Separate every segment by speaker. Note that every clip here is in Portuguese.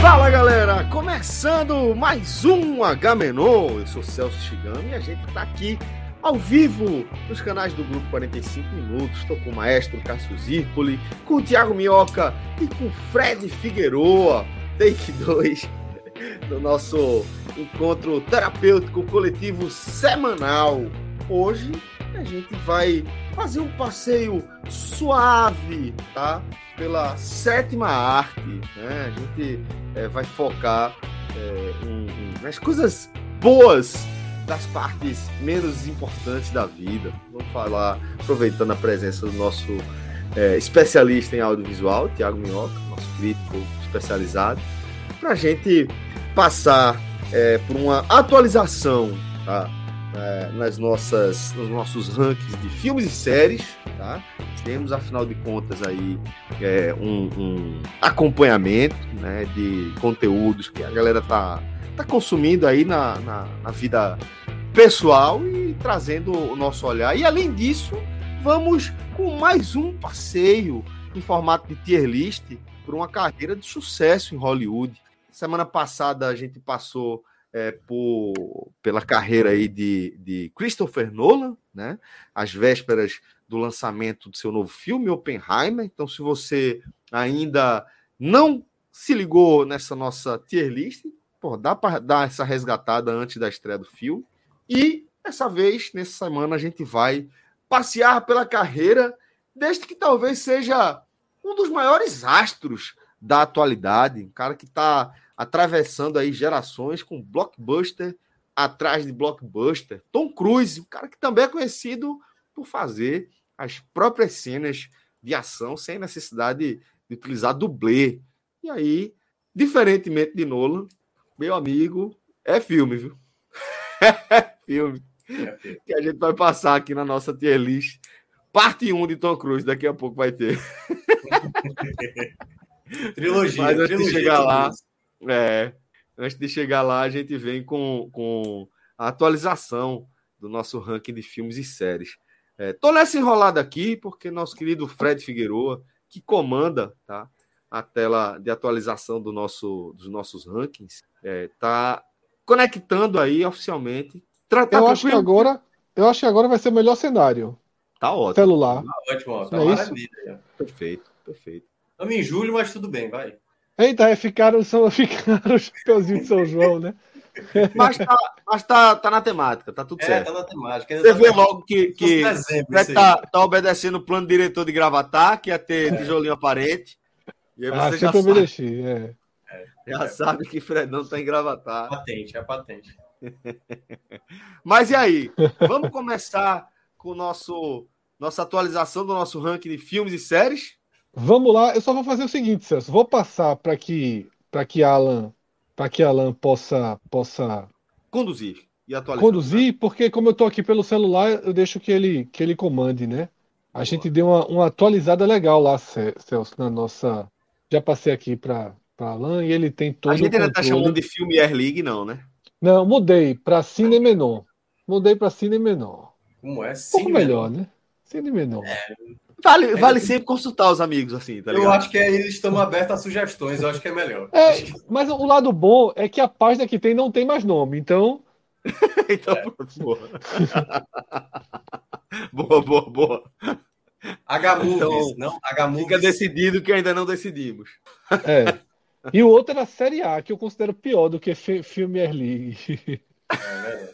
Speaker 1: Fala galera, começando mais um Menon. Eu sou Celso Chigami e a gente tá aqui ao vivo nos canais do Grupo 45 Minutos. Estou com o maestro Cássio Zirpoli, com o Thiago Minhoca e com o Fred Figueroa, take 2 do nosso encontro terapêutico coletivo semanal. Hoje a gente vai fazer um passeio suave, tá? Pela sétima arte, né? A gente é, vai focar é, em- em- nas coisas boas das partes menos importantes da vida. Vamos falar, aproveitando a presença do nosso é, especialista em audiovisual, Tiago Minhoca, nosso crítico especializado, para a gente passar é, por uma atualização tá? É, nas nossas, nos nossos rankings de filmes e séries. Tá? Temos, afinal de contas, aí é, um, um acompanhamento né, de conteúdos que a galera tá, tá consumindo aí na, na, na vida pessoal e trazendo o nosso olhar. E além disso, vamos com mais um passeio em formato de tier list por uma carreira de sucesso em Hollywood. Semana passada a gente passou é, por, pela carreira aí de, de Christopher Nolan, né? Às vésperas do lançamento do seu novo filme, Oppenheimer. Então, se você ainda não se ligou nessa nossa tier list, pô, dá para dar essa resgatada antes da estreia do filme. E dessa vez, nessa semana, a gente vai passear pela carreira deste que talvez seja um dos maiores astros da atualidade, um cara que está atravessando aí gerações com blockbuster atrás de blockbuster. Tom Cruise, um cara que também é conhecido por fazer as próprias cenas de ação sem necessidade de utilizar dublê. E aí, diferentemente de Nolan, meu amigo, é filme, viu? É filme. Que a gente vai passar aqui na nossa tier list. Parte 1 de Tom Cruise, daqui a pouco vai ter.
Speaker 2: Trilogia,
Speaker 1: Mas antes de
Speaker 2: trilogia.
Speaker 1: chegar lá,
Speaker 2: tudo
Speaker 1: É, antes de chegar lá, a gente vem com, com a atualização do nosso ranking de filmes e séries. É, tô nessa enrolada aqui, porque nosso querido Fred Figueroa, que comanda tá, a tela de atualização do nosso, dos nossos rankings, é, tá conectando aí oficialmente. Tra- tá
Speaker 3: Eu acho que é
Speaker 1: tranquilo?
Speaker 3: agora, eu acho que agora vai ser o melhor cenário.
Speaker 1: Tá ótimo,
Speaker 3: Celular.
Speaker 2: isso. Tá ótimo, ó, tá
Speaker 3: Não é isso?
Speaker 2: maravilha.
Speaker 1: perfeito, perfeito.
Speaker 2: Estamos em julho, mas tudo bem, vai.
Speaker 3: Eita, é, ficaram, são, ficaram os chapeuzinhos de São João, né?
Speaker 1: Mas tá, mas tá, tá na temática, tá tudo
Speaker 2: É,
Speaker 1: certo.
Speaker 2: tá na temática.
Speaker 1: Você vê logo que- que...
Speaker 2: Dezembro,
Speaker 1: Fred
Speaker 2: isso
Speaker 1: tá, tá obedecendo o plano diretor de gravatar, que ia ter tijolinho aparente. E aí
Speaker 3: É. Ah,
Speaker 1: você já,
Speaker 3: sempre
Speaker 1: sabe,
Speaker 3: obedeci. É.
Speaker 1: já sabe que Fredão tá em
Speaker 2: É a
Speaker 1: gravatar.
Speaker 2: patente, é a patente.
Speaker 1: Mas e aí? Vamos começar com o nosso nossa atualização do nosso ranking de filmes e séries?
Speaker 3: Vamos lá, eu só vou fazer o seguinte, Celso. Vou passar para que, para que Alan, para que Alan possa, possa
Speaker 1: Conduzir e atualizar.
Speaker 3: conduzir, porque como eu estou aqui pelo celular, eu deixo que ele, que ele comande, né? A
Speaker 1: Boa.
Speaker 3: gente deu uma, uma atualizada legal lá, Ce- Celso, na nossa. Já passei aqui para Alan e ele tem todo
Speaker 1: A gente
Speaker 3: o
Speaker 1: ainda tá
Speaker 3: controle.
Speaker 1: chamando de filme Air League, não, né?
Speaker 3: Não, mudei para Cine Menon. Mudei para Cine Menon.
Speaker 2: Como é?
Speaker 3: Um pouco
Speaker 2: Sim,
Speaker 3: melhor, né? Cine Menon.
Speaker 1: Vale, vale sempre consultar os amigos, assim, tá
Speaker 2: velho.
Speaker 1: ligado?
Speaker 2: eu acho que aí eles estão abertos a sugestões, eu acho que é melhor.
Speaker 3: É, mas o lado bom é que a página que tem não tem mais nome, então
Speaker 1: Então, pronto, boa. boa, boa, boa.
Speaker 2: H-Movies,
Speaker 1: Então,
Speaker 2: não? H-Movies.
Speaker 1: Fica decidido que ainda não decidimos.
Speaker 3: é. E o outro era Série A, que eu considero pior do que fi filme Air League.
Speaker 2: É, né?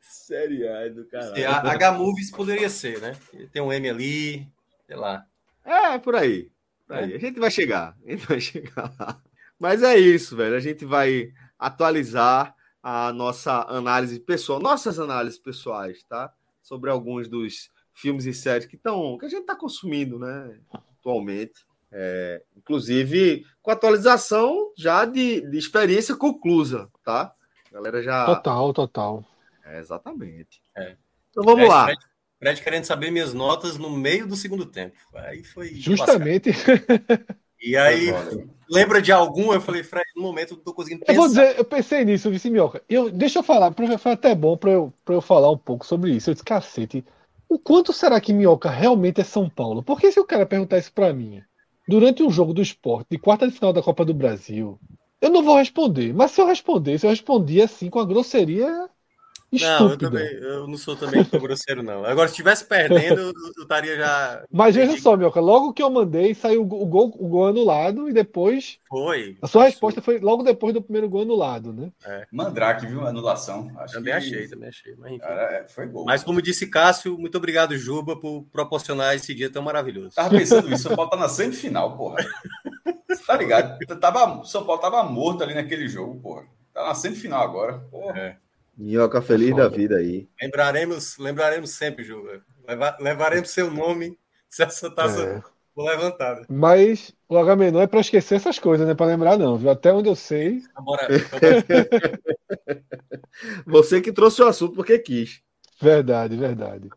Speaker 4: Série A do
Speaker 1: É,
Speaker 2: E
Speaker 4: caralho.
Speaker 2: É, a- H-Movies poderia ser, né? Tem um M ali, sei lá.
Speaker 4: É, por aí. Por aí. A gente vai chegar. A gente vai chegar lá. Mas é isso, velho. A gente vai atualizar a nossa análise pessoal, nossas análises pessoais, tá? Sobre alguns dos filmes e séries que estão. que a gente está consumindo, né? Atualmente. É, inclusive, com atualização já de, de experiência conclusa, tá? A galera já.
Speaker 3: Total, total.
Speaker 4: É, exatamente.
Speaker 2: É.
Speaker 4: Então vamos
Speaker 2: Fred-
Speaker 4: lá.
Speaker 2: Fred, Fred querendo saber minhas notas no meio do segundo tempo. Aí foi.
Speaker 3: Justamente.
Speaker 2: lascar. E aí,
Speaker 4: Agora.
Speaker 2: lembra de algum? Eu falei, Fred, no momento eu não tô conseguindo pensar.
Speaker 3: Eu vou dizer, eu pensei nisso, eu disse, Mioca, eu, deixa eu falar, porque foi até bom pra eu, pra eu falar um pouco sobre isso. Eu disse, cacete, o quanto será que Mioca realmente é São Paulo? Porque se o cara perguntar isso pra mim, durante um jogo do esporte, de quarta de final da Copa do Brasil, eu não vou responder. Mas se eu respondesse, eu respondia assim, com a grosseria
Speaker 2: Não, eu
Speaker 3: estúpida.
Speaker 2: também, eu não sou também tão grosseiro, não. Agora, se estivesse perdendo, eu eu estaria já.
Speaker 3: Mas veja só, Mioca, logo que eu mandei, saiu o gol, o gol- o gol anulado e depois...
Speaker 2: Foi.
Speaker 3: A sua resposta foi logo depois do primeiro gol anulado, né?
Speaker 5: Mandrake, viu? Anulação.
Speaker 3: é
Speaker 5: Acho
Speaker 2: Também
Speaker 5: que-
Speaker 2: achei, também achei. Mas, enfim.
Speaker 5: Cara, é, foi gol.
Speaker 2: Mas como disse Cássio, muito obrigado, Juba, por proporcionar esse dia tão maravilhoso.
Speaker 5: Tava pensando isso, São Paulo tá na semifinal, porra. Tá ligado? T- Tava, São Paulo tava morto ali naquele jogo, porra. Tá na semifinal agora. Porra.
Speaker 4: Minhoca feliz da vida aí.
Speaker 2: Lembraremos, lembraremos sempre, Juba. Leva- levaremos seu nome se essa taça
Speaker 3: É.
Speaker 2: for levantada.
Speaker 3: Mas o Agamenon é pra esquecer essas coisas, né? Pra lembrar, não, viu? Até onde eu sei.
Speaker 2: Agora, então,
Speaker 4: Você que trouxe o assunto porque quis.
Speaker 3: Verdade, verdade.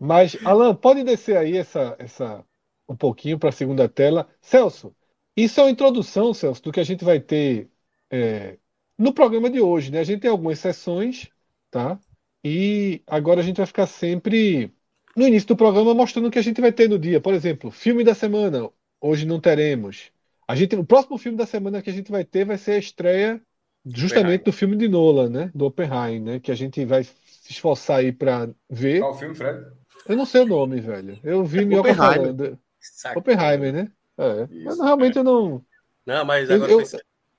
Speaker 3: Mas, Alan, pode descer aí essa, essa um pouquinho pra segunda tela. Celso, isso é uma introdução, Celso, do que a gente vai ter é, no programa de hoje, né? A gente tem algumas sessões, tá? E agora a gente vai ficar sempre no início do programa mostrando o que a gente vai ter no dia. Por exemplo, filme da semana, hoje não teremos. A gente, o próximo filme da semana que a gente vai ter vai ser a estreia justamente do filme de Nolan, né? Do Oppenheim, né? Que a gente vai se esforçar aí pra ver.
Speaker 5: Qual o filme, Fred?
Speaker 3: Eu não sei o nome, velho. Eu vi Mioca
Speaker 4: Oppenheimer.
Speaker 3: falando.
Speaker 2: saca.
Speaker 3: Oppenheimer, né? É.
Speaker 5: Isso,
Speaker 3: Mas realmente eu não.
Speaker 2: Não, mas
Speaker 3: Eu-
Speaker 2: agora
Speaker 3: eu-
Speaker 2: pensei-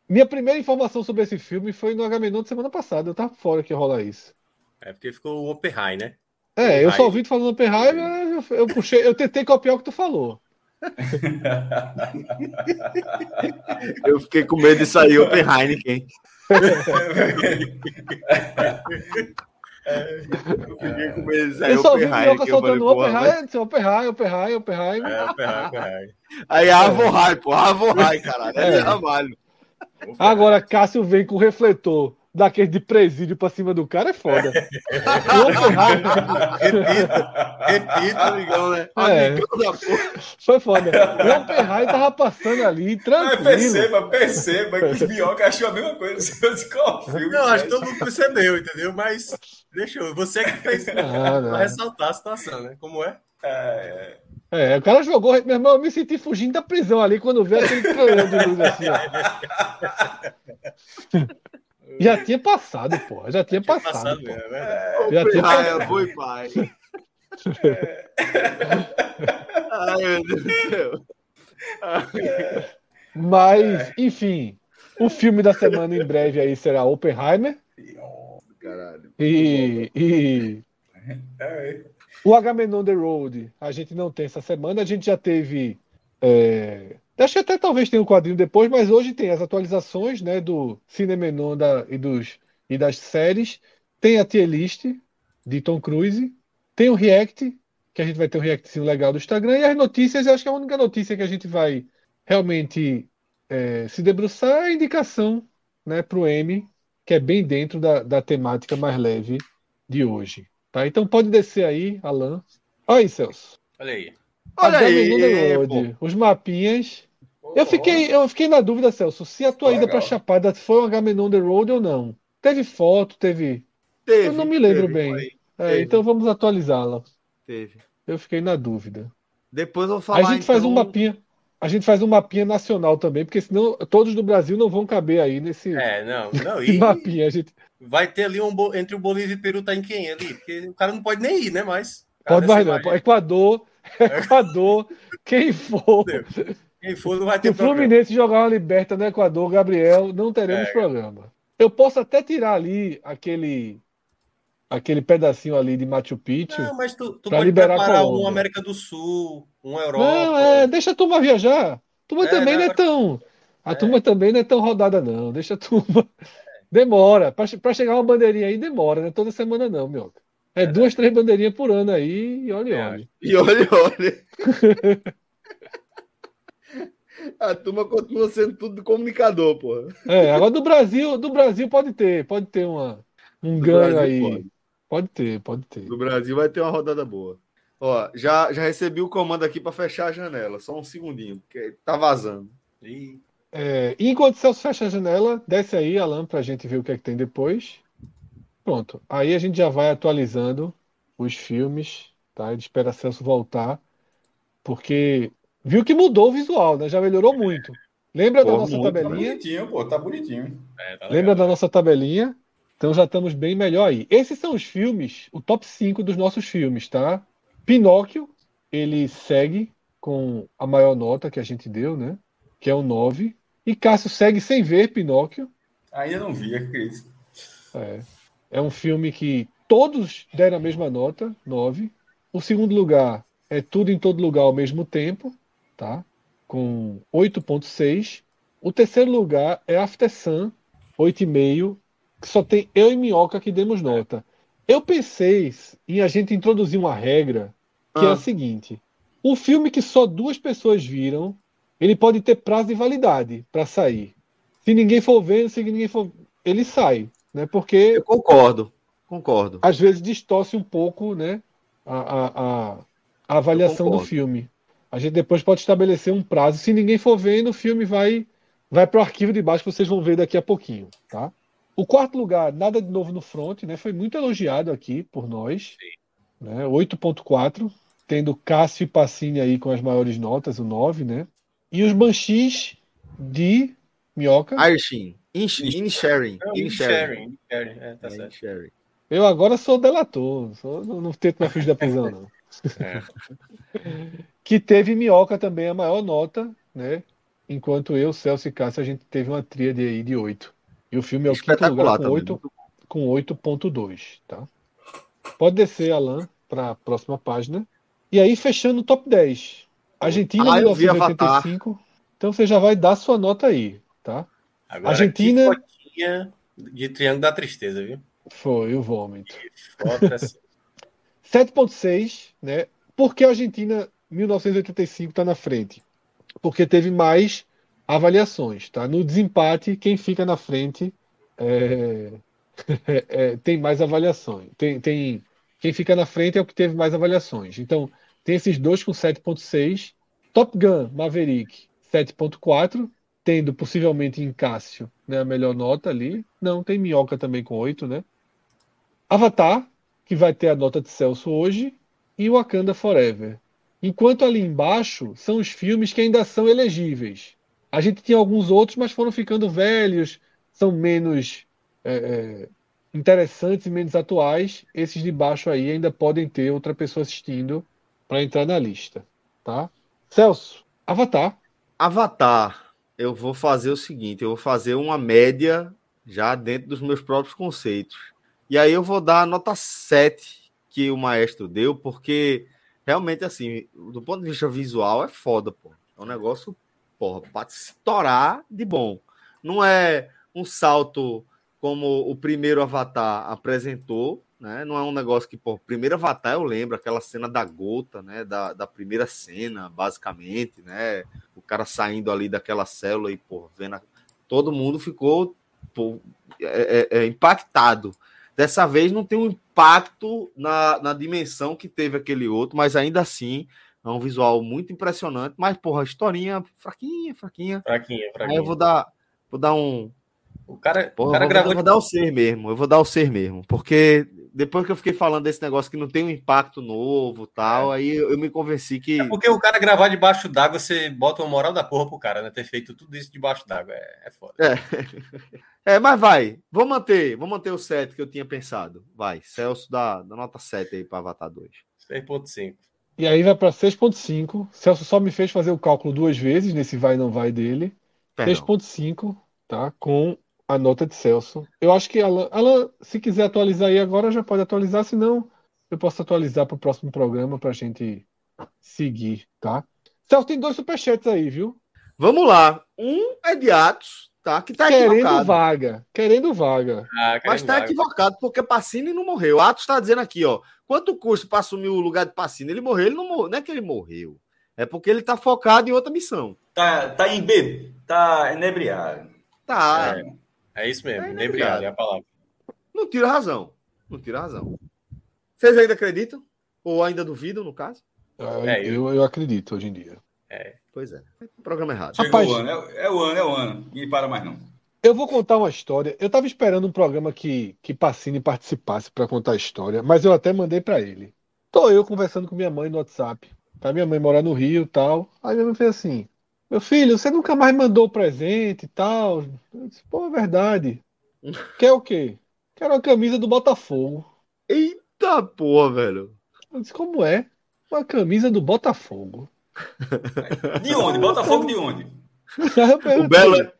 Speaker 3: Minha primeira informação sobre esse filme foi no Agamenon de semana passada. Eu tava fora que rola isso.
Speaker 2: é porque ficou o Oppenheim, né?
Speaker 3: É, eu só ouvi tu falando Oppenheimer, eu, eu puxei, eu tentei copiar o que tu falou.
Speaker 4: Eu fiquei com medo de sair Open Heineken. Eu fiquei com medo de sair
Speaker 3: eu só vi
Speaker 4: Open
Speaker 3: Mioca
Speaker 4: Heineken. É, Eu falei,
Speaker 3: soltando
Speaker 4: porra, mas-
Speaker 3: Oppenheimer, disse, Oppenheimer, Oppenheimer, Oppenheimer.
Speaker 2: É, Oppenheim, Oppenheim.
Speaker 4: Aí Avohai, pô, Avohai, caralho. É
Speaker 3: É.
Speaker 4: trabalho.
Speaker 3: Agora, Cássio vem com o refletor daquele de presídio pra cima do cara, é foda. O Oppenheimer
Speaker 2: Repito, repito.
Speaker 4: Amigão, né?
Speaker 3: É.
Speaker 4: Amigão da porra.
Speaker 3: foi foda. O Oppenheimer tava passando ali,
Speaker 6: Tá
Speaker 5: Ah,
Speaker 3: tranquilo.
Speaker 5: perceba, perceba que o Minhoca achou a mesma coisa. Eu disse, Qual o filme?
Speaker 2: Não, acho que
Speaker 5: Fred?
Speaker 2: todo mundo percebeu, entendeu? Mas deixa eu, você que fez
Speaker 3: Ah, não.
Speaker 2: pra ressaltar a situação, né? Como é?
Speaker 5: É, é.
Speaker 3: É, o cara jogou, meu irmão, eu me senti fugindo da prisão ali quando veio aquele canhão de luz assim, ó. Já tinha passado, porra, já tinha passado.
Speaker 2: Passado,
Speaker 3: pô.
Speaker 2: é verdade.
Speaker 3: Já
Speaker 4: Open
Speaker 3: tinha
Speaker 4: High, foi pai. Ai, meu Deus do céu.
Speaker 3: Mas, enfim, o filme da semana em breve aí será Oppenheimer
Speaker 4: Caralho.
Speaker 3: e, e
Speaker 5: É,
Speaker 3: O Agamemnon The Road a gente não tem essa semana, a gente já teve. é, Acho que até talvez tenha um quadrinho depois, mas hoje tem as atualizações né, do Cinemenon da- e, dos, e das séries. Tem a tier list de Tom Cruise. Tem o React, que a gente vai ter um reactzinho legal do Instagram. E as notícias, eu acho que é a única notícia que a gente vai realmente é, se debruçar é a indicação né, para o M, que é bem dentro da, da temática mais leve de hoje. Tá, então pode descer aí, Alan. Olha aí, Celso.
Speaker 2: Olha aí.
Speaker 4: É. Olha
Speaker 3: Adam
Speaker 4: aí,
Speaker 3: Menino
Speaker 4: pô.
Speaker 3: Road, os mapinhas. Eu fiquei, eu fiquei na dúvida, Celso, se a tua
Speaker 5: Legal.
Speaker 3: ida para Chapada foi um Agamenon The Road ou não. Teve foto, teve.
Speaker 4: Teve,
Speaker 3: eu não me lembro
Speaker 4: teve,
Speaker 3: bem. É,
Speaker 4: teve.
Speaker 3: então vamos atualizá-la.
Speaker 4: Teve.
Speaker 3: Eu fiquei na dúvida.
Speaker 4: Depois eu vou falar.
Speaker 3: A gente faz
Speaker 4: então,
Speaker 3: um mapinha. A gente faz um mapinha nacional também, porque senão todos do Brasil não vão caber aí nesse
Speaker 2: É, não, não, e
Speaker 3: mapinha. A gente
Speaker 2: vai ter ali um bo- entre o Bolívia e o Peru tá em quem ali? Porque o cara não pode nem ir, né? Mas.
Speaker 3: pode
Speaker 2: Cara,
Speaker 3: mais
Speaker 2: essa
Speaker 3: não.
Speaker 2: imagem,
Speaker 3: Equador, Equador, quem for.
Speaker 2: Quem for não vai
Speaker 3: Se
Speaker 2: ter
Speaker 3: o
Speaker 2: problema.
Speaker 3: Fluminense jogar uma liberta no Equador, Gabriel, não teremos programa. Eu posso até tirar ali aquele aquele pedacinho ali de Machu Picchu.
Speaker 2: Não, Ah, mas tu, tu
Speaker 3: Pra
Speaker 2: pode
Speaker 3: liberar a
Speaker 2: preparar um
Speaker 3: Colômbia.
Speaker 2: América do Sul, um Europa.
Speaker 3: Não, é, deixa a turma viajar. A turma
Speaker 2: É,
Speaker 3: também não é
Speaker 2: agora-
Speaker 3: tão. A
Speaker 2: É.
Speaker 3: turma também não é tão rodada, não. Deixa a turma. Demora. Pra che- pra chegar uma bandeirinha aí, demora, não é toda semana, não, meu. É duas, três bandeirinhas por ano aí e olha,
Speaker 2: É,
Speaker 3: olha.
Speaker 4: E olha, olha. A turma continua sendo tudo do comunicador, porra.
Speaker 3: É, agora do Brasil, do Brasil pode ter, pode ter uma, um
Speaker 4: Do
Speaker 3: ganho
Speaker 4: Brasil,
Speaker 3: aí.
Speaker 4: pode.
Speaker 3: Pode ter, pode ter.
Speaker 4: Do Brasil vai ter uma rodada boa. Ó, já, já recebi o comando aqui para fechar a janela. Só um segundinho, porque tá vazando.
Speaker 2: um Ih,
Speaker 3: É, e enquanto o Celso fecha a janela, desce aí, Alan, pra gente ver o que é que tem depois. Pronto. Aí a gente já vai atualizando os filmes, tá? A gente espera Celso voltar, porque viu que mudou o visual, né? Já melhorou muito. Lembra da
Speaker 4: Pô,
Speaker 3: nossa
Speaker 4: muito,
Speaker 5: Tá
Speaker 3: tabelinha?
Speaker 5: bonitinho, pô, tá bonitinho.
Speaker 2: é, tá
Speaker 3: Lembra
Speaker 2: legal.
Speaker 3: da nossa tabelinha? Então já estamos bem melhor aí. Esses são os filmes, o top 5 dos nossos filmes, tá? Pinóquio, ele segue com a maior nota que a gente deu, né? Que é o 9. E Cássio segue sem ver Pinóquio.
Speaker 5: Ainda não vi, acredito.
Speaker 3: É, é um filme que todos deram a mesma nota, 9. O segundo lugar é Tudo em Todo Lugar ao mesmo tempo, tá? Com 8.6. O terceiro lugar é After Sun, 8,5, que só tem eu e Minhoca que demos nota. Eu pensei em a gente introduzir uma regra que é
Speaker 4: Ah.
Speaker 3: a seguinte: o filme que só duas pessoas viram, ele pode ter prazo de validade para sair. Se ninguém for vendo, se ninguém for, ele sai, né? Porque
Speaker 4: Eu concordo, concordo.
Speaker 3: às vezes distorce um pouco né, a, a, a- a avaliação
Speaker 4: Eu
Speaker 3: do
Speaker 4: concordo.
Speaker 3: filme. A gente depois pode estabelecer um prazo. Se ninguém for vendo, o filme vai, vai para o arquivo de baixo que vocês vão ver daqui a pouquinho. Tá? O quarto lugar, Nada de Novo no Front, né, foi muito elogiado aqui por nós. Né, 8.4, tendo Cássio e Pacini aí com as maiores notas, o 9, né? E os Banshees de Minhoca.
Speaker 4: Irishin, in, in sharing,
Speaker 2: É, um
Speaker 4: in sharing.
Speaker 2: sharing, sharing, é, tá
Speaker 4: É, in
Speaker 2: certo.
Speaker 4: sharing.
Speaker 3: Eu agora sou delator, sou- não, não tento mais fugir da prisão, não.
Speaker 2: É.
Speaker 3: Que teve Minhoca também a maior nota, né? Enquanto eu, Celso e Cássio, a gente teve uma tríade aí de 8. E o filme é o quinto
Speaker 4: Espetacular
Speaker 3: lugar com
Speaker 4: também. né?
Speaker 3: 8, com 8.2, tá? Pode descer, Alan, para a próxima página. E aí, fechando o top 10. Argentina,
Speaker 4: Ah, eu vi
Speaker 3: 1985. Então você já vai dar sua nota aí, tá?
Speaker 2: Agora,
Speaker 3: Argentina-
Speaker 2: que fotinha de Triângulo da Tristeza, viu?
Speaker 3: Foi o vômito.
Speaker 2: Foto assim.
Speaker 3: 7.6, né? Por que a Argentina 1985 está tá na frente? Porque teve mais avaliações, tá? No desempate, quem fica na frente é, é, tem mais avaliações. Tem, tem- Quem fica na frente é o que teve mais avaliações. Então, tem esses dois com 7.6. Top Gun Maverick 7.4, tendo possivelmente em Cássio né, a melhor nota ali. Não, tem Minhoca também com 8, né? Avatar que vai ter a nota de Celso hoje, e Wakanda Forever. Enquanto ali embaixo são os filmes que ainda são elegíveis. A gente tinha alguns outros, mas foram ficando velhos, são menos é, é, interessantes e menos atuais. Esses de baixo aí ainda podem ter outra pessoa assistindo para entrar na lista, tá? Celso, Avatar.
Speaker 4: Avatar, eu vou fazer o seguinte, eu vou fazer uma média já dentro dos meus próprios conceitos. E aí eu vou dar a nota 7 que o maestro deu, porque realmente assim, do ponto de vista visual é foda, pô. É um negócio, porra, pra se estourar de bom. Não é um salto como o primeiro Avatar apresentou, né? Não é um negócio que, pô, primeiro Avatar eu lembro, aquela cena da gota, né? Da, da primeira cena, basicamente, né? o cara saindo ali daquela célula e, pô, vendo. a- Todo mundo ficou pô, é- é- é impactado. Dessa vez não tem um impacto na, na dimensão que teve aquele outro, mas ainda assim é um visual muito impressionante. Mas, porra, a historinha fraquinha, fraquinha.
Speaker 2: Fraquinha,
Speaker 4: Aí
Speaker 2: fraquinha.
Speaker 4: eu vou dar, vou dar um.
Speaker 2: O cara,
Speaker 4: Porra,
Speaker 2: o cara
Speaker 4: eu vou,
Speaker 2: gravou
Speaker 4: eu vou dar o ser mesmo, eu vou dar o ser mesmo, porque depois que eu fiquei falando desse negócio que não tem um impacto novo tal, aí eu, eu me convenci que.
Speaker 2: É porque o cara gravar debaixo d'água, você bota uma moral da porra pro cara, né? Ter feito tudo isso debaixo d'água. É, é foda.
Speaker 4: É, mas vai. Vou manter, vou manter o 7 que eu tinha pensado. Vai, Celso dá, dá nota 7 aí para Avatar 2.
Speaker 2: 6.5.
Speaker 3: E aí vai para 6.5. Celso só me fez fazer o cálculo duas vezes nesse vai e não vai dele.
Speaker 4: Perdão.
Speaker 3: 6.5, tá? Com a nota de Celso. Eu acho que Alan, Alan, se quiser atualizar aí agora, já pode atualizar, senão eu posso atualizar para o próximo programa para a gente seguir, tá? Celso, tem dois superchats aí, viu?
Speaker 4: Vamos lá. Um é de Atos, tá? Que tá
Speaker 3: querendo
Speaker 4: equivocado.
Speaker 3: vaga, querendo vaga.
Speaker 2: Ah,
Speaker 4: Mas
Speaker 2: querendo
Speaker 4: tá
Speaker 2: vaga.
Speaker 4: equivocado, porque Pacini não morreu. Atos tá dizendo aqui, ó. Quanto custa para assumir o lugar de Pacini? Ele morreu, ele não morreu. Não é que ele morreu. É porque ele tá focado em outra missão.
Speaker 6: Tá, tá em B, tá enebriado.
Speaker 4: Tá.
Speaker 5: É.
Speaker 2: É isso mesmo,
Speaker 4: É, né,
Speaker 2: inebriado
Speaker 4: viado?
Speaker 2: é a palavra.
Speaker 4: Não tira razão. Não tira razão. Vocês ainda acreditam? Ou ainda duvidam, no caso?
Speaker 3: Eu,
Speaker 2: É, eu-
Speaker 3: eu, eu acredito hoje em dia.
Speaker 4: Pois é. Programa errado.
Speaker 5: Chegou
Speaker 3: Rapaz.
Speaker 5: o ano, é, é o ano, é o ano. E para mais não.
Speaker 3: Eu vou contar uma história. Eu estava esperando um programa que, que Pacini participasse para contar a história, mas eu até mandei para ele. Tô eu conversando com minha mãe no WhatsApp. Tá minha mãe morar no Rio e tal. Aí minha mãe fez assim: Meu filho, você nunca mais mandou presente e tal. Eu disse, Pô, é verdade. Quer o quê? Quero uma camisa do Botafogo.
Speaker 4: Eita porra, velho.
Speaker 3: Eu disse: Como é? Uma camisa do Botafogo.
Speaker 5: De onde? Botafogo de onde?
Speaker 3: Aí eu
Speaker 4: O Belo é-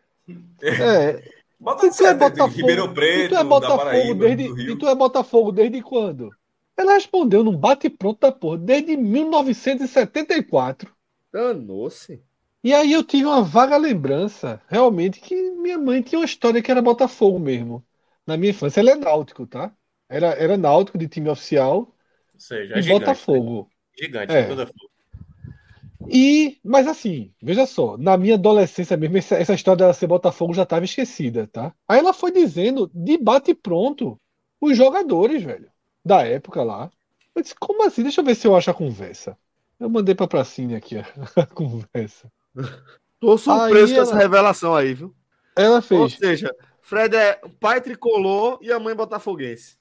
Speaker 3: É,
Speaker 5: Bota
Speaker 3: Tu é
Speaker 5: certo, né?
Speaker 3: Botafogo.
Speaker 5: Ribeirão
Speaker 3: E
Speaker 5: Preto,
Speaker 3: tu é
Speaker 5: da
Speaker 3: Botafogo
Speaker 5: Paraíba,
Speaker 3: desde,
Speaker 5: do
Speaker 3: e
Speaker 5: Rio.
Speaker 3: tu é Botafogo desde quando? Ela respondeu num bate-pronto da porra, desde 1974.
Speaker 4: Danou-se.
Speaker 3: E aí eu tive uma vaga lembrança, realmente, que minha mãe tinha uma história que era Botafogo mesmo. Na minha infância, ela é náutico, tá? Era, era náutico de time oficial
Speaker 2: Ou seja,
Speaker 3: e
Speaker 2: é gigante.
Speaker 3: Botafogo.
Speaker 2: Gigante,
Speaker 3: É.
Speaker 2: toda
Speaker 3: E, mas assim, veja só, na minha adolescência mesmo, essa, essa história dela ser Botafogo já estava esquecida, tá? Aí ela foi dizendo, de bate pronto, os jogadores, velho, da época lá. Eu disse, como assim? Deixa eu ver se eu acho a conversa. Eu mandei pra Pracine aqui a, a conversa.
Speaker 4: Tô surpreso
Speaker 3: Aí
Speaker 4: com essa
Speaker 3: ela-
Speaker 4: revelação aí, viu?
Speaker 3: Ela
Speaker 4: Ou
Speaker 3: fez,
Speaker 4: seja, Fred é pai tricolor e a mãe botafoguense.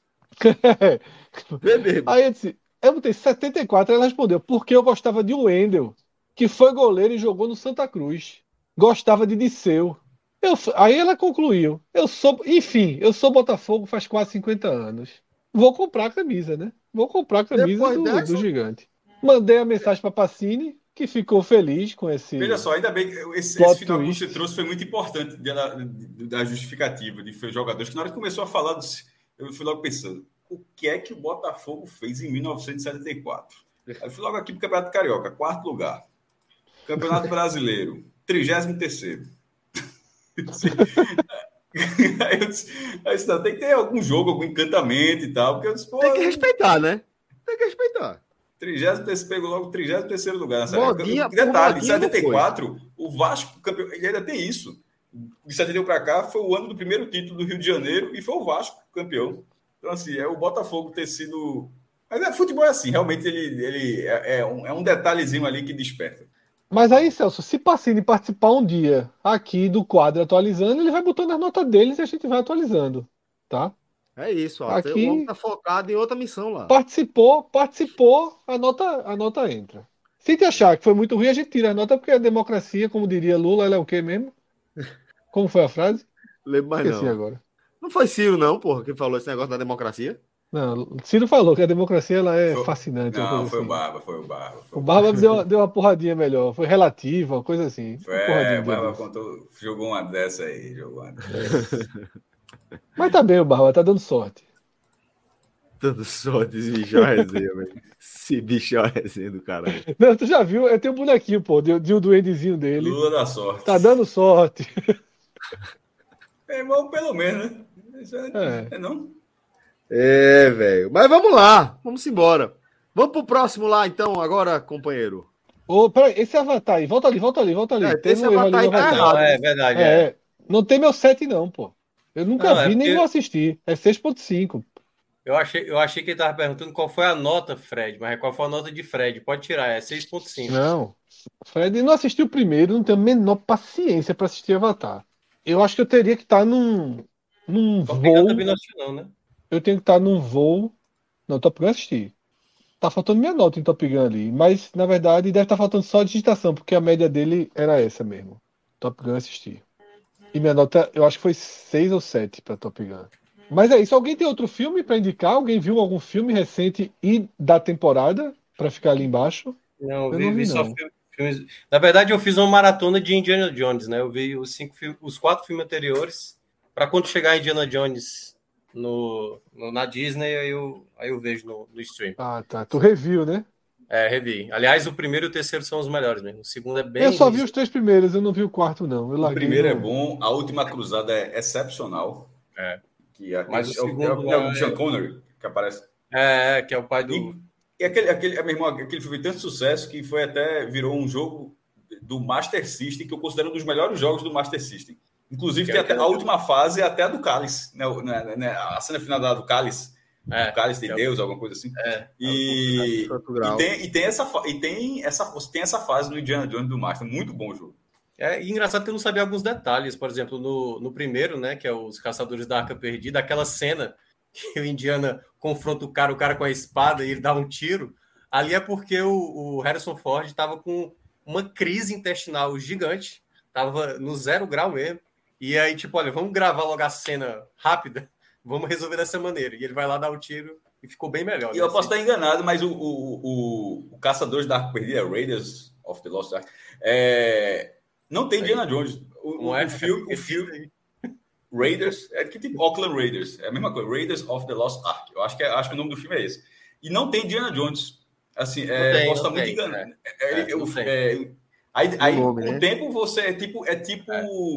Speaker 4: Bebê.
Speaker 3: Aí eu disse, eu botei 74, ela respondeu, porque eu gostava de Wendel, que foi goleiro e jogou no Santa Cruz. Gostava de Disseu. Eu f- aí ela concluiu, eu sou, enfim, eu sou Botafogo faz quase 50 anos. Vou comprar a camisa, né? Vou comprar a camisa
Speaker 4: Depois
Speaker 3: do,
Speaker 4: dessa-
Speaker 3: do gigante. Mandei a mensagem para Pacini, que ficou feliz com esse.
Speaker 5: Veja só, ainda bem que esse,
Speaker 3: Plot
Speaker 5: esse final que
Speaker 3: twist.
Speaker 5: você trouxe foi muito importante dela- da justificativa de foi jogadores, que na hora que começou a falar, dos- eu fui logo pensando, o que é que o Botafogo fez em 1974? Aí eu fui logo aqui para o Campeonato Carioca, quarto lugar. Campeonato Brasileiro, 33º. aí eu disse, aí eu disse, não, tem que ter algum jogo, algum encantamento e tal, porque eu disse, pô,
Speaker 4: Tem que respeitar, né? Tem que respeitar.
Speaker 5: 33 pegou logo o 33 lugar nessa
Speaker 4: Modinha,
Speaker 5: época. Detalhe, em
Speaker 4: Modinha não
Speaker 5: 74, o Vasco, campeão, ele ainda tem isso. De 71 para cá, foi o ano do primeiro título do Rio de Janeiro e foi o Vasco campeão. Então, assim, é o Botafogo ter sido. Mas é, futebol é assim, realmente ele, ele é, é um, é um detalhezinho ali que desperta.
Speaker 3: Mas aí, Celso, se Pacini participar um dia aqui do quadro atualizando, ele vai botando as notas deles e a gente vai atualizando, tá?
Speaker 4: É isso, ó.
Speaker 3: Aqui-
Speaker 4: O homem tá focado em outra missão lá.
Speaker 3: Participou, participou, a nota, a nota entra. Se te achar que foi muito ruim, a gente tira a nota, porque a democracia, como diria Lula, ela é o quê mesmo? Como foi a frase?
Speaker 4: Lembro mais
Speaker 3: Esqueci
Speaker 4: não.
Speaker 3: agora.
Speaker 4: Não foi Ciro, não, porra, que falou esse negócio da democracia.
Speaker 3: Não, Ciro falou que a democracia ela é
Speaker 5: Foi-
Speaker 3: fascinante. uma
Speaker 5: Não,
Speaker 3: coisa
Speaker 5: foi o
Speaker 3: assim.
Speaker 5: Barba, foi o Barba.
Speaker 3: O
Speaker 5: Foi,
Speaker 3: Barba deu, uma- deu uma porradinha melhor, foi relativa, uma coisa assim. Uma
Speaker 5: foi, é,
Speaker 3: porradinha
Speaker 5: o Barba
Speaker 3: dele.
Speaker 5: contou- jogou uma dessa aí, jogou uma dessa.
Speaker 3: Mas tá bem, o Barba, tá dando sorte.
Speaker 4: Tanto só desbichar a resenha, velho. Se bichar a resenha do caralho.
Speaker 3: Não, tu já viu? Eu tenho um bonequinho, pô, de, de um duendezinho dele.
Speaker 5: Lula da sorte.
Speaker 3: Tá dando sorte.
Speaker 5: É irmão, pelo menos, né? Isso é-
Speaker 3: É.
Speaker 5: é não?
Speaker 4: É, velho. Mas vamos lá, vamos embora. Vamos pro próximo lá, então, agora, companheiro.
Speaker 3: Ô, peraí, esse avatar aí, volta ali, volta ali, volta ali.
Speaker 4: É,
Speaker 3: Tem
Speaker 4: esse
Speaker 3: um erro ali no
Speaker 4: avatar aí tá
Speaker 3: avatar.
Speaker 4: errado.
Speaker 2: Não, é verdade. É.
Speaker 3: É, não tem meu 7 não, pô. Eu nunca
Speaker 2: Não, é
Speaker 3: vi nem
Speaker 2: porque-
Speaker 3: vou assistir. É 6.5.
Speaker 2: Eu, achei, eu achei que ele tava perguntando qual foi a nota, Fred, mas qual foi a nota de Fred? Pode tirar, é 6,5.
Speaker 3: Não. Fred não assistiu o primeiro, não tenho a menor paciência pra assistir Avatar. Eu acho que eu teria que estar num num
Speaker 2: Top Gun
Speaker 3: voo.
Speaker 2: também não assistiu, não, né?
Speaker 3: Eu tenho que estar num voo. Não, Top Gun eu assisti. Tá faltando minha nota em Top Gun ali, mas na verdade deve estar faltando só a digitação, porque a média dele era essa mesmo. Top Gun eu assisti. E minha nota, eu acho que foi 6 ou 7 pra Top Gun. Mas é isso. Alguém tem outro filme pra indicar? Alguém viu algum filme recente e da temporada pra ficar ali embaixo?
Speaker 2: Não,
Speaker 3: Eu
Speaker 2: vi,
Speaker 3: não vi,
Speaker 2: vi só
Speaker 3: não.
Speaker 2: fi- filmes. Na verdade, eu fiz uma maratona de Indiana Jones, né? Eu vi os, cinco, fi- os quatro filmes anteriores Para quando chegar Indiana Jones no, no- na Disney, aí eu, aí eu vejo no, no stream.
Speaker 3: Ah, tá. Tu review, né?
Speaker 2: É, revi. Aliás, o primeiro e o terceiro são os melhores mesmo. O segundo é bem.
Speaker 3: eu só vi os três primeiros, eu não vi o quarto, não. Eu
Speaker 5: O
Speaker 2: Tá
Speaker 3: larguei,
Speaker 5: primeiro é
Speaker 3: não.
Speaker 5: bom, a última cruzada é excepcional.
Speaker 2: É.
Speaker 5: Que é,
Speaker 2: Mas o
Speaker 5: é é
Speaker 2: segundo
Speaker 5: é o
Speaker 2: lá
Speaker 5: Sean Connery que aparece.
Speaker 2: É, é, que é o pai do.
Speaker 5: E aquele, aquele, é, meu irmão, aquele filme fez tanto sucesso que foi até virou um jogo do Master System que eu considero um dos melhores jogos do Master System. Inclusive,
Speaker 2: Que
Speaker 5: tem
Speaker 2: é
Speaker 5: até, a
Speaker 2: aquela-
Speaker 5: última fase é até a do Cálice, né? O- né, né, a cena final da do Cálice,
Speaker 2: É,
Speaker 5: do Cálice de
Speaker 2: que é o-
Speaker 5: Deus, alguma coisa assim.
Speaker 2: é.
Speaker 5: E,
Speaker 4: Santo
Speaker 5: e
Speaker 4: Grau.
Speaker 5: tem, e tem essa fa- e tem essa tem essa fase no Indiana Jones do Master, muito bom o jogo.
Speaker 2: É, e engraçado que eu não sabia alguns detalhes. Por exemplo, no, no primeiro, né, que é os Caçadores da Arca Perdida, aquela cena que o Indiana confronta o cara, o cara com a espada e ele dá um tiro. Ali é porque o, o Harrison Ford estava com uma crise intestinal gigante, estava no zero grau mesmo. E aí, tipo, olha, vamos gravar logo a cena rápida, vamos resolver dessa maneira. E ele vai lá dar o tiro e ficou bem melhor.
Speaker 5: E
Speaker 2: né,
Speaker 5: eu posso
Speaker 2: assim.
Speaker 5: estar enganado, mas o, o, o, o Caçadores da Arca Perdida, Raiders of the Lost Ark, é, não tem Indiana Jones. O,
Speaker 2: Não
Speaker 5: o,
Speaker 2: é?
Speaker 5: o filme, o filme Raiders, é que tipo Oakland Raiders, é a mesma coisa, Raiders of the Lost Ark. Eu acho que, é- acho que o nome do filme é esse. E não tem Indiana Jones. Assim, é,
Speaker 2: Não tem,
Speaker 5: posso estar
Speaker 2: não
Speaker 5: muito
Speaker 2: tem,
Speaker 5: enganado.
Speaker 2: É,
Speaker 5: É, eu-
Speaker 2: não tem.
Speaker 5: é, aí, aí
Speaker 4: nome,
Speaker 5: com
Speaker 4: né?
Speaker 5: o tempo você é tipo. É, tipo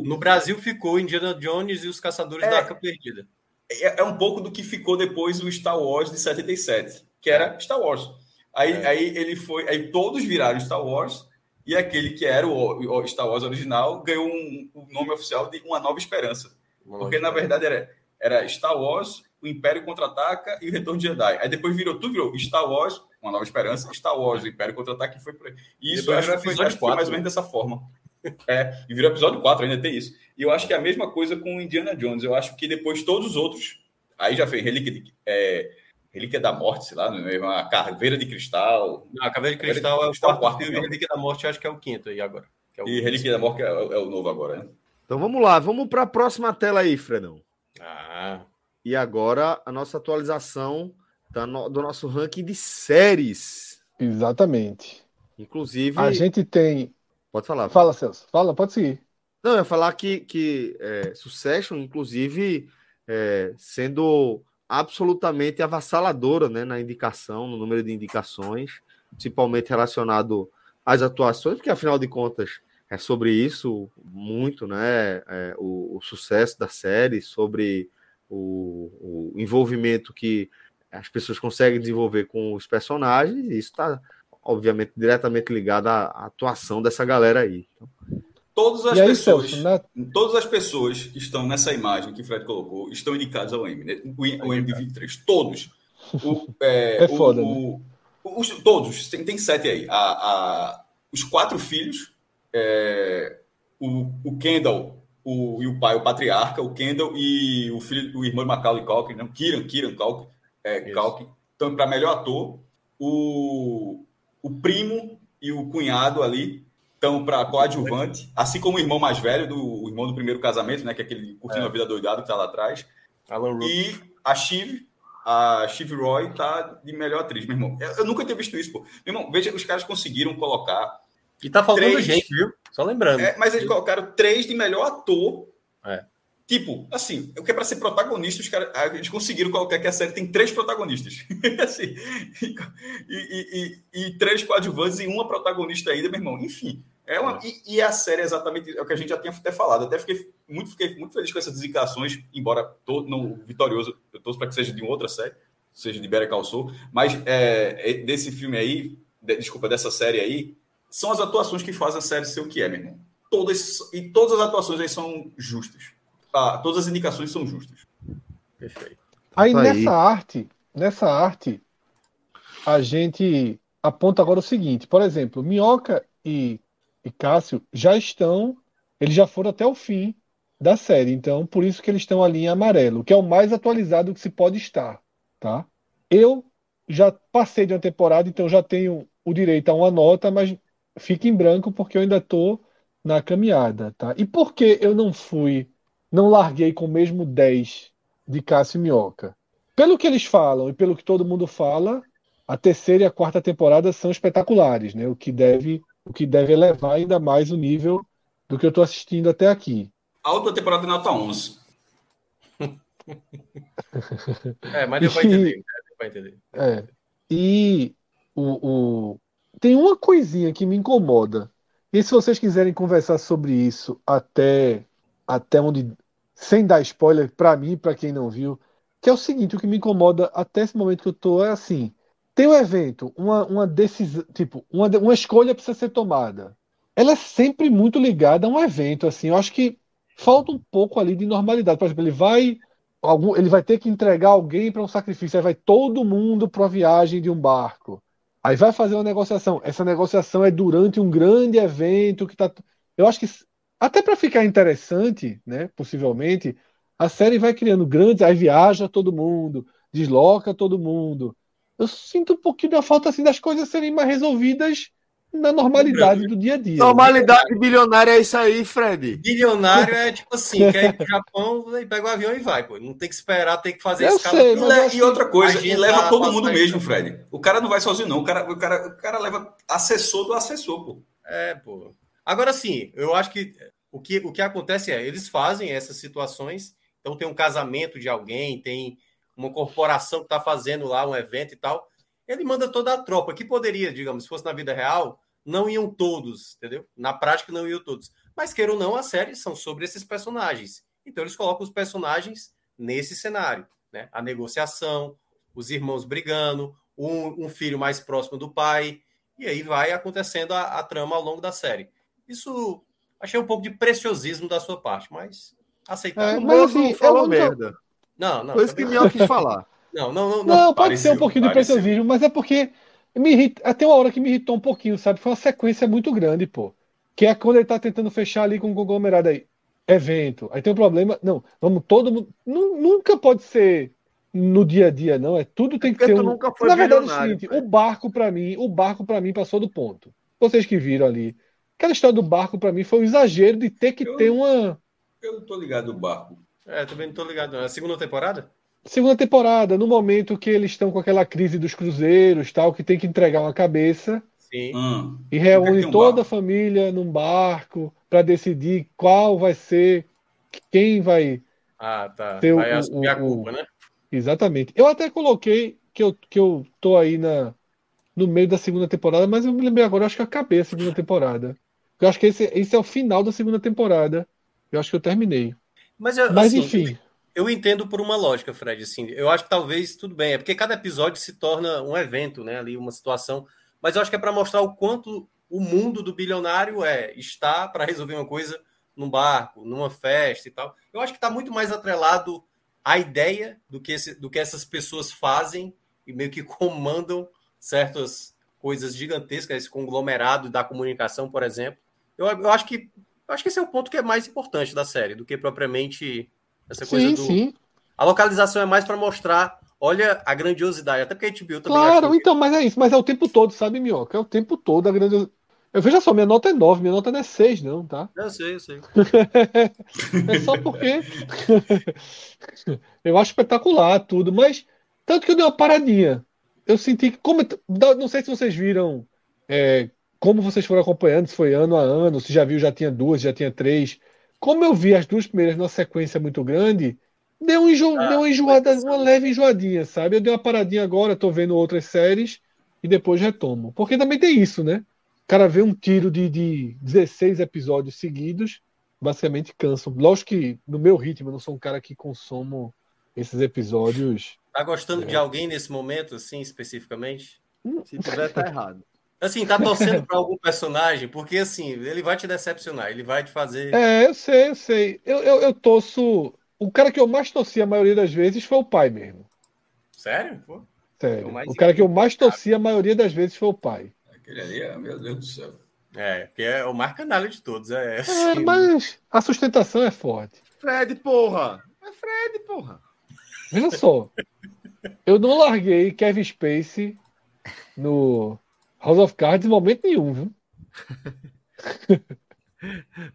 Speaker 2: No Brasil ficou Indiana Jones e os Caçadores
Speaker 5: É.
Speaker 2: da Arca Perdida.
Speaker 5: é, é um pouco do que ficou depois o Star Wars de 77, que era Star Wars. Aí,
Speaker 2: É.
Speaker 5: aí ele foi, aí todos viraram Star Wars e aquele que era o, o Star Wars original ganhou um- o nome oficial de Uma Nova Esperança, porque na verdade era, era Star Wars, o Império contra-ataca e o Retorno de Jedi. Aí depois virou tudo virou Star Wars, Uma Nova Esperança, Star Wars, o Império contra-ataca e foi por aí. E isso
Speaker 2: Depois
Speaker 5: eu
Speaker 2: virou
Speaker 5: acho que foi,
Speaker 2: episódio
Speaker 5: acho que foi
Speaker 2: quatro,
Speaker 5: mais
Speaker 2: né?
Speaker 5: ou menos dessa forma. É, e virou episódio 4, ainda tem isso. E eu acho que é a mesma coisa com o Indiana Jones. Eu acho que depois todos os outros. Aí já fez Relíquia, de- é, Relíquia da Morte, sei lá, não é? Uma Carveira de Cristal.
Speaker 2: Não, a Caveira de
Speaker 5: Caveira de
Speaker 2: Cristal é o
Speaker 5: Cristal é
Speaker 2: quarto,
Speaker 5: o quarto
Speaker 2: filme, e
Speaker 5: filme.
Speaker 2: Relíquia da Morte eu acho que é o quinto aí agora. que é o-
Speaker 5: E Relíquia da Morte é, é o novo agora, né?
Speaker 4: Então vamos lá, vamos para a próxima tela aí, Fredão.
Speaker 2: Ah,
Speaker 4: E agora a nossa atualização da no- do nosso ranking de séries.
Speaker 3: Exatamente.
Speaker 4: Inclusive,
Speaker 3: A gente tem.
Speaker 4: pode falar.
Speaker 3: Fala, Celso. Fala, pode seguir.
Speaker 4: Não, eu ia falar que, que é, Succession, inclusive, é, sendo absolutamente avassaladora né, na indicação, no número de indicações, principalmente relacionado às atuações, porque afinal de contas é sobre isso muito, né? é, o, o sucesso da série, sobre o, o envolvimento que as pessoas conseguem desenvolver com os personagens, e isso está, obviamente, diretamente ligado à, à atuação dessa galera aí.
Speaker 5: Todas as
Speaker 3: e aí,
Speaker 5: pessoas.
Speaker 3: Celso, na-
Speaker 5: Todas as pessoas que estão nessa imagem que o Fred colocou estão indicadas ao M, né? O, I- o M de 23. Todos. O, é,
Speaker 3: É foda,
Speaker 5: o- o- os- todos, tem, tem sete aí. A- a- os quatro filhos, é, o, o Kendall o, e o pai, o patriarca, o Kendall e o filho, o irmão de Macaulay Culkin, não, Kieran, Kieran Culkin, é,
Speaker 2: Isso.
Speaker 5: Culkin. Então, para melhor ator, o, o primo e o cunhado ali estão para coadjuvante, assim como o irmão mais velho, do, o irmão do primeiro casamento, né, que é aquele curtindo a vida doidado que tá lá atrás.
Speaker 2: Alan Rook.
Speaker 5: E a Chiv, a Chiv Roy tá de melhor atriz, meu irmão. Eu, eu nunca tinha visto isso, pô. Meu irmão, veja, os caras conseguiram colocar.
Speaker 2: E, tá faltando
Speaker 5: três.
Speaker 2: gente, viu? Só lembrando.
Speaker 5: É, mas eles colocaram três de melhor ator.
Speaker 2: É.
Speaker 5: Tipo, assim, o que é pra ser protagonista, os caras. ah, Eles conseguiram colocar que a série tem três protagonistas. Assim, e, e- e- e três coadjuvantes e uma protagonista ainda, meu irmão. Enfim. É uma, e, e a série é exatamente é o que a gente já tinha até falado. Até fiquei muito, fiquei muito feliz com essas indicações, embora tô não vitorioso, eu torço para que seja de uma outra série, seja de Better Call Saul, mas é, é, desse filme aí, de- desculpa, dessa série aí, são as atuações que fazem a série ser o que é, meu irmão. Todas, e todas as atuações aí são justas. Ah, todas as indicações são justas.
Speaker 2: Perfeito.
Speaker 3: Aí
Speaker 4: Tá aí.
Speaker 3: nessa arte, nessa arte, a gente aponta agora o seguinte, por exemplo, Minhoca e, e Cássio já estão, eles já foram até o fim da série, então por isso que eles estão ali em amarelo, que é o mais atualizado que se pode estar, tá? Eu já passei de uma temporada, então já tenho o direito a uma nota, mas fica em branco porque eu ainda tô na caminhada, tá? E por que eu não fui, não larguei com o mesmo 10? de Cássio e Minhoca. Pelo que eles falam e pelo que todo mundo fala, a terceira e a quarta temporada são espetaculares, né? O que deve, o que deve elevar ainda mais o nível do que eu estou assistindo até aqui.
Speaker 5: A outra temporada é nota 11.
Speaker 2: É, mas deu pra entender. né? Deu pra entender.
Speaker 3: É. E o, o- tem uma coisinha que me incomoda. E se vocês quiserem conversar sobre isso até até onde sem dar spoiler pra mim, pra quem não viu, que é o seguinte, o que me incomoda até esse momento que eu tô é assim, tem um evento, uma, uma decisão, tipo, uma, de- uma escolha precisa ser tomada. Ela é sempre muito ligada a um evento, assim, eu acho que falta um pouco ali de normalidade. Por exemplo, ele vai algum- ele vai ter que entregar alguém para um sacrifício, aí vai todo mundo para uma viagem de um barco. Aí vai fazer uma negociação. Essa negociação é durante um grande evento que tá. Eu acho que s- até para ficar interessante, né, possivelmente, a série vai criando grandes, aí viaja todo mundo, desloca todo mundo. Eu sinto um pouquinho da falta assim das coisas serem mais resolvidas na normalidade do dia a dia. né?
Speaker 4: Normalidade bilionária é isso aí, Fred.
Speaker 2: Bilionário é tipo assim, quer ir pro Japão e pega o avião e vai, pô. Não tem que esperar, tem que fazer
Speaker 3: Eu
Speaker 2: escala.
Speaker 3: sei,
Speaker 5: E,
Speaker 3: mas
Speaker 5: le-
Speaker 3: eu acho
Speaker 5: e outra coisa, e
Speaker 2: agendar,
Speaker 3: tá
Speaker 5: leva todo mundo
Speaker 2: passar-
Speaker 3: né?
Speaker 5: mesmo, Fred. O cara não vai sozinho, não. O cara, o cara, o cara leva assessor do assessor, pô.
Speaker 2: É, pô. Agora sim, eu acho que o que, o que acontece é, eles fazem essas situações, então tem um casamento de alguém, tem uma corporação que tá fazendo lá um evento e tal. Ele manda toda a tropa, que poderia, digamos, se fosse na vida real, não iam todos, entendeu? Na prática não iam todos. Mas queiram ou não, as séries são sobre esses personagens. Então eles colocam os personagens nesse cenário, né? A negociação, os irmãos brigando, um, um filho mais próximo do pai, e aí vai acontecendo a, a trama ao longo da série. Isso achei um pouco de preciosismo da sua parte, mas aceitável.
Speaker 3: É,
Speaker 4: Mas
Speaker 3: mas
Speaker 4: assim,
Speaker 3: assim,
Speaker 4: falou
Speaker 3: é a única-
Speaker 4: merda.
Speaker 2: Não, não,
Speaker 4: Foi isso que
Speaker 2: também-
Speaker 4: Mion quis falar.
Speaker 2: não, não, não, não.
Speaker 3: Não, pode
Speaker 5: pareceu,
Speaker 3: ser um pouquinho de
Speaker 5: pareceu.
Speaker 3: preciosismo, mas é porque me irrita, até uma hora que me irritou um pouquinho, sabe? Foi uma sequência muito grande, pô. Que é quando ele tá tentando fechar ali com o conglomerado aí. Evento. Aí tem um problema. Não, vamos todo mundo. Nu- Nunca pode ser no dia a dia, não. É tudo tem que
Speaker 4: Porque
Speaker 3: ter
Speaker 4: tu
Speaker 3: um.
Speaker 4: nunca foi
Speaker 3: Na verdade, é o
Speaker 4: bilionário,
Speaker 3: seguinte,
Speaker 4: pai.
Speaker 3: o barco pra mim, o barco para mim passou do ponto. Vocês que viram ali. Aquela história do barco pra mim foi um exagero de ter que
Speaker 5: Eu-
Speaker 3: ter uma
Speaker 5: Eu não tô ligado do barco.
Speaker 2: É, também não tô ligado. não. É a segunda temporada?
Speaker 3: Segunda temporada, no momento que eles estão com aquela crise dos cruzeiros, tal, que tem que entregar uma cabeça
Speaker 2: Sim.
Speaker 5: Hum.
Speaker 3: e reúne
Speaker 5: tem um
Speaker 3: toda
Speaker 5: barco.
Speaker 3: a família num barco para decidir qual vai ser, quem vai.
Speaker 2: Ah, tá.
Speaker 3: Tem o-
Speaker 2: Vai assumir a
Speaker 3: o- o-
Speaker 2: culpa, né?
Speaker 3: Exatamente. Eu até coloquei que eu, que eu tô aí na, no meio da segunda temporada, mas eu me lembrei agora, eu acho que eu acabei a segunda temporada. Eu acho que esse, esse é o final da segunda temporada. Eu acho que eu terminei.
Speaker 2: Mas, eu-
Speaker 3: Mas
Speaker 2: assim,
Speaker 3: enfim,
Speaker 2: Eu entendo por uma lógica, Fred, assim, eu acho que talvez tudo bem, é porque cada episódio se torna um evento, né, ali uma situação, mas eu acho que é para mostrar o quanto o mundo do bilionário é está para resolver uma coisa num barco, numa festa e tal. Eu acho que está muito mais atrelado à ideia do que esse- do que essas pessoas fazem e meio que comandam certas coisas gigantescas, esse conglomerado da comunicação, por exemplo. Eu, eu acho que eu acho que esse é o ponto que é mais importante da série do que propriamente essa coisa
Speaker 3: sim,
Speaker 2: do
Speaker 3: sim.
Speaker 2: a localização é mais para mostrar, olha a grandiosidade, até porque a HBO também
Speaker 3: Claro,
Speaker 2: gastou-
Speaker 3: então, mas é isso, mas é o tempo todo, sabe, Minhoca? É o tempo todo a grande. Eu veja só, minha nota é 9, minha nota não é 6, não, tá?
Speaker 2: Eu sei, eu sei.
Speaker 3: É só porque. eu acho espetacular tudo, mas. Tanto que eu dei uma paradinha. Eu senti que. Como... da- Não sei se vocês viram é, como vocês foram acompanhando, se foi ano a ano, se já viu, já tinha duas, já tinha três. Como eu vi as duas primeiras numa sequência muito grande, deu, um enjo...
Speaker 2: Ah,
Speaker 3: deu uma enjoada,
Speaker 2: mas-
Speaker 3: uma leve enjoadinha, sabe? Eu dei uma paradinha agora, tô vendo outras séries e depois retomo. Porque também tem isso, né? O cara vê um tiro de, de 16 episódios seguidos, basicamente cansa. Lógico que no meu ritmo, eu não sou um cara que consumo esses episódios.
Speaker 2: Tá gostando
Speaker 3: É.
Speaker 2: de alguém nesse momento, assim, especificamente?
Speaker 4: Se tiver, tá errado.
Speaker 2: Assim, tá torcendo para algum personagem, porque assim, ele vai te decepcionar, ele vai te fazer.
Speaker 3: É, eu sei, eu sei. Eu, eu, eu torço. O cara que eu mais torci a maioria das vezes foi o pai mesmo.
Speaker 2: Sério? Pô?
Speaker 3: Sério.
Speaker 2: Eu mais-
Speaker 3: O cara que eu mais torci a maioria das vezes foi o pai.
Speaker 5: Aquele ali, é- meu Deus do céu.
Speaker 2: É, porque é o mais canalha de todos. É,
Speaker 3: É,
Speaker 2: assim,
Speaker 3: mas a sustentação é forte.
Speaker 4: Fred, porra. É Fred, porra.
Speaker 3: Veja só. Eu não larguei Kevin Spacey no House of Cards em momento nenhum, viu?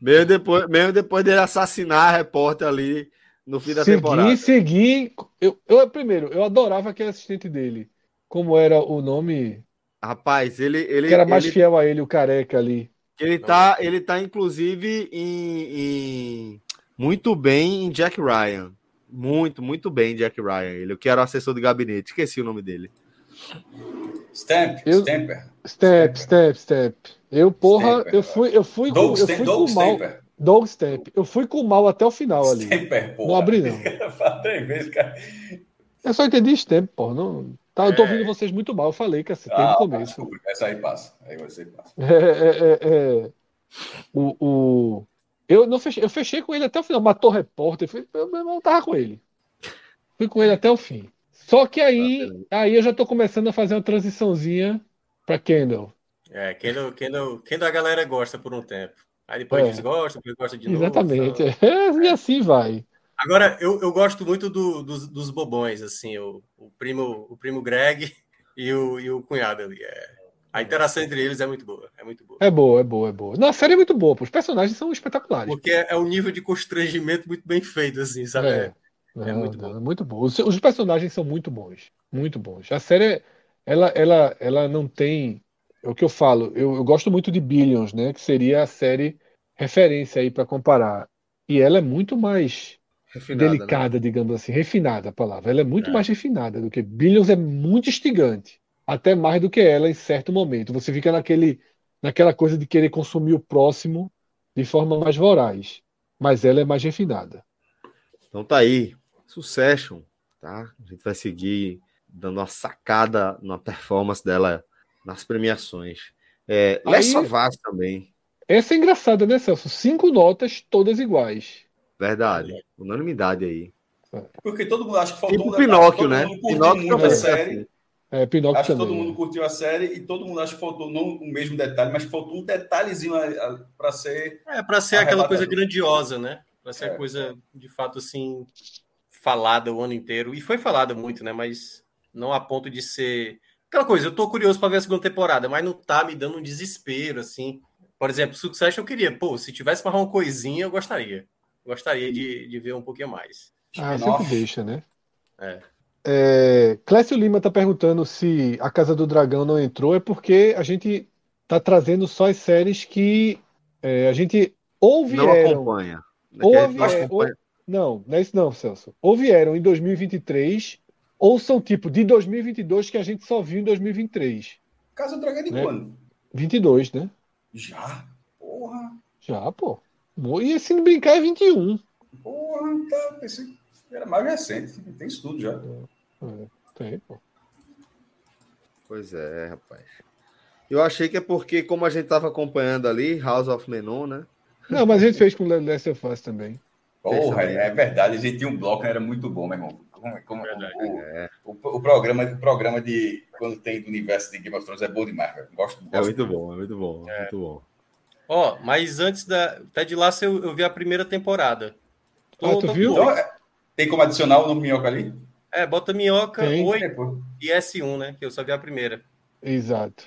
Speaker 4: Meio depois, meio depois dele assassinar a repórter ali no fim da
Speaker 3: Segui,
Speaker 4: temporada.
Speaker 3: segui. Eu, eu, primeiro, eu adorava aquele assistente dele. Como era o nome?
Speaker 4: Rapaz, ele, ele,
Speaker 3: Que era mais
Speaker 4: ele,
Speaker 3: fiel a ele, o careca ali.
Speaker 4: ele, tá, ele tá, inclusive, em, em- muito bem em Jack Ryan. Muito, muito bem, Jack Ryan. Ele, que era o assessor de gabinete, esqueci o nome dele.
Speaker 5: Stamp,
Speaker 3: Eu-
Speaker 5: Stamper.
Speaker 3: Step, step, step. Eu, porra,
Speaker 5: Stamper,
Speaker 3: eu fui, eu fui, com,
Speaker 5: Doug,
Speaker 3: eu
Speaker 5: Stamp,
Speaker 3: fui
Speaker 5: Doug
Speaker 3: com o mal.
Speaker 5: Stamper.
Speaker 3: Dog step. Eu fui com o mal até o final ali.
Speaker 5: Stamper, porra.
Speaker 3: Não abri, não.
Speaker 5: Fala três vezes, cara.
Speaker 3: Eu só entendi step, porra. Não... Tá, eu tô ouvindo vocês muito mal. Eu falei que assim, tem
Speaker 5: Ah,
Speaker 3: no começo.
Speaker 5: desculpa, essa aí passa. Aí você passa.
Speaker 3: É, é, é, é. O, o- Eu não fechei, eu fechei com ele até o final, matou repórter, fui, eu não tava com ele. Fui com ele até o fim. Só que aí, aí eu já tô começando a fazer uma transiçãozinha pra Kendall.
Speaker 2: É, quem não, quem não, quem da galera gosta por um tempo. Aí depois
Speaker 3: É.
Speaker 2: desgosta, depois gosta de novo. tá.
Speaker 3: Exatamente.
Speaker 2: tal.
Speaker 3: É, e assim vai.
Speaker 2: Agora, eu, eu gosto muito do- dos, dos bobões, assim, o, o primo o primo Greg e o, e o cunhado ali. é. a interação entre eles é muito boa, é muito boa.
Speaker 3: É boa, é boa, é boa. Não, a série é muito boa, pô. Os personagens são espetaculares.
Speaker 2: Porque é um nível de constrangimento muito bem feito, assim, sabe?
Speaker 3: É,
Speaker 2: É muito
Speaker 3: Não, não, é muito bom. Os, os personagens são muito bons, muito bons. A série, ela, ela, ela não tem. É o que eu falo. Eu, eu gosto muito de Billions, né? Que seria a série referência aí para comparar. E ela é muito mais
Speaker 4: Refinada, né?
Speaker 3: delicada, digamos assim, refinada a palavra. Ela é muito mais refinada do que Billions. É muito instigante, até mais do que ela em certo momento. Você fica naquele, naquela coisa de querer consumir o próximo de forma mais voraz. Mas ela é mais refinada.
Speaker 4: Então tá aí. Succession, tá? A gente vai seguir dando uma sacada na performance dela nas premiações. É,
Speaker 3: Aí-
Speaker 4: Lessa Vaz também,
Speaker 3: Essa é engraçada, né, Celso? Cinco notas todas iguais.
Speaker 4: verdade. Unanimidade aí.
Speaker 5: Porque todo mundo acha que faltou
Speaker 4: Tipo
Speaker 5: um detalhe.
Speaker 4: Pinóquio,
Speaker 5: Todo
Speaker 4: né?
Speaker 5: mundo curtiu
Speaker 4: Pinóquio
Speaker 5: muito a
Speaker 4: também.
Speaker 5: série.
Speaker 3: É, Pinóquio
Speaker 5: Acho que
Speaker 3: também.
Speaker 5: todo mundo curtiu a série e todo mundo acha que faltou não o mesmo detalhe, mas que faltou um detalhezinho para ser.
Speaker 2: É, para ser aquela
Speaker 5: Arrebatador.
Speaker 2: coisa grandiosa, né? Para ser
Speaker 5: É.
Speaker 2: a coisa, de fato, assim, falada o ano inteiro. E foi falada muito, né? Mas não a ponto de ser. Aquela coisa, eu tô curioso para ver a segunda temporada, mas não tá me dando um desespero, assim. Por exemplo, Succession eu queria, pô, se tivesse mais uma coisinha, eu gostaria. Gostaria de, de ver um pouquinho mais.
Speaker 3: Ah,
Speaker 5: Nossa.
Speaker 3: sempre deixa, né?
Speaker 2: É.
Speaker 3: É, Clécio Lima tá perguntando se A Casa do Dragão não entrou, é porque a gente tá trazendo só as séries que é, a gente ou
Speaker 4: Não
Speaker 3: vieram.
Speaker 4: acompanha.
Speaker 5: né?
Speaker 3: Ou
Speaker 4: Aquele-
Speaker 3: vier- Não, não é isso não, Celso. Ou vieram em 2023, ou são tipo de 2022 que a gente só viu em 2023.
Speaker 5: Casa do Dragão de
Speaker 3: Né?
Speaker 5: quando?
Speaker 3: 22, né?
Speaker 5: Já? Porra,
Speaker 3: Já, pô. E se não brincar é 21.
Speaker 5: porra, tá. Pensei que era mais recente. Tem isso tudo já.
Speaker 3: É, tem, pô.
Speaker 4: Pois é, rapaz. Eu achei que é porque, como a gente tava acompanhando ali, House of Menon, né?
Speaker 3: Não, mas a gente fez com Le- Last of Us também.
Speaker 5: Porra,
Speaker 4: Deixa eu ver.
Speaker 5: é verdade. A gente tinha um bloco, era muito bom, meu irmão. Como- é, como-
Speaker 2: Verdade.
Speaker 5: o, o- o programa, o programa de quando tem do universo de Game of Thrones é bom demais, velho. Gosto, gosto
Speaker 4: É muito bom, é muito bom, muito bom.
Speaker 2: Ó, mas antes da. Até de lá eu, eu vi a primeira temporada.
Speaker 3: Ah, tu viu?
Speaker 5: Então, é- tem como adicionar o nome minhoca ali?
Speaker 2: É, bota minhoca,
Speaker 3: Tem.
Speaker 2: oi
Speaker 5: Tem, pô.
Speaker 2: e S1, né? Que eu só vi a primeira.
Speaker 3: Exato.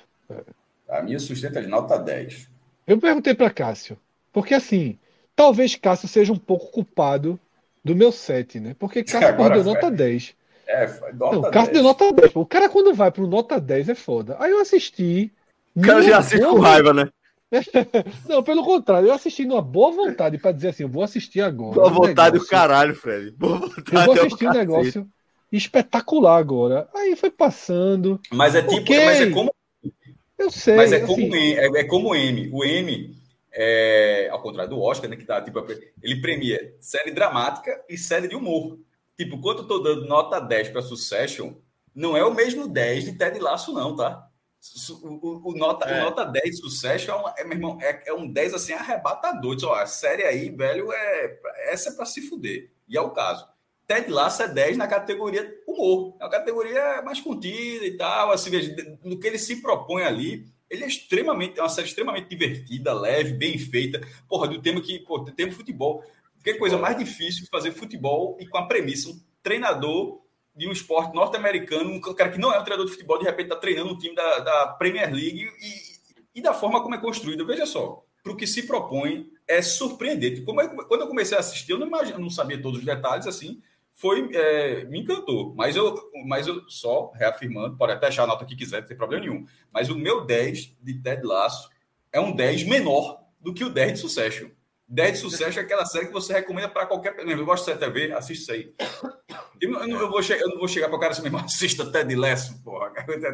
Speaker 5: A minha sustenta de nota 10.
Speaker 3: Eu perguntei pra Cássio, porque assim, talvez Cássio seja um pouco culpado do meu set, né? Porque Cássio
Speaker 5: Agora
Speaker 3: porra, deu
Speaker 5: foi.
Speaker 3: nota 10.
Speaker 5: É, foi nota
Speaker 3: Não, Cássio
Speaker 5: 10.
Speaker 3: deu nota 10. pô. O cara quando vai pro nota 10 é foda. Aí eu assisti.
Speaker 4: O cara
Speaker 3: numa
Speaker 4: já assiste
Speaker 3: boa
Speaker 4: com raiva, né?
Speaker 3: Não, pelo contrário, eu assisti numa boa vontade pra dizer assim, eu vou assistir agora.
Speaker 4: Boa
Speaker 3: um
Speaker 4: vontade do
Speaker 3: negócio.
Speaker 4: caralho, Fred. Boa
Speaker 3: Eu
Speaker 4: vontade
Speaker 3: vou
Speaker 4: é o
Speaker 3: assistir um
Speaker 4: cacete.
Speaker 3: negócio espetacular agora. Aí foi passando.
Speaker 5: Mas é tipo,
Speaker 3: Ok.
Speaker 5: mas é como
Speaker 3: Eu sei,
Speaker 5: Mas é
Speaker 3: assim,
Speaker 5: como, o M, é, é como o M. O M, é, ao contrário do Oscar, né, que tá, tipo, ele premia série dramática e série de humor. Tipo, quando eu tô dando nota 10 para Succession, não é o mesmo 10 de Ted Lasso, não, tá? Su- O, o- o nota,
Speaker 2: É.
Speaker 5: o nota 10 de Succession é, um- é, meu irmão, é, é um 10 assim arrebatador. Diz, ó, a série aí, velho, é, essa é para se fuder. E é o caso. Ted Lasso é 10 na categoria humor. É uma categoria mais contida e tal. Assim, no que ele se propõe ali, ele é extremamente, é uma série extremamente divertida, leve, bem feita. Porra, do tema que, pô, tem futebol. Que é coisa mais difícil fazer futebol e com a premissa, um treinador de um esporte norte-americano, um cara que não é um treinador de futebol, de repente tá treinando um time da, da Premier League e, e da forma como é construído. Veja só, pro que se propõe é surpreendente. Como é- quando eu comecei a assistir, eu não, imagino, não sabia todos os detalhes, assim, foi, é, me encantou. Mas eu, mas eu só reafirmando, pode até achar a nota que quiser, não tem problema nenhum. Mas o meu 10 de Ted Laço é um 10 menor do que o 10 de Succession. 10 de sucesso é aquela série que você recomenda para qualquer. Eu gosto de TV, assiste isso aí. Eu não, eu não vou, che eu não vou chegar para o cara assim mesmo, assista Ted Lasso, porra.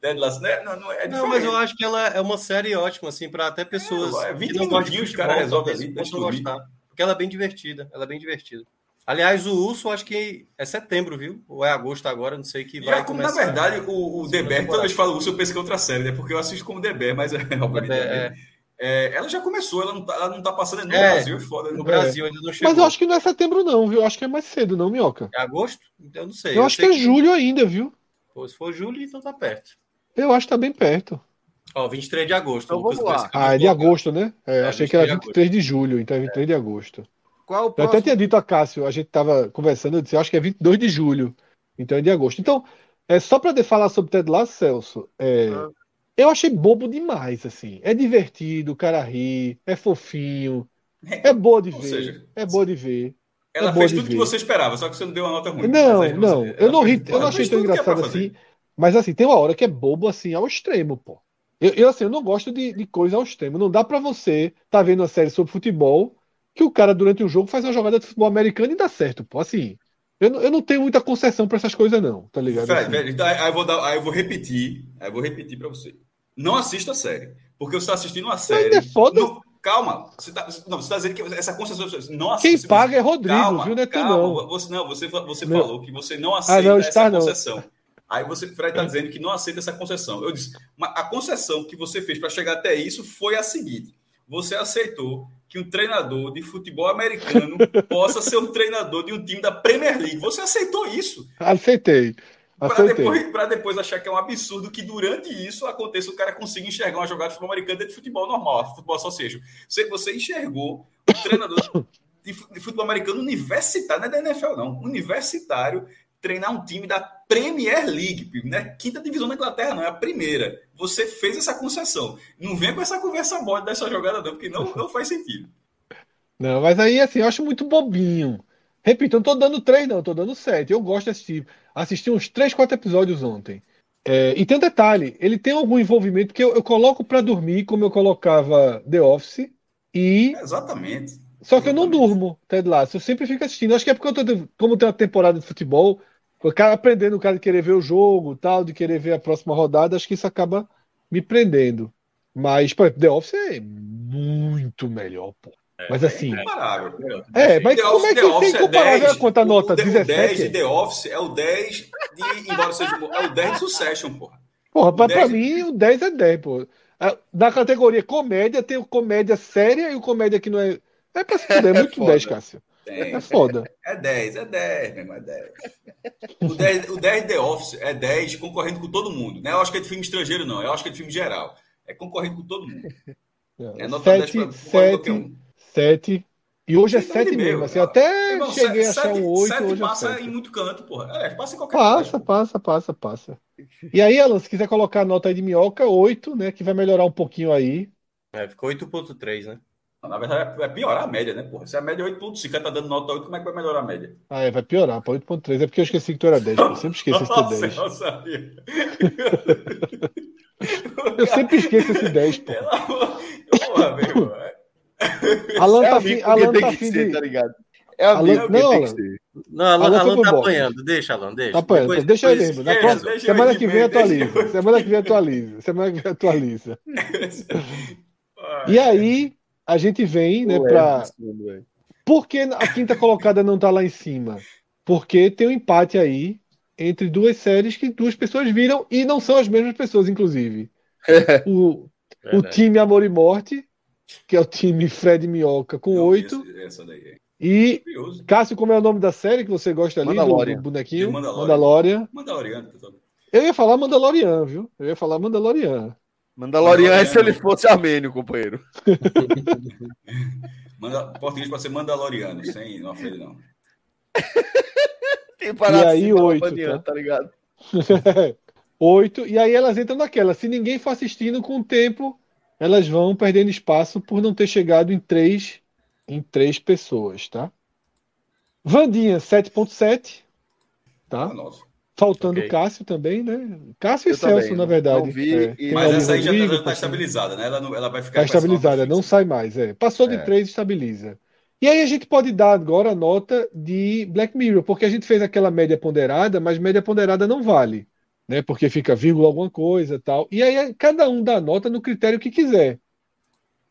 Speaker 5: Ted Lasso, né? Não, não, é
Speaker 2: Não, mas eu acho que ela é uma série ótima, assim, para até pessoas.
Speaker 5: É, é 20
Speaker 2: que não gostam de
Speaker 5: minutinhos,
Speaker 2: futebol,
Speaker 5: cara, resolve
Speaker 2: talvez
Speaker 5: ali,
Speaker 2: possam
Speaker 5: deixa eu dormir.
Speaker 2: gostar. Porque ela é bem divertida. Ela é bem divertida. Aliás, o Urso, acho que é setembro, viu? Ou é agosto agora, não sei que vai.
Speaker 5: Já é como, na
Speaker 2: começar.
Speaker 5: verdade, o, o
Speaker 2: Segunda
Speaker 5: The Bear,
Speaker 2: temporada.
Speaker 5: toda vez que falo isso, eu penso que é outra série, né? Porque eu assisto como The Bear, mas é, obviamente.
Speaker 2: É,
Speaker 5: É, ela já começou, ela não tá, ela não tá passando no
Speaker 2: É.
Speaker 5: Brasil, é foda.
Speaker 2: no
Speaker 5: né?
Speaker 2: Brasil ainda não chegou.
Speaker 3: Mas eu acho que não é setembro, não, viu? Eu acho que é mais cedo, não, Minhoca.
Speaker 2: É agosto? Eu não sei.
Speaker 3: Eu acho que
Speaker 2: sei
Speaker 3: é julho ainda, viu?
Speaker 2: Pô, se for julho, então tá perto.
Speaker 3: Eu acho que tá bem perto.
Speaker 2: Ó, 23 de agosto.
Speaker 4: Então
Speaker 2: Lucas
Speaker 4: vamos lá.
Speaker 2: Brasil
Speaker 3: Ah, é de
Speaker 2: colocou.
Speaker 3: agosto, né? É,
Speaker 2: É,
Speaker 3: achei que era
Speaker 2: 23 de
Speaker 3: 23 de julho, então é 23 de agosto.
Speaker 4: Qual é o
Speaker 3: Eu
Speaker 4: próximo?
Speaker 3: até tinha dito a Cássio, a gente estava conversando, eu disse, eu acho que é 22 de julho, então é de agosto. Então, é só para falar sobre Ted Lasso, Celso, é,
Speaker 4: Ah.
Speaker 3: eu achei bobo demais, assim. É divertido, o cara ri, é fofinho, é boa de
Speaker 5: Ou
Speaker 3: ver,
Speaker 5: seja,
Speaker 3: é boa de ver.
Speaker 5: Ela
Speaker 3: É bom
Speaker 5: fez
Speaker 3: de
Speaker 5: tudo que
Speaker 3: ver.
Speaker 5: você esperava, só que você não deu uma nota ruim.
Speaker 3: não,
Speaker 5: Mas aí você-
Speaker 3: não,
Speaker 5: ela
Speaker 3: eu não
Speaker 5: fez-
Speaker 3: ri, eu não
Speaker 5: ela
Speaker 3: achei
Speaker 5: fez
Speaker 3: tão
Speaker 5: tudo que é pra
Speaker 3: engraçado
Speaker 5: fazer.
Speaker 3: assim, mas assim, tem uma hora que é bobo, assim, ao extremo, pô. Eu, eu, assim, eu não gosto de, de coisa ao extremo, não dá para você tá vendo uma série sobre futebol que o cara durante o jogo faz uma jogada de futebol americano e dá certo, pô, assim... Eu, não- eu não tenho muita concessão pra essas coisas, não, tá ligado?
Speaker 5: Fred,
Speaker 3: Assim.
Speaker 5: velho, então, aí, eu vou dar, aí eu vou repetir, aí eu vou repetir pra você. Não assista a série, porque você tá assistindo uma série.
Speaker 3: é foda.
Speaker 5: Não, calma, você tá, não, você tá dizendo que essa concessão. Não assista,
Speaker 3: Quem
Speaker 5: você-
Speaker 3: paga é Rodrigo, viu, não é tu,
Speaker 5: calma,
Speaker 3: não.
Speaker 5: Você, não, você, você
Speaker 3: Não.
Speaker 5: falou que você não aceita
Speaker 3: não, está
Speaker 5: essa
Speaker 3: não.
Speaker 5: concessão. Aí você, Fred tá dizendo que não aceita essa concessão. Eu disse, mas a concessão que você fez para chegar até isso foi a seguinte: você aceitou que um treinador de futebol americano possa ser um treinador de um time da Premier League. Você aceitou isso
Speaker 3: Aceitei.
Speaker 5: para
Speaker 3: Aceitei.
Speaker 5: depois, pra depois achar que é um absurdo que durante isso aconteça o cara consiga enxergar uma jogada de futebol americano dentro de futebol normal, futebol association. Você, você enxergou o treinador de, fu- de futebol americano universitário, não é da NFL não, universitário, treinar um time da Premier League, pio, não é quinta divisão da Inglaterra não, é a primeira. Você fez essa concessão. Não vem com essa conversa mole dessa jogada não, porque não, não faz sentido.
Speaker 3: Não, mas aí assim, eu acho muito bobinho. Repito, eu não tô dando três, não, eu tô dando sete. Eu gosto de assistir. Assisti uns três, quatro episódios ontem. É, e tem um detalhe, ele tem algum envolvimento que eu, eu coloco pra dormir, como eu colocava The Office, e
Speaker 5: Exatamente.
Speaker 3: só que eu não
Speaker 5: Exatamente.
Speaker 3: durmo, Ted Lasso. Eu sempre fico assistindo. Acho que é porque eu tô, como tem uma temporada de futebol, o cara aprendendo o cara de querer ver o jogo, tal, de querer ver a próxima rodada, acho que isso acaba me prendendo. Mas, pô, The Office é muito melhor, pô. Mas assim,
Speaker 5: Comparável.
Speaker 3: é, mas
Speaker 5: Assim, The
Speaker 3: como é que
Speaker 5: Office- The Office
Speaker 3: tem comparável a quanto a nota?
Speaker 5: o, The- o 10 de
Speaker 3: 17?
Speaker 5: The Office é o 10 de. Embora seja. bom, É o 10 de Succession, porra.
Speaker 3: Porra, pra,
Speaker 5: o 10
Speaker 3: pra mim o 10 é 10, pô. Ah, Da categoria comédia, tem o comédia séria e o comédia que não é. É pra se fuder, é muito
Speaker 4: foda.
Speaker 3: 10, Cássio.
Speaker 5: Tem.
Speaker 3: É foda.
Speaker 5: É 10, é 10, meu irmão, é 10. O 10, o 10 de The Office é 10 concorrendo com todo mundo. Não é, eu acho que é de filme estrangeiro, não. Eu acho que é de filme geral. É concorrendo com todo mundo. É nota 10 pra
Speaker 3: 7,
Speaker 5: concorrer com qualquer um.
Speaker 3: 7, 7. E hoje é
Speaker 5: Tem
Speaker 3: 7
Speaker 5: nove e meio,
Speaker 3: mesmo. Assim,
Speaker 5: cara.
Speaker 3: até
Speaker 5: Irmão,
Speaker 3: cheguei a
Speaker 5: sete-
Speaker 3: achar um 8,
Speaker 5: sete
Speaker 3: hoje é
Speaker 5: passa
Speaker 3: 7.
Speaker 5: em muito canto, porra. É, passa em qualquer
Speaker 3: Passa,
Speaker 5: coisa.
Speaker 3: passa, passa, passa. E aí, Alan, se quiser colocar a nota aí de minhoca, 8, né? Que vai melhorar um pouquinho aí.
Speaker 2: É, ficou 8.3, né?
Speaker 5: Na verdade, vai piorar a média, né, porra? Se a média é 8.5, cara tá dando nota 8, como é que vai melhorar a média?
Speaker 3: Ah, é, vai piorar pra 8.3. É porque eu esqueci que tu era 10. pô. Eu sempre esqueço esse teu
Speaker 5: Nossa,
Speaker 3: 10.
Speaker 5: eu não sabia.
Speaker 3: Eu sempre esqueço esse 10, pô.
Speaker 5: Pelo amor. Porra, meu irmão.
Speaker 3: Alan
Speaker 4: É amigo
Speaker 3: tá afim,
Speaker 4: porque
Speaker 3: Alan
Speaker 4: tem
Speaker 3: tá
Speaker 4: que
Speaker 3: afim
Speaker 4: ser,
Speaker 3: de.
Speaker 4: tá ligado? É
Speaker 3: Alan-
Speaker 4: amigo porque tem
Speaker 3: não,
Speaker 4: que
Speaker 3: Alan.
Speaker 4: ser.
Speaker 2: Não, Alan,
Speaker 3: Alan foi
Speaker 2: Alan
Speaker 3: pro
Speaker 2: tá
Speaker 3: boxe.
Speaker 2: apanhando. Deixa, Alan, deixa.
Speaker 3: Tá apanhando,
Speaker 2: Depois-
Speaker 3: deixa eu
Speaker 2: depois-
Speaker 3: lembro. Na
Speaker 5: esquece,
Speaker 3: próxima,
Speaker 5: deixa eu
Speaker 3: semana
Speaker 5: ir
Speaker 3: que
Speaker 5: de
Speaker 3: vem
Speaker 5: ver, deixa eu-
Speaker 3: atualiza. Semana que vem atualiza. Semana que vem atualiza. E aí, a gente vem, né,
Speaker 4: Pô, é,
Speaker 3: pra.
Speaker 4: absurdo, velho.
Speaker 3: Por que a quinta colocada não tá lá em cima? Porque tem um empate aí entre duas séries que duas pessoas viram e não são as mesmas pessoas, inclusive.
Speaker 4: É.
Speaker 3: O, o
Speaker 2: Verdade.
Speaker 3: time Amor e Morte, que é o time Fred Minhoca com
Speaker 5: Eu vi
Speaker 3: oito,
Speaker 5: esse- Essa daí é
Speaker 3: e
Speaker 5: curioso.
Speaker 3: Cássio, como é o nome da série que você gosta ali, do,
Speaker 4: Mandalorian.
Speaker 3: do bonequinho?
Speaker 5: The Mandalorian.
Speaker 3: Mandalorian.
Speaker 5: Mandalorian, pessoal.
Speaker 3: Eu ia falar Mandalorian, viu? Eu ia falar Mandalorian.
Speaker 4: Mandalorian é se ele
Speaker 5: Mandalorian.
Speaker 4: fosse armênio, companheiro.
Speaker 5: Manda... Português pode ser Mandaloriano, sem não afeio, não.
Speaker 4: Tem
Speaker 3: aí,
Speaker 4: pra
Speaker 3: oito,
Speaker 4: Albanian, tá ligado?
Speaker 3: Oito, e aí elas entram naquela. Se ninguém for assistindo com o tempo, elas vão perdendo espaço por não ter chegado em três, em três pessoas, tá? Vandinha 7.7,
Speaker 5: Ah,
Speaker 3: tá?
Speaker 5: nossa.
Speaker 3: Faltando
Speaker 4: Ok.
Speaker 3: Cássio também, né? Cássio
Speaker 4: Eu
Speaker 3: e Celso,
Speaker 4: também,
Speaker 3: na
Speaker 4: não-
Speaker 3: verdade.
Speaker 4: não vi,
Speaker 3: É,
Speaker 4: e-
Speaker 3: tem
Speaker 5: Mas
Speaker 3: ali
Speaker 5: essa aí já
Speaker 3: Rodrigo,
Speaker 5: está
Speaker 3: tá-
Speaker 5: estabilizada, né? Ela, não, ela vai ficar
Speaker 3: Tá
Speaker 5: com essa nota
Speaker 3: estabilizada, não
Speaker 5: fixa.
Speaker 3: sai mais. É. Passou de
Speaker 4: É.
Speaker 3: três, estabiliza. E aí a gente pode dar agora a nota de Black Mirror, porque a gente fez aquela média ponderada, mas média ponderada não vale, né? Porque fica vírgula alguma coisa e tal. E aí é- cada um dá a nota no critério que quiser,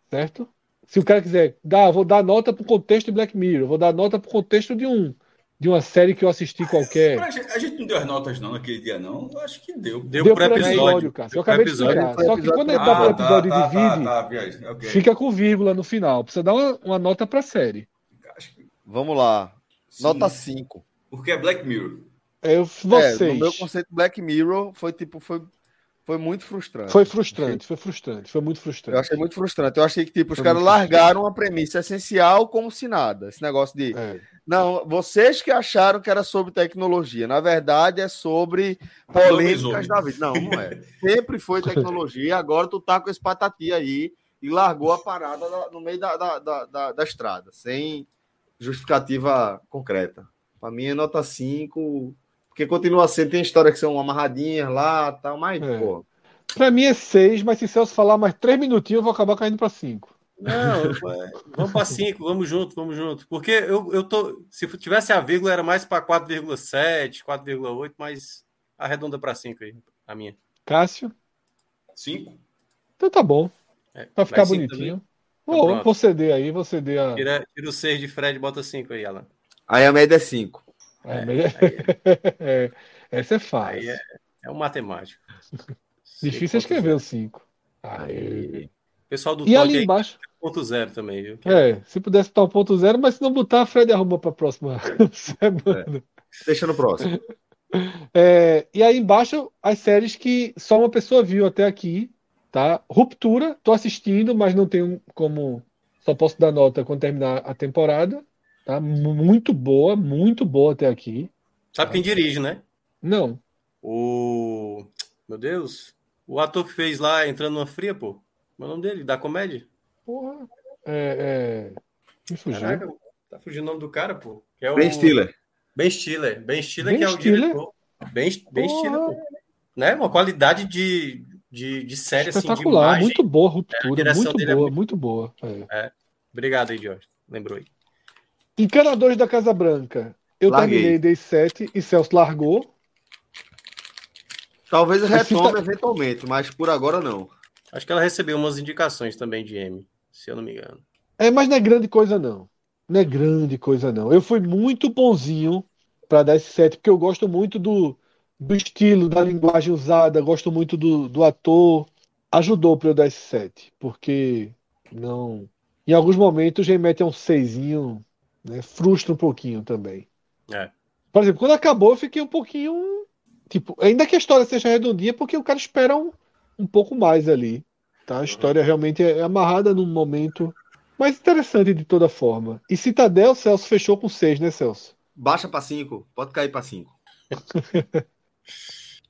Speaker 3: certo? Se o cara quiser, dá, vou dar nota pro contexto de Black Mirror, vou dar nota pro contexto de um de uma série que eu assisti qualquer.
Speaker 5: Pra gente- A gente não deu as notas, não, naquele dia, não. Eu acho que deu.
Speaker 2: Deu,
Speaker 3: Deu
Speaker 2: por
Speaker 3: por
Speaker 2: episódio.
Speaker 3: episódio, cara. Eu
Speaker 2: Deu por
Speaker 3: acabei de
Speaker 2: episódio.
Speaker 3: explicar.
Speaker 4: Foi
Speaker 3: Só que
Speaker 4: episódio
Speaker 3: quando ele
Speaker 4: pra-
Speaker 3: dá por
Speaker 4: Ah,
Speaker 3: episódio e divide,
Speaker 5: tá, viagem. Ok.
Speaker 3: fica com vírgula no final. Precisa dar uma, uma nota pra série.
Speaker 5: Acho que
Speaker 4: Vamos lá.
Speaker 5: sim.
Speaker 4: Nota 5.
Speaker 5: Porque é Black Mirror.
Speaker 3: É, Eu,
Speaker 4: É,
Speaker 3: vocês.
Speaker 4: no meu conceito, Black Mirror foi tipo, foi, foi muito frustrante.
Speaker 3: Foi frustrante, foi frustrante, foi muito
Speaker 4: Eu
Speaker 3: frustrante.
Speaker 4: achei muito frustrante. Eu achei que, tipo, os
Speaker 3: Foi
Speaker 4: caras
Speaker 3: muito frustrante.
Speaker 4: largaram uma premissa essencial como se nada. Esse negócio de.
Speaker 3: É.
Speaker 4: Não, vocês que acharam que era sobre tecnologia. Na verdade, é sobre polêmicas
Speaker 5: Lobisomem.
Speaker 4: da vida. Não, não é. Sempre foi tecnologia. Agora tu tá com esse patati aí e largou a parada da- no meio da, da, da, da- da estrada, sem justificativa concreta. Pra mim é nota 5. Porque continua sendo, tem história que são amarradinhas lá tal, mas,
Speaker 3: É.
Speaker 4: pô.
Speaker 3: Pra mim é seis, mas se Celso falar mais três minutinhos, eu vou acabar caindo pra cinco.
Speaker 2: Não, vamos para 5, vamos junto, vamos junto. Porque eu, eu tô. Se tivesse a vírgula, era mais para 4,7, 4,8, mas arredonda para 5 aí, a minha.
Speaker 3: Cássio,
Speaker 5: Cinco.
Speaker 3: então tá bom,
Speaker 2: É,
Speaker 3: pra ficar
Speaker 2: vai cinco
Speaker 3: bonitinho. né?
Speaker 2: Então
Speaker 3: Vou,
Speaker 2: pronto.
Speaker 3: vou ceder aí, vou ceder a.
Speaker 2: também. Tira, tira o 6 de Fred e bota 5 aí, Alan.
Speaker 4: Aí a média é 5.
Speaker 3: a-
Speaker 2: Aí,
Speaker 3: É, essa é fácil.
Speaker 2: aí é, é um matemático.
Speaker 3: Difícil é
Speaker 2: 6.0.
Speaker 3: escrever o cinco. Aí.
Speaker 2: Pessoal do
Speaker 3: E
Speaker 2: Toque
Speaker 3: ali
Speaker 2: aí,
Speaker 3: embaixo.
Speaker 2: ponto zero também, viu?
Speaker 3: É, se pudesse botar um ponto zero, mas se não botar, a Fred arruma para a próxima
Speaker 2: É.
Speaker 3: semana.
Speaker 4: Deixa no próximo.
Speaker 3: É, e aí embaixo, as séries que só uma pessoa viu até aqui, tá? Ruptura, tô assistindo, mas não tenho como. Só posso dar nota quando terminar a temporada. Tá? Mu- Muito boa, muito boa até aqui.
Speaker 2: Sabe quem dirige, né?
Speaker 3: Não,
Speaker 2: O. Meu Deus. O ator que fez lá entrando numa fria, pô. Meu nome dele, da comédia.
Speaker 3: porra. É, é, me fugiu.
Speaker 2: Caraca, tá fugindo o nome do cara, pô. Que é o...
Speaker 4: Bem, Stiller.
Speaker 2: Ben Stiller. Ben Stiller,
Speaker 3: Ben
Speaker 2: que é o
Speaker 3: Stiller?
Speaker 2: diretor. Ben, ben
Speaker 3: Porra.
Speaker 2: Stiller, pô. Né? Uma qualidade de, de, de série, assim, de
Speaker 3: Espetacular,
Speaker 2: imagem.
Speaker 3: muito boa, a
Speaker 2: A
Speaker 3: ruptura,
Speaker 2: direção
Speaker 3: muito
Speaker 2: dele é
Speaker 3: boa, muito boa. É.
Speaker 2: Obrigado aí, Jorge. Lembrou aí.
Speaker 3: Encanadores da Casa Branca. Eu
Speaker 4: Larguei.
Speaker 3: terminei, dei 7 e Celso largou.
Speaker 4: Talvez eu
Speaker 3: Esse
Speaker 4: retome
Speaker 3: tá-
Speaker 4: eventualmente, mas por agora não.
Speaker 2: Acho que ela recebeu umas indicações também de M, se eu não me engano.
Speaker 3: É, mas não é grande coisa, não. Não é grande coisa, não. Eu fui muito bonzinho para dar esse set, porque eu gosto muito do, do estilo, da linguagem usada, gosto muito do, do ator. Ajudou para eu dar esse set, porque não. Em alguns momentos remete a um seisinho, né? Frustra um pouquinho também.
Speaker 2: É.
Speaker 3: Por exemplo, quando acabou, eu fiquei um pouquinho. Tipo, ainda que a história seja redondinha, porque o cara espera um, um pouco mais ali. Tá? A história realmente é amarrada num momento. Mas interessante de toda forma. E Citadel, Celso fechou com 6, né, Celso?
Speaker 4: Baixa para 5, pode cair para 5.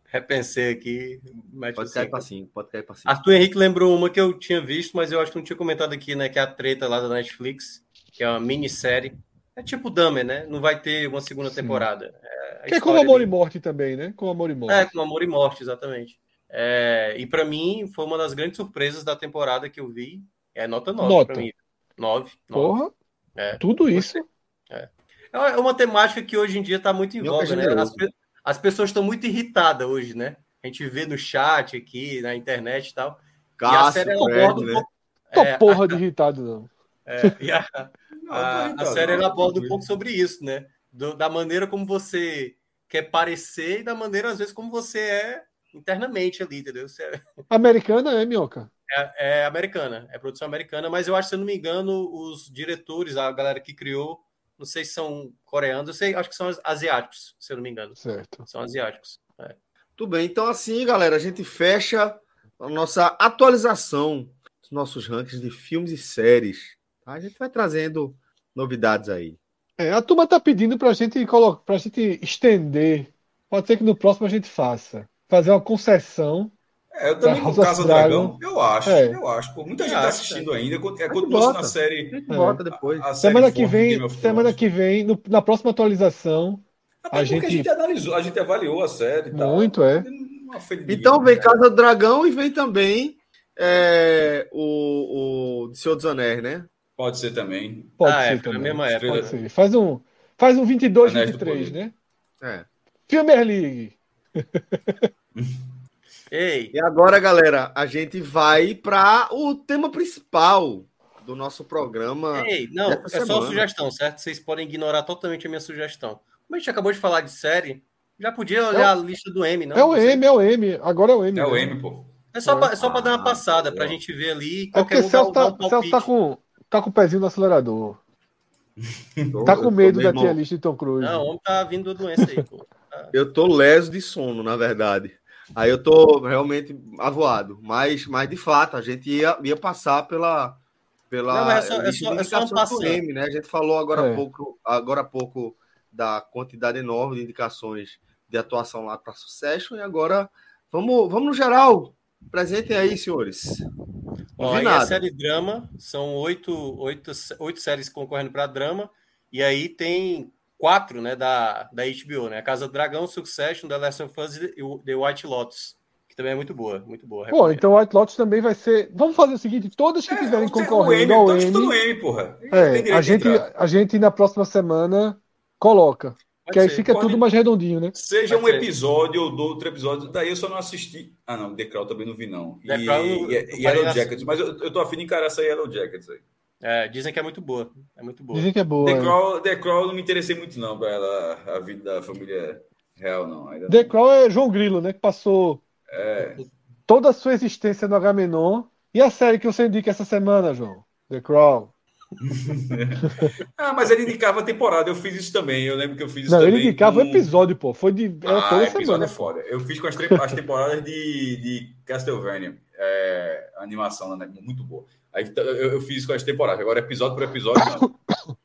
Speaker 2: Repensei aqui. Mas
Speaker 4: Pode
Speaker 2: assim,
Speaker 4: cair para 5, pode cair para 5.
Speaker 3: Assim,
Speaker 2: Arthur Henrique lembrou uma que eu tinha visto, mas eu acho que não tinha comentado aqui, né? Que é a treta lá da Netflix, que é uma minissérie. É tipo Dahmer, né? Não vai ter uma segunda
Speaker 3: Sim.
Speaker 2: temporada. É, a
Speaker 3: Que é como
Speaker 2: história
Speaker 3: Amor
Speaker 2: dele.
Speaker 3: e Morte também, né? Com Amor e Morte.
Speaker 2: É, com Amor e Morte, exatamente. É, e pra mim, foi uma das grandes surpresas da temporada que eu vi. É nota 9
Speaker 3: Nota.
Speaker 2: pra mim. 9.
Speaker 3: Porra,
Speaker 2: É.
Speaker 3: tudo isso.
Speaker 2: É uma temática que hoje em dia tá muito em
Speaker 4: Nunca
Speaker 2: voga, né?
Speaker 4: generoso.
Speaker 2: As, pe- as pessoas estão muito irritadas hoje, né? A gente vê no chat aqui, na internet e tal. e a série ela aborda um
Speaker 3: né?
Speaker 5: né?
Speaker 4: né?
Speaker 2: pouco.
Speaker 3: Tô
Speaker 2: É,
Speaker 3: porra de irritado, não.
Speaker 2: é, e a-
Speaker 5: Não,
Speaker 2: A,
Speaker 5: tá
Speaker 2: a
Speaker 5: irritado,
Speaker 2: série
Speaker 5: não.
Speaker 2: ela aborda um pouco sobre isso, né? Do- da maneira como você quer parecer e da maneira, às vezes, como você é internamente ali, entendeu? Você é,
Speaker 3: Americana é, Minhoca?
Speaker 2: é americana, é produção americana, mas eu acho, se eu não me engano, os diretores, a galera que criou, não sei se são coreanos, eu sei, acho que são as- asiáticos, se eu não me engano.
Speaker 3: Certo.
Speaker 2: São asiáticos. É.
Speaker 4: Tudo bem, então assim, galera, a gente fecha a nossa atualização dos nossos rankings de filmes e séries. tá? A gente vai trazendo novidades aí.
Speaker 3: É, a turma tá pedindo pra gente colocar, pra gente estender. Pode ser que no próximo a gente faça. Fazer uma concessão.
Speaker 5: É, eu também
Speaker 3: Da
Speaker 5: com
Speaker 3: House of
Speaker 5: Casa
Speaker 3: Dragon.
Speaker 5: Dragão. Eu acho,
Speaker 3: É.
Speaker 5: eu acho. Pô, muita
Speaker 2: Eu
Speaker 5: gente tá
Speaker 2: acho,
Speaker 5: assistindo ainda. É
Speaker 4: que
Speaker 5: continuação
Speaker 4: bota.
Speaker 5: da série.
Speaker 4: A gente
Speaker 3: É.
Speaker 4: volta depois.
Speaker 5: a série
Speaker 3: Semana que
Speaker 5: forte de
Speaker 3: vem,
Speaker 5: Game of
Speaker 3: semana
Speaker 5: Thrones.
Speaker 3: que vem, no- na próxima atualização, A
Speaker 5: Porque a gente
Speaker 3: gente.
Speaker 5: analisou, a gente avaliou a série e
Speaker 2: Tá.
Speaker 5: tal.
Speaker 3: Muito, é.
Speaker 5: Uma né? feira de
Speaker 3: ah,
Speaker 4: Então
Speaker 5: ninguém,
Speaker 4: vem Casa do Dragão e vem também é, o, o Senhor dos Anéis, né?
Speaker 5: Pode ser também.
Speaker 3: Pode
Speaker 2: Ah, é,
Speaker 3: ser
Speaker 2: foi na
Speaker 3: também.
Speaker 2: mesma época.
Speaker 3: Pode ser. Faz um, faz um 22,
Speaker 5: Anéis do
Speaker 3: 23,
Speaker 5: Poder.
Speaker 3: né?
Speaker 4: É.
Speaker 3: Premier League.
Speaker 2: Ei,
Speaker 4: E agora, galera, a gente vai para o tema principal do nosso
Speaker 3: Ah,
Speaker 4: programa.
Speaker 2: ei, não, é
Speaker 4: Essa
Speaker 2: só
Speaker 4: semana.
Speaker 2: sugestão, certo? Vocês podem ignorar totalmente a minha sugestão. Como a gente acabou de falar de série, já podia olhar a lista do M, não?
Speaker 3: é o
Speaker 2: Você-
Speaker 3: M, é o M. Agora é o M.
Speaker 5: É o
Speaker 3: né?
Speaker 5: M, pô.
Speaker 2: É só pra, é só pra dar
Speaker 4: Ah,
Speaker 2: uma passada, pra
Speaker 4: legal.
Speaker 2: gente ver ali.
Speaker 3: É porque
Speaker 2: Qualquer
Speaker 3: o
Speaker 2: um dá,
Speaker 3: Celso,
Speaker 2: dá
Speaker 3: tá,
Speaker 2: um palpite.
Speaker 3: Celso tá com, tá com o pezinho no acelerador.
Speaker 4: Eu-
Speaker 3: Tá
Speaker 4: eu tô
Speaker 3: com medo da
Speaker 4: mesmo-
Speaker 3: tia lista de Tom Cruise.
Speaker 2: Não, o homem tá vindo da doença aí, pô.
Speaker 4: Eu tô leso de sono, na verdade. Aí eu tô realmente avoado. Mas, mas de fato, a gente ia, ia passar pela. pela
Speaker 2: Não, mas é só- é
Speaker 4: lista
Speaker 2: só-
Speaker 4: de
Speaker 2: é só um
Speaker 4: indicações do
Speaker 2: passando.
Speaker 4: M, né? A gente falou agora,
Speaker 3: É.
Speaker 4: há pouco, agora há pouco da quantidade enorme de indicações de atuação lá para sucesso. E agora vamos, vamos no geral. Presentem aí, senhores.
Speaker 2: Ó,
Speaker 4: vi
Speaker 2: aí
Speaker 4: nada.
Speaker 2: a série drama, são oito, oito, oito séries concorrendo para drama, e aí tem quatro né, da, da HBO, né? A Casa do Dragão, Succession, The Last of Us e o- The White Lotus, que também é muito boa, muito boa.
Speaker 3: Pô,
Speaker 2: recomendo.
Speaker 3: então o White Lotus também vai ser. Vamos fazer o seguinte: todas
Speaker 5: É,
Speaker 3: que tiverem concorrendo ao
Speaker 5: todos estão no
Speaker 3: M,
Speaker 5: M, porra. Ele tem
Speaker 3: é,
Speaker 5: direito
Speaker 3: a,
Speaker 5: de
Speaker 3: gente,
Speaker 5: entrar.
Speaker 3: a gente na próxima semana coloca.
Speaker 2: Pode
Speaker 3: que aí
Speaker 2: ser.
Speaker 3: fica
Speaker 5: pode-
Speaker 3: tudo mais redondinho, né?
Speaker 5: Seja um
Speaker 2: Pode ser.
Speaker 5: episódio ou do outro episódio, daí eu só não assisti. Ah, não, The Crown também não vi, não. E,
Speaker 2: The Crown eu-
Speaker 5: e,
Speaker 2: eu parei
Speaker 5: Yellow
Speaker 2: na-
Speaker 5: Jackets, mas eu, eu tô afim de encarar essa Yellow Jackets aí.
Speaker 2: É, dizem que é muito boa, é muito boa.
Speaker 3: Dizem que é boa.
Speaker 5: The
Speaker 3: é.
Speaker 5: Crown, The Crown eu não me interessei muito, não, pra ela, a vida da família real, não. Ainda
Speaker 3: The Crown é João Grilo, né? Que passou
Speaker 5: É,
Speaker 3: toda a sua existência no Agamenon. E a série que você indica essa semana, João? The Crown.
Speaker 5: Ah, mas ele indicava a temporada, eu fiz isso também. Eu lembro que eu fiz isso
Speaker 3: Não,
Speaker 5: também.
Speaker 3: ele indicava o
Speaker 5: com-
Speaker 3: episódio, pô. Foi de. Era
Speaker 5: Ah,
Speaker 3: toda
Speaker 5: episódio
Speaker 3: semana.
Speaker 5: é foda. Eu fiz com as, tre- as temporadas de, de Castlevania. É, a animação, né? Muito boa. Aí t- eu, eu fiz com as temporadas. Agora, episódio por episódio, não.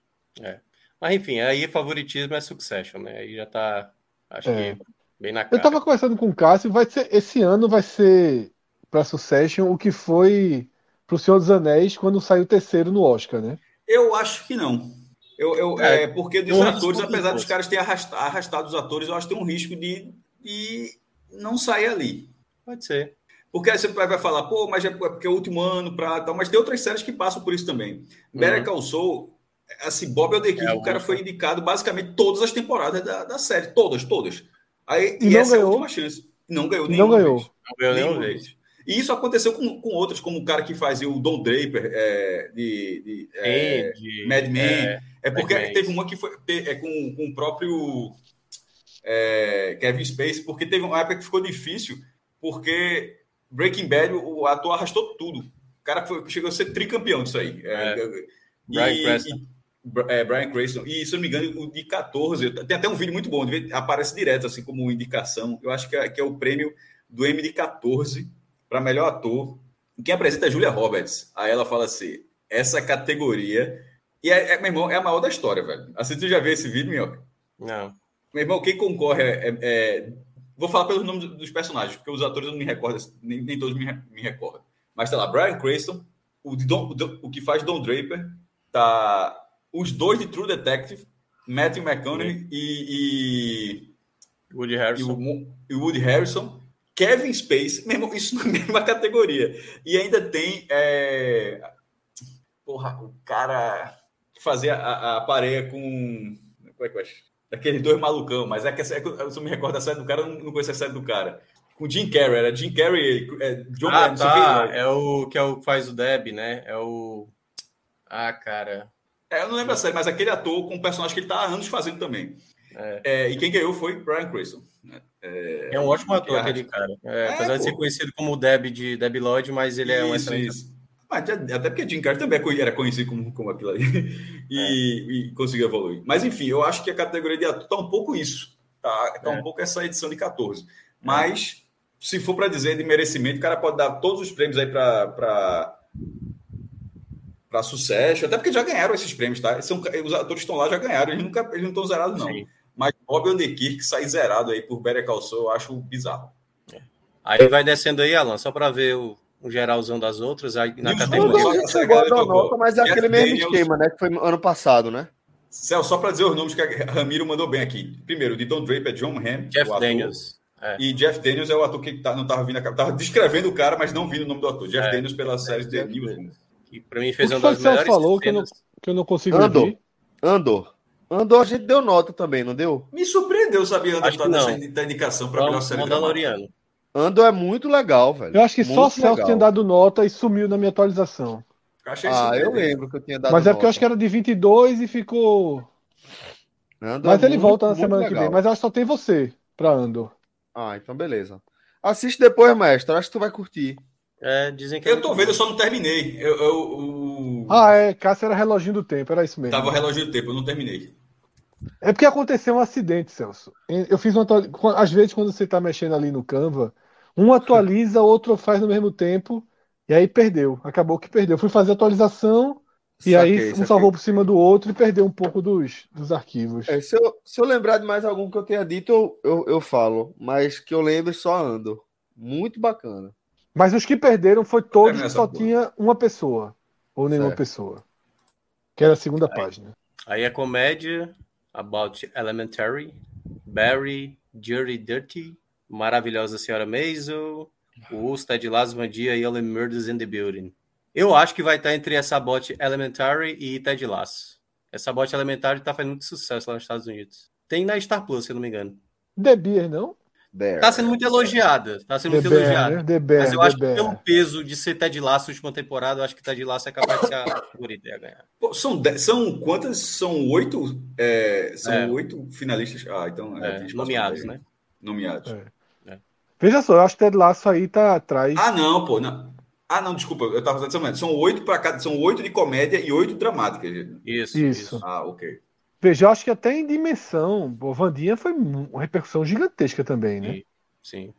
Speaker 2: Mas enfim, aí favoritismo é Succession, né? Aí já tá, acho
Speaker 3: É.
Speaker 2: que bem na cara.
Speaker 3: Eu tava conversando com o Cássio, vai ser, esse ano vai ser pra Succession o que foi pro Senhor dos Anéis quando saiu o terceiro no Oscar, né?
Speaker 5: Eu acho que não. Eu, eu- é, porque dos
Speaker 2: tem um
Speaker 5: atores,
Speaker 2: risco
Speaker 5: apesar dos
Speaker 2: de
Speaker 5: caras terem arrasta- arrastado os atores, eu acho que tem um risco de, de não sair ali.
Speaker 2: Pode ser.
Speaker 5: Porque aí você vai falar, pô, mas é porque é o último ano pra tal. Mas tem outras séries que passam por isso também. Better
Speaker 2: Uhum.
Speaker 5: Call Saul, assim, Bob Odenkirk,
Speaker 2: É,
Speaker 5: o cara
Speaker 2: o-
Speaker 5: foi indicado basicamente todas as temporadas da, da série. Todas, todas. Aí,
Speaker 3: E
Speaker 5: e
Speaker 3: não
Speaker 5: essa é a
Speaker 3: ganhou.
Speaker 5: última chance. Não ganhou
Speaker 3: E não
Speaker 5: nenhuma
Speaker 3: ganhou.
Speaker 5: vez.
Speaker 2: Não ganhou nenhuma
Speaker 5: Nenhuma
Speaker 2: vez.
Speaker 5: vez. E isso aconteceu com, com outras, como o cara que fazia o Don Draper é, de, de, é,
Speaker 2: Andy,
Speaker 5: Mad Men.
Speaker 2: é,
Speaker 5: É, porque
Speaker 2: Mad Men.
Speaker 5: teve uma que foi te- é com, com o próprio é, Kevin Space, porque teve uma época que ficou difícil, porque Breaking Bad, o o ator arrastou tudo. O cara foi- chegou a ser tricampeão disso aí. É,
Speaker 2: Bryan
Speaker 5: e-
Speaker 2: Cranston.
Speaker 5: e- Bra- é, Bryan Cranston. E, se eu não me engano, o de 14. eu- Tem até um vídeo muito bom, de ver- aparece direto, assim, como indicação. Eu acho que é, que é o prêmio do M de 14 para melhor ator. E Quem apresenta é Julia Roberts. Aí ela fala assim: essa categoria. E, é, é, meu irmão, é a maior da história, velho. Assim, tu já viu esse vídeo, Minhoca?
Speaker 2: Não.
Speaker 5: Meu irmão, quem concorre é, é- é- Vou falar pelos nomes dos personagens, porque os atores eu não me recordo, nem, nem todos me, re- me recordam. Mas tá lá, Brian Cranston, o, de Don- o Don- o que faz Don Draper, tá os dois de True Detective, Matthew McConaughey e,
Speaker 2: Woody
Speaker 5: e, e,
Speaker 2: Harrison.
Speaker 5: o, Mo- e o Woody Harrison, Kevin Space, meu irmão, isso na mesma categoria. E ainda tem. é, Porra, o cara que fazia a, a pareia com. Como é que eu acho? Daqueles dois malucão, mas é que, essa- é que eu se eu me recordo da série do cara, eu não, não conheço a série do cara. Com Jim Carrey, era Jim Carrey, é, John
Speaker 2: Ah,
Speaker 5: não sei o
Speaker 2: tá.
Speaker 5: que.
Speaker 2: É o que é o que faz o Deb, né? É o. Ah, cara.
Speaker 5: É, eu não lembro a série, mas aquele ator com um personagem que ele tá há anos fazendo também.
Speaker 2: É,
Speaker 5: É, e quem ganhou foi Brian Cranston. né?
Speaker 2: é um ótimo ator
Speaker 5: que
Speaker 2: aquele cara. É,
Speaker 5: É,
Speaker 2: apesar de ser
Speaker 5: pô.
Speaker 2: conhecido como o Deb de Deb Lloyd, mas ele é um
Speaker 5: Isso,
Speaker 2: excelente.
Speaker 5: isso. Mas até até porque Jim Carrey também é co- era conhecido como, como aquilo ali e,
Speaker 2: É.
Speaker 5: e conseguiu evoluir. Mas enfim, eu acho que a categoria de ator tá um pouco isso. Tá, tá
Speaker 2: É.
Speaker 5: um pouco essa edição de 14. Mas se for para dizer de merecimento, o cara pode dar todos os prêmios aí para para sucesso, até porque já ganharam esses prêmios, tá? São, os atores estão lá, já ganharam, eles, nunca, eles não estão zerados, não.
Speaker 2: Sim.
Speaker 5: Mas Bob Odenkirk sair zerado aí por Better Call Saul, eu acho bizarro.
Speaker 2: Aí vai descendo aí, Alan, só pra ver o, o geralzão das outras aí na
Speaker 5: E os
Speaker 4: Todo
Speaker 2: categoria.
Speaker 5: outros?
Speaker 4: mundo chegou a dar nota, mas é
Speaker 5: Jeff
Speaker 4: aquele mesmo
Speaker 5: Daniels.
Speaker 4: esquema, né? Que foi ano passado, né?
Speaker 5: Céu, só para dizer os nomes que a Ramiro mandou bem aqui. Primeiro, de Don Draper, John Hamm.
Speaker 2: Jeff
Speaker 5: o ator,
Speaker 2: Daniels. É.
Speaker 5: E Jeff Daniels é o ator que tá- não estava vindo a capa. Estava descrevendo o cara, mas não vindo o nome do ator. Jeff
Speaker 2: É.
Speaker 5: Daniels pela série The
Speaker 2: Jeff
Speaker 5: Newsroom.
Speaker 2: Que pra mim fez
Speaker 3: O que
Speaker 2: uma das
Speaker 3: foi que o
Speaker 2: melhores
Speaker 3: Celso falou que eu não-
Speaker 2: cenas.
Speaker 3: que eu não consigo
Speaker 4: Ando.
Speaker 3: ouvir.
Speaker 4: Andor. Andor a gente deu nota também, não deu?
Speaker 5: Me surpreendeu, sabia, tá
Speaker 2: Acho que não.
Speaker 5: da indicação para
Speaker 2: Vamos- Mandaloriano.
Speaker 4: Andor é muito legal, velho.
Speaker 3: Eu acho que só o
Speaker 4: Muito
Speaker 3: Celso
Speaker 4: legal.
Speaker 3: tinha dado nota e sumiu na minha atualização.
Speaker 5: Achei
Speaker 4: Ah,
Speaker 5: isso
Speaker 4: eu
Speaker 5: mesmo.
Speaker 4: lembro que eu tinha dado
Speaker 3: Mas é porque eu acho que
Speaker 4: nota.
Speaker 3: era de 22 e ficou.
Speaker 4: Andor
Speaker 3: Mas
Speaker 4: é
Speaker 3: ele
Speaker 4: muito,
Speaker 3: volta na
Speaker 4: muito
Speaker 3: semana que
Speaker 4: legal.
Speaker 3: vem. Mas acho que só tem você pra Andor.
Speaker 4: Ah, então beleza. Assiste depois, mestre. Acho que tu vai curtir.
Speaker 2: É, dizem que é
Speaker 5: Eu
Speaker 2: muito
Speaker 5: tô
Speaker 2: bom.
Speaker 5: vendo, eu só não terminei. Eu, eu, o-
Speaker 3: Ah, é. Cássio era reloginho do tempo, era isso mesmo.
Speaker 5: Tava relógio do tempo, eu não terminei.
Speaker 3: É porque aconteceu um acidente, Celso. Eu fiz uma atual- qu- Às vezes, quando você tá mexendo ali no Canva, um atualiza, outro faz no mesmo tempo, e aí perdeu. Acabou que perdeu. Fui fazer a atualização, e aí
Speaker 4: Saquei,
Speaker 3: um
Speaker 4: saquei.
Speaker 3: salvou por cima do outro e perdeu um pouco dos, dos arquivos.
Speaker 4: É, se, eu, se eu lembrar de mais algum que eu tenha dito, eu, eu, eu falo. Mas que eu lembro só Andor. Muito bacana.
Speaker 3: Mas os que perderam
Speaker 2: É
Speaker 3: foi todos
Speaker 5: Termina
Speaker 3: que
Speaker 5: essa
Speaker 3: só
Speaker 5: porra.
Speaker 3: tinha uma pessoa. Ou nenhuma
Speaker 4: Certo.
Speaker 3: pessoa. Que era a segunda página.
Speaker 2: Aí é comédia, About Elementary, Barry, Dirty Dirty, Maravilhosa Senhora Maisel, o Usta de Las Van Dia e Only Murders in the Building. Eu acho que vai estar entre essa bote Elementary e Ted Lasso. Essa bote Elementary tá fazendo muito sucesso lá nos Estados Unidos. Tem na Star Plus, se eu não me engano.
Speaker 3: The Beer, não?
Speaker 4: Bear.
Speaker 2: Tá sendo muito elogiada. Tá sendo
Speaker 3: The
Speaker 2: muito
Speaker 3: Bear,
Speaker 2: elogiada.
Speaker 3: É. né? The Bear,
Speaker 2: Mas eu
Speaker 3: The
Speaker 2: acho que um
Speaker 3: Bear.
Speaker 2: pelo peso de ser Ted Lasso última temporada, eu acho que Ted Lasso é capaz de ser a favorita né? e a ganhar.
Speaker 5: Pô, são, dez- são quantas? São oito? é, são
Speaker 2: É.
Speaker 5: oito finalistas. Ah, então.
Speaker 2: É,
Speaker 5: tem espaço
Speaker 2: nomeados,
Speaker 5: pra dez,
Speaker 2: né?
Speaker 5: Nomeados.
Speaker 3: É.
Speaker 2: É.
Speaker 3: Veja só, eu acho que Ted Lasso aí tá atrás.
Speaker 5: Ah, não, pô. Não. Ah, não, desculpa. Eu tava fazendo São oito para cada. São oito de comédia e oito dramáticas.
Speaker 3: Isso.
Speaker 2: Isso, isso.
Speaker 5: Ah, ok.
Speaker 3: Veja, eu acho que até em dimensão, o Vandinha foi mu- uma repercussão gigantesca também, né?
Speaker 2: Sim.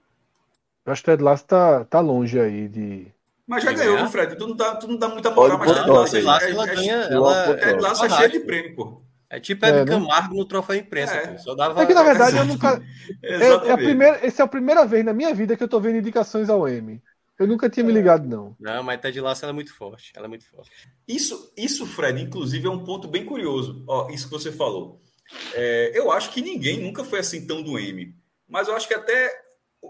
Speaker 3: Eu acho que Ted Lasso tá, tá longe aí de.
Speaker 5: Mas já
Speaker 2: Quem
Speaker 5: ganhou,
Speaker 2: ganhar?
Speaker 5: viu, Fred? Tu não, tá, tu não dá muita
Speaker 4: Olha
Speaker 5: moral,
Speaker 4: o
Speaker 5: mas
Speaker 4: Bob
Speaker 5: Ted Lasso
Speaker 4: Ross,
Speaker 5: é-
Speaker 4: lá,
Speaker 2: Laço, ela
Speaker 5: é-
Speaker 2: ganha.
Speaker 4: é-
Speaker 2: Ela,
Speaker 4: é-
Speaker 5: Ted Lasso é cheio de
Speaker 2: fantástico.
Speaker 5: prêmio, pô.
Speaker 2: é tipo
Speaker 3: É,
Speaker 2: Hebe
Speaker 3: né?
Speaker 2: Camargo no troféu imprensa.
Speaker 5: É.
Speaker 2: pô. Só dava,
Speaker 3: É que na verdade eu
Speaker 5: Exato.
Speaker 3: nunca. É, é a
Speaker 5: Exatamente.
Speaker 3: primeira, essa é a primeira vez na minha vida que eu tô vendo indicações ao M. Eu nunca tinha me ligado, não.
Speaker 2: Não, mas Ted Lasso ela é muito forte. Ela é muito forte.
Speaker 5: Isso, isso, Fred, inclusive, é um ponto bem curioso. Ó, isso que você falou. É, eu acho que ninguém nunca foi assim tão do M. Mas eu acho que até o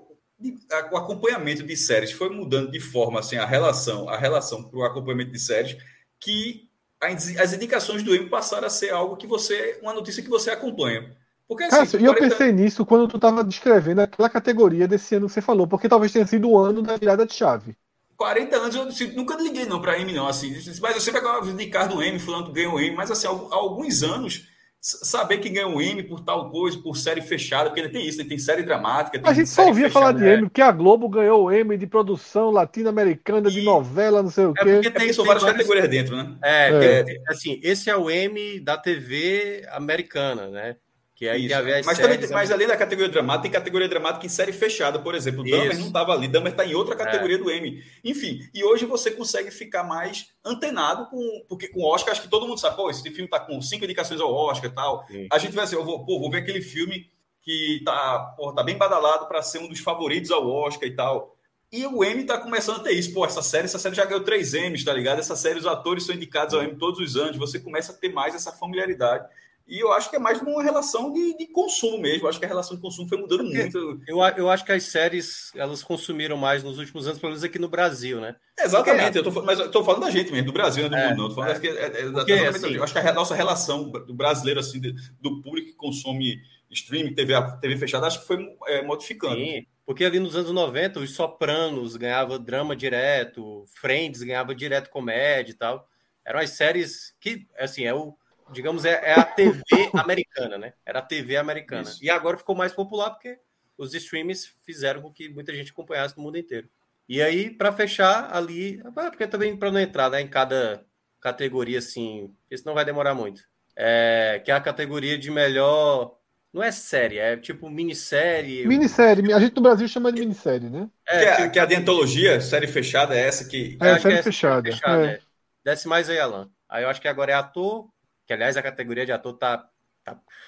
Speaker 5: a- o acompanhamento de séries foi mudando de forma assim a relação, a relação para o acompanhamento de séries, que as, as indicações do M passaram a ser algo que você, uma notícia que você acompanha. Porque assim,
Speaker 3: Cássio, e eu
Speaker 5: 40
Speaker 3: pensei nisso quando tu tava descrevendo aquela categoria desse ano que você falou, porque talvez tenha sido o ano da virada de chave.
Speaker 5: 40 anos eu assim, nunca liguei não para M não assim, mas eu sempre acabava indicando o M, fulano ganhou o M, mas assim, há alguns anos s- saber que ganhou o M por tal coisa, por série fechada, porque ainda tem isso, né? tem série dramática, tem
Speaker 3: A gente só
Speaker 5: série
Speaker 3: ouvia falar
Speaker 5: fechada,
Speaker 3: de
Speaker 5: né?
Speaker 3: M, porque a Globo ganhou o M de produção latino-americana, de
Speaker 5: E-
Speaker 3: novela, não sei o
Speaker 2: É
Speaker 3: quê.
Speaker 2: porque tem,
Speaker 5: É porque são
Speaker 2: tem
Speaker 5: várias
Speaker 2: vários-
Speaker 5: categorias dentro, né?
Speaker 2: É,
Speaker 3: É.
Speaker 2: tem- assim, esse é o M da TV americana, né? Que aí tem a
Speaker 5: É Isso.
Speaker 2: ver as
Speaker 5: Mas, também,
Speaker 2: séries, né?
Speaker 5: mas além da categoria dramática, tem categoria dramática em série fechada, por exemplo. Dummer
Speaker 2: Isso.
Speaker 5: não estava ali, Dummer está em
Speaker 2: É.
Speaker 5: outra categoria do M. Enfim, e hoje você consegue ficar mais antenado com. Porque com o Oscar, acho que todo mundo sabe, pô, esse filme está com cinco indicações ao Oscar e tal.
Speaker 2: Sim.
Speaker 5: A gente vai assim, eu vou, pô, vou ver aquele filme que tá, pô, tá bem badalado para ser um dos favoritos ao Oscar e tal. E o M tá começando a ter isso. Pô, essa série, essa série já ganhou três M's, tá ligado? Essa série, os atores são indicados ao M todos os anos. Você começa a ter mais essa familiaridade. E eu acho que é mais uma relação de, de consumo mesmo. Eu acho que a relação de consumo foi mudando
Speaker 2: Porque-
Speaker 5: muito.
Speaker 2: Eu, a- eu acho que as séries elas consumiram mais nos últimos anos, pelo menos aqui no Brasil, né?
Speaker 5: Exatamente. Eu tô, fal- mas eu tô falando da gente mesmo, do Brasil, não do
Speaker 2: É,
Speaker 5: mundo, não. Eu Tô falando
Speaker 2: é.
Speaker 5: da- que é- é- é
Speaker 2: Porque,
Speaker 5: exatamente
Speaker 2: assim-
Speaker 5: da gente. Eu acho que a re- nossa relação do brasileiro, assim, de- do público que consome streaming, TV, a- TV fechada, acho que foi é, modificando.
Speaker 2: Sim, porque ali nos anos 90, os Sopranos ganhava drama direto, Friends ganhava direto comédia e tal. Eram as séries que, assim, é o, digamos, é, é a TV americana, né? Era a TV americana.
Speaker 5: Isso.
Speaker 2: E agora ficou mais popular porque os streams fizeram com que muita gente acompanhasse no mundo inteiro. E aí, para fechar ali, ah, porque também para não entrar né, em cada categoria, assim, porque senão vai demorar muito. É, que é a categoria de melhor. Não é série, é tipo minissérie.
Speaker 3: Minissérie, a gente no Brasil chama de minissérie, né?
Speaker 2: É,
Speaker 5: que,
Speaker 2: tipo,
Speaker 5: a, que a dentologia, série fechada, é essa que.
Speaker 3: É,
Speaker 2: acho que
Speaker 3: série
Speaker 2: essa
Speaker 3: fechada.
Speaker 2: fechada,
Speaker 3: é.
Speaker 2: é. Desce mais aí, Alan. Aí eu acho que agora é ator, que aliás a categoria de ator tá.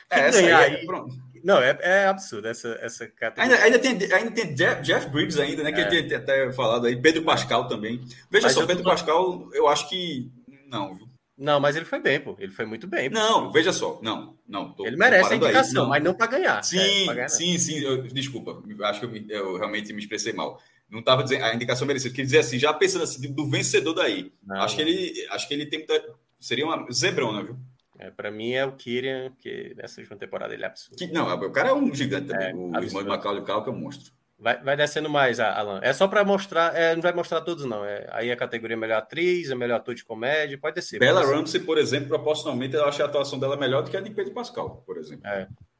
Speaker 5: É, essa
Speaker 2: ganhar
Speaker 5: aí,
Speaker 2: aí?
Speaker 5: pronto.
Speaker 2: Não, é, é absurdo essa, essa categoria.
Speaker 5: Ainda, ainda tem, ainda tem Jeff, Jeff Bridges ainda, né? Que
Speaker 2: É.
Speaker 5: tem, tem até falado aí. Pedro Pascal também. Veja
Speaker 2: Mas
Speaker 5: só,
Speaker 2: eu tô
Speaker 5: Pedro
Speaker 2: falando-
Speaker 5: Pascal, eu acho que. Não, viu?
Speaker 2: Não, mas ele foi bem, pô. Ele foi muito bem. pô.
Speaker 5: Não, veja só. Não, não. tô
Speaker 2: ele merece a
Speaker 5: comparando aí.
Speaker 2: indicação,
Speaker 5: Não.
Speaker 2: mas não para ganhar. É,
Speaker 5: Sim,
Speaker 2: pra ganhar, não.
Speaker 5: sim, sim. eu- desculpa, acho que eu, me- eu realmente me expressei mal. Não estava dizendo a indicação merecida. Quer dizer assim, já pensando assim, do vencedor daí.
Speaker 2: Não,
Speaker 5: acho que ele, acho que ele tem muita. Seria uma zebrona, viu?
Speaker 2: É, pra mim é o Kyrian, que nessa última temporada ele é absurdo.
Speaker 5: Que, não, o cara é um gigante também.
Speaker 2: É,
Speaker 5: o irmão
Speaker 2: absurdo.
Speaker 5: de Macaulay Culkin é um monstro.
Speaker 2: Vai, vai descendo mais, a- Alan. É só pra mostrar, é, não vai mostrar todos, não. É, aí a categoria é melhor atriz, é melhor ator de comédia, pode descer.
Speaker 5: Bella
Speaker 2: pode descer.
Speaker 5: Ramsey, por exemplo, proporcionalmente, eu acho a atuação dela melhor do que a de Pedro Pascal, por exemplo.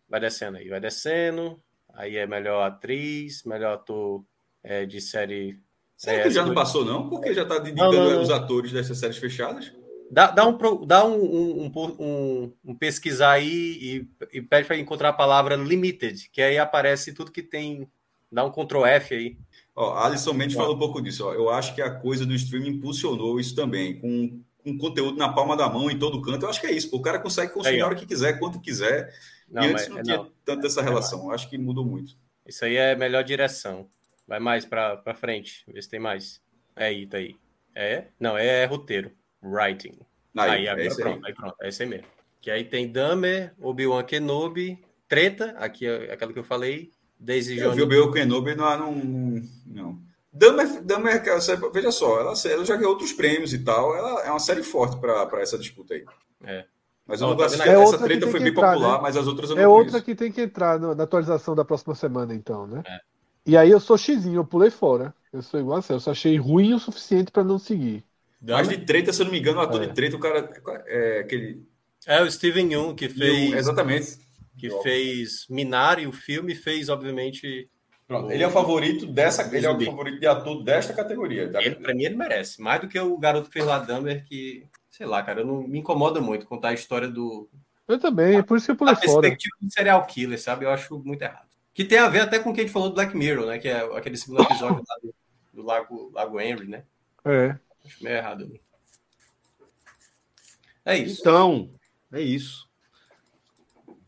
Speaker 2: Vai descendo aí, vai descendo. Aí é melhor atriz, melhor ator é, de série.
Speaker 5: Será
Speaker 2: É,
Speaker 5: que
Speaker 2: essa
Speaker 5: já não
Speaker 2: coisa-
Speaker 5: passou, não? Porque já está
Speaker 2: Não,
Speaker 5: indicando
Speaker 2: não, não.
Speaker 5: os atores dessas séries fechadas?
Speaker 2: Dá, dá, um, pro- dá um, um, um po- um- um pesquisar aí e, e pede pra encontrar a palavra limited, que aí aparece tudo que tem. Dá um Ctrl F aí.
Speaker 5: Ó, a Alisson Mendes
Speaker 2: Ó.
Speaker 5: falou um pouco disso. Ó. Eu acho que a coisa do streaming impulsionou isso também, com, com conteúdo na palma da mão em todo canto. Eu acho que é isso. pô. O cara consegue consumir
Speaker 2: Aí, ó.
Speaker 5: a hora que quiser, quanto quiser.
Speaker 2: Não,
Speaker 5: e
Speaker 2: mas, é,
Speaker 5: antes não tinha
Speaker 2: não,
Speaker 5: tanto essa relação. Eu acho que mudou muito.
Speaker 2: isso aí é melhor direção. Vai mais pra, pra frente, vê se tem mais. É aí, tá aí. É? Não, é, roteiro. Writing.
Speaker 5: Aí,
Speaker 2: Aí,
Speaker 5: é
Speaker 2: agora
Speaker 5: isso aí.
Speaker 2: pronto, aí. pronto, é esse aí mesmo. Que aí tem Dahmer, Obi-Wan Kenobi, Treta, aqui é aquela que eu falei, Daisy
Speaker 5: É, Eu vi o
Speaker 2: Jones.
Speaker 5: Beu Kenobi não. não, não. Dahmer, Dahmer, cara, você- veja só, ela, ela já ganhou outros prêmios e tal. Ela é uma série forte para essa disputa aí.
Speaker 2: É.
Speaker 5: Mas eu
Speaker 2: Ó,
Speaker 5: não
Speaker 2: tá
Speaker 5: gosto.
Speaker 2: vendo?
Speaker 5: essa
Speaker 3: É outra que
Speaker 5: treta
Speaker 3: tem
Speaker 5: foi
Speaker 3: que
Speaker 5: bem
Speaker 3: entrar,
Speaker 5: popular,
Speaker 3: né?
Speaker 5: mas as outras eu não
Speaker 3: É outra
Speaker 5: conheço.
Speaker 3: que tem que entrar no- na atualização da próxima semana, então, né? E aí eu sou xizinho, eu pulei fora. Eu sou igual a Celso, eu só achei ruim o suficiente pra não seguir.
Speaker 5: Mas de treta, se eu não me engano, o ator
Speaker 3: É.
Speaker 5: de treta, o cara. É aquele.
Speaker 2: É o Steven Yeun, que fez,
Speaker 5: Exatamente.
Speaker 2: que fez Minari, o filme, e fez, obviamente.
Speaker 5: Pronto, ele é o favorito dessa. Ele é o favorito de ator desta categoria. da-
Speaker 2: Ele, pra mim, ele merece. Mais do que o garoto que fez lá Dahmer, que, sei lá, cara, eu não me incomoda muito contar a história do.
Speaker 3: Eu também, é por isso que eu
Speaker 2: A
Speaker 3: pulei fora.
Speaker 2: perspectiva do serial killer, sabe? Eu acho muito errado. Que tem a ver até com o que a gente falou do Black Mirror, né? Que é aquele segundo episódio lá do, do Lago, Lago Henry, né?
Speaker 3: É.
Speaker 2: Acho meio errado. né? É isso.
Speaker 4: Então, é isso.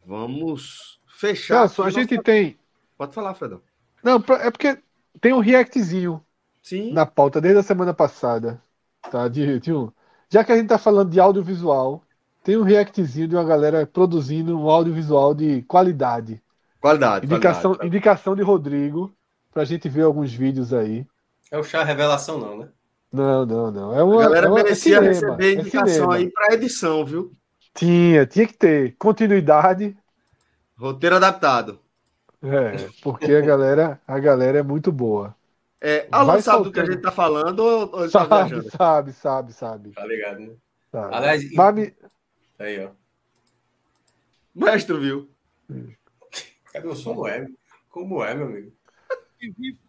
Speaker 4: Vamos fechar.
Speaker 3: Celso, a
Speaker 4: aqui
Speaker 3: gente
Speaker 4: nosso-
Speaker 3: tem.
Speaker 4: Pode falar, Fredão.
Speaker 3: Não, pra- é porque tem um reactzinho
Speaker 4: Sim.
Speaker 3: na pauta desde a semana passada. Tá? De, de um... Já que a gente tá falando de audiovisual, tem um reactzinho de uma galera produzindo um audiovisual de qualidade.
Speaker 4: Qualidade.
Speaker 3: Indicação,
Speaker 4: qualidade.
Speaker 3: indicação de Rodrigo, pra gente ver alguns vídeos aí.
Speaker 2: É o chá revelação, não, né?
Speaker 3: Não, não, não. É uma,
Speaker 4: A galera
Speaker 3: é uma- é
Speaker 4: merecia
Speaker 3: cinema, é
Speaker 4: receber indicação
Speaker 3: cinema.
Speaker 4: aí para edição, viu?
Speaker 3: Tinha, tinha que ter continuidade,
Speaker 4: Roteiro adaptado.
Speaker 3: é, porque a galera, a galera é muito boa.
Speaker 4: É,
Speaker 3: Vai
Speaker 4: Alan sabe do que a
Speaker 3: soltando.
Speaker 4: gente tá falando ou, ou ele tá
Speaker 3: Sabe,
Speaker 4: viajando?
Speaker 3: sabe, sabe, sabe.
Speaker 2: Tá ligado, né?
Speaker 3: sabe.
Speaker 2: Aliás, e-
Speaker 3: Mas me-
Speaker 2: Aí, ó.
Speaker 4: Maestro, viu?
Speaker 2: Cadê o som? Como é? Como é, meu amigo?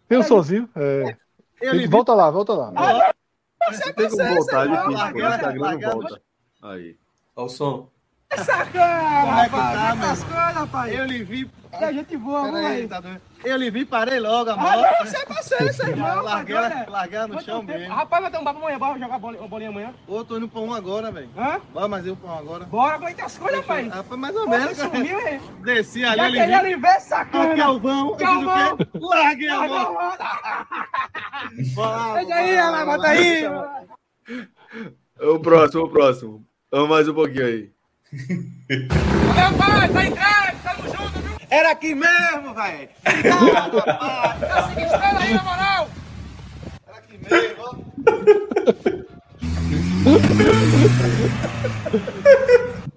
Speaker 3: tem um sozinho. É. Tem- volta lá, volta lá.
Speaker 4: Ah, Não tem como voltar, é difícil. pô, O Instagram não volta. Aí.
Speaker 2: Olha o som.
Speaker 7: Eu lhe vi. a gente voa, vamos aí. Eu lhe vi, parei logo a moto. Ah, não, você é parceiro, isso aí, não. Larguei ela, larguei ela no chão mesmo.
Speaker 8: Rapaz, vai ter um papo amanhã, bora jogar bolinha, bolinha amanhã.
Speaker 7: Ô, tô indo pra um agora, velho.
Speaker 8: Hã?
Speaker 7: Bora mais eu pra um agora.
Speaker 8: Bora, bolinha, tem as coisas, pai.
Speaker 7: Rapaz, mais ou
Speaker 8: Você
Speaker 7: menos, cara.
Speaker 8: sumiu, hein?
Speaker 7: Desci ali,
Speaker 8: Já
Speaker 7: eu lhe
Speaker 8: queria
Speaker 7: vi.
Speaker 8: lhe ver
Speaker 7: Ah,
Speaker 8: sacana.
Speaker 7: Galvão, eu fiz
Speaker 8: Galvão.
Speaker 7: o quê? Larguei a moto.
Speaker 8: Deixa
Speaker 7: Bora,
Speaker 8: aí,
Speaker 7: bora,
Speaker 8: ela,
Speaker 7: bora,
Speaker 8: bota aí.
Speaker 7: bora.
Speaker 4: É O próximo, o próximo. Vamos mais um pouquinho aí.
Speaker 8: Rapaz, tá entrando, tamo junto, viu?
Speaker 7: Era aqui mesmo, velho.
Speaker 8: Tá se estrela aí, na moral.
Speaker 7: Era aqui mesmo, ó.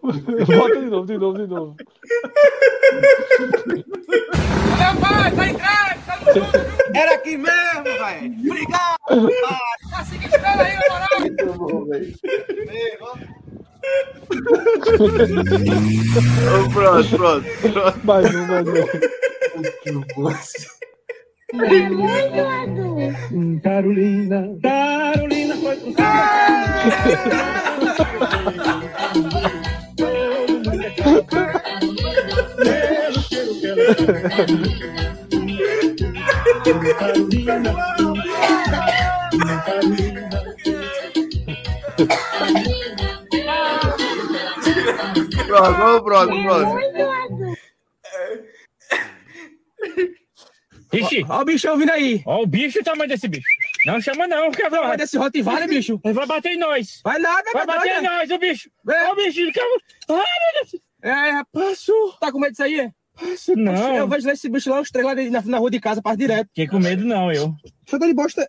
Speaker 3: Volta de novo, de novo, de novo.
Speaker 8: Rapaz, tá entrando, tamo junto, viu?
Speaker 7: Era aqui mesmo, velho. Obrigado, pai.
Speaker 8: Tá se estrela aí, na moral.
Speaker 7: Mesmo, ó.
Speaker 4: É O próximo, próximo.
Speaker 3: Mais um, mais um.
Speaker 4: próximo. Vamos, próximo, próximo.
Speaker 9: Ixi, ó o bicho vindo aí. Ó o bicho e o tamanho desse bicho. Não chama não, cabrão.
Speaker 10: Vai desse Rottweiler, bicho.
Speaker 9: Ele vai bater em nós.
Speaker 10: Vai né? nada,
Speaker 9: Vai bater em
Speaker 10: nada.
Speaker 9: nós, o bicho.
Speaker 10: É.
Speaker 9: Ó, O bicho, calma. Ai, meu Deus.
Speaker 10: É, rapaz.
Speaker 9: Passou.
Speaker 10: Tá com medo disso aí?
Speaker 9: Passou. Não.
Speaker 10: Eu vejo esse bicho lá, os três lá de- na, na rua de casa, parte direto.
Speaker 9: Fiquei com medo não, eu.
Speaker 10: Você tá de bosta.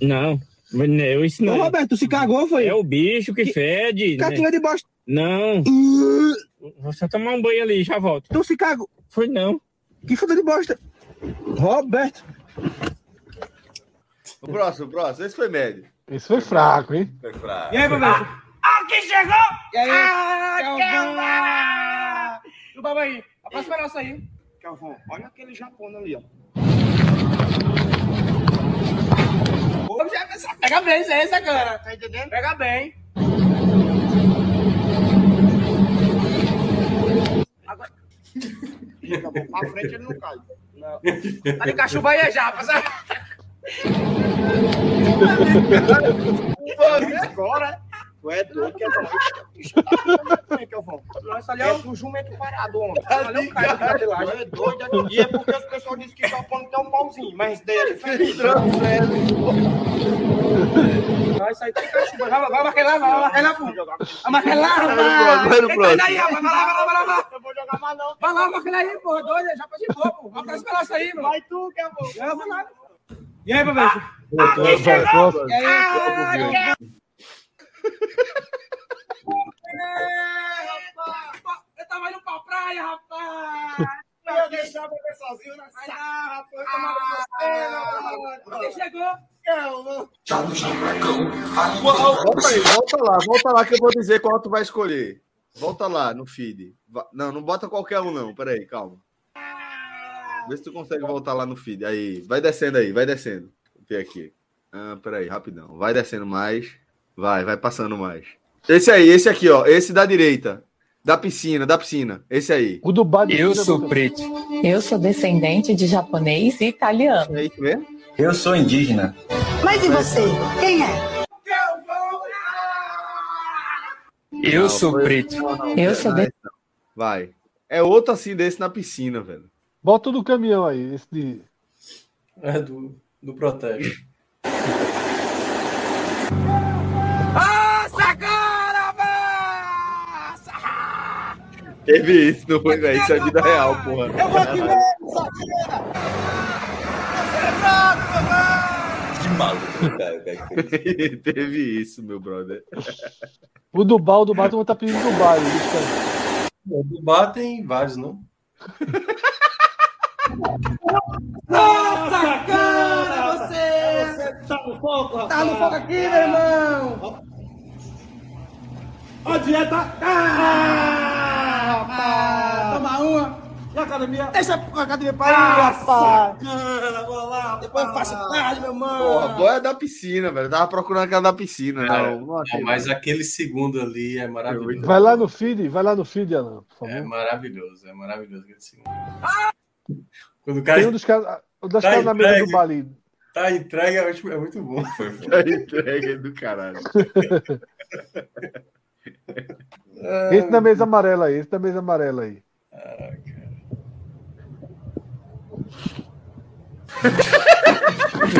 Speaker 9: Não. Mas não, Eu isso
Speaker 10: Ô,
Speaker 9: não.
Speaker 10: Roberto, tu se cagou, foi?
Speaker 9: É o bicho que fede. né?
Speaker 10: Catinga de bosta.
Speaker 9: Não. Vou só tomar um banho ali, já volto.
Speaker 10: Tu se cagou.
Speaker 9: Foi não.
Speaker 10: Que foda de bosta. Roberto.
Speaker 4: O próximo, o próximo. Esse foi médio.
Speaker 3: Isso foi fraco, hein?
Speaker 5: Foi pra-
Speaker 10: E aí, Roberto?
Speaker 8: Aqui chegou!
Speaker 10: E aí?
Speaker 7: Ah,
Speaker 8: Aquela! Do Babaí. A próxima é nossa aí.
Speaker 7: Calvão, olha aquele Japão ali, ó.
Speaker 8: Vamos já pensar. Pega bem, isso é essa, cara.
Speaker 7: Tá entendendo?
Speaker 8: Pega bem.
Speaker 7: Acabou. Pra frente ele não cai.
Speaker 8: Tá de cachumba aí, é japa. sabe?
Speaker 7: Agora, tu é doido que é bom. Calvão.
Speaker 8: Nossa, ali é
Speaker 7: É
Speaker 8: o...
Speaker 7: do jumento parado, homem. Olha o cara que tá de lá. Tu é doido. E é porque os pessoal dizem que Japão tem um pauzinho, mas dele fez.
Speaker 8: Nossa, aí tá de cachumba. Vai, vai, vai, lá, vai, lá, vai, lá, pô. Vai, vai, lá,
Speaker 4: Vai no próximo, vai no
Speaker 8: vai. Vai, daí,
Speaker 4: próximo.
Speaker 8: tá rapaz. vai, lá, vai, lá, vai, lá, vai.
Speaker 7: Eu vou jogar mais não.
Speaker 8: Vai lá, vai, lá, aí, pô. Dois, é japa de boa, pô. A próxima é nossa aí, mano.
Speaker 7: Vai tu, é, Calvão.
Speaker 8: Eu vou lá. E aí, Babaí?
Speaker 4: Ah,
Speaker 3: Voltou, voltou.
Speaker 8: E aí? Ah,
Speaker 7: É,
Speaker 8: rapaz. Eu tava indo pra praia, rapaz.
Speaker 7: Vai deixar beber sozinho na sala, rapaz. Tomar uma
Speaker 8: Quem chegou?
Speaker 7: cena,
Speaker 4: Volta aí, volta lá, volta lá que eu vou dizer qual tu vai escolher. Volta lá no feed. Va- Não, não bota qualquer um, não. Peraí, calma. Vê se tu consegue voltar lá no feed. Aí, vai descendo aí, vai descendo. Vê aqui. Ah, peraí, rapidão. Vai descendo mais. Vai, vai passando mais. Esse aí, esse aqui, ó. Esse da direita. Da piscina, da piscina. Esse aí.
Speaker 3: O do Bad
Speaker 6: Eu sou preto.
Speaker 11: Eu sou descendente de japonês e italiano.
Speaker 4: É isso mesmo?
Speaker 6: Eu sou indígena.
Speaker 12: Mas e você? Quem é?
Speaker 6: Eu
Speaker 4: Não,
Speaker 6: sou
Speaker 4: foi-
Speaker 6: preto.
Speaker 4: não, não,
Speaker 11: Eu
Speaker 4: não,
Speaker 11: sou
Speaker 4: não,
Speaker 11: de-
Speaker 4: não. Vai. É outro assim desse na piscina, velho.
Speaker 3: Bota o do caminhão aí. Esse de...
Speaker 2: É do, do protesto.
Speaker 8: Nossa, cara, massa!
Speaker 4: Teve isso, não foi, velho? Isso é vida real, porra.
Speaker 10: Eu vou aqui mesmo.
Speaker 5: Que maluco, cara, cara, que fez.
Speaker 4: Teve isso, meu brother.
Speaker 3: O do Bal, do Batman tá pedindo do Bal. isso aí.
Speaker 2: É Do bar tem vários, não?
Speaker 10: Nossa, cara, você.
Speaker 7: Tá no foco, rapaz.
Speaker 10: Tá no fogo aqui, meu irmão.
Speaker 7: Ó a dieta. Ah, rapaz.
Speaker 10: Toma uma.
Speaker 7: E a academia?
Speaker 10: Deixa a academia parar, rapaz.
Speaker 7: Cara, vou lá.
Speaker 10: Depois eu faço tarde, meu irmão.
Speaker 4: Porra, boa é da piscina, velho. Eu tava procurando aquela da piscina. né?
Speaker 2: Cara,
Speaker 4: não, não achei.
Speaker 2: Não, mas aquele segundo ali é maravilhoso.
Speaker 3: Vai lá no feed, vai lá no feed, Alan, por
Speaker 2: É
Speaker 3: favor.
Speaker 2: maravilhoso, é maravilhoso aquele segundo. Quando o cara
Speaker 3: Tem um dos caras. O das
Speaker 2: Tá
Speaker 3: caras na mesa
Speaker 2: entregue.
Speaker 3: do Bali.
Speaker 2: tá entregue, eu acho- é muito bom.
Speaker 4: A entrega é do caralho.
Speaker 3: Esse da mesa amarela aí, esse da mesa amarela aí.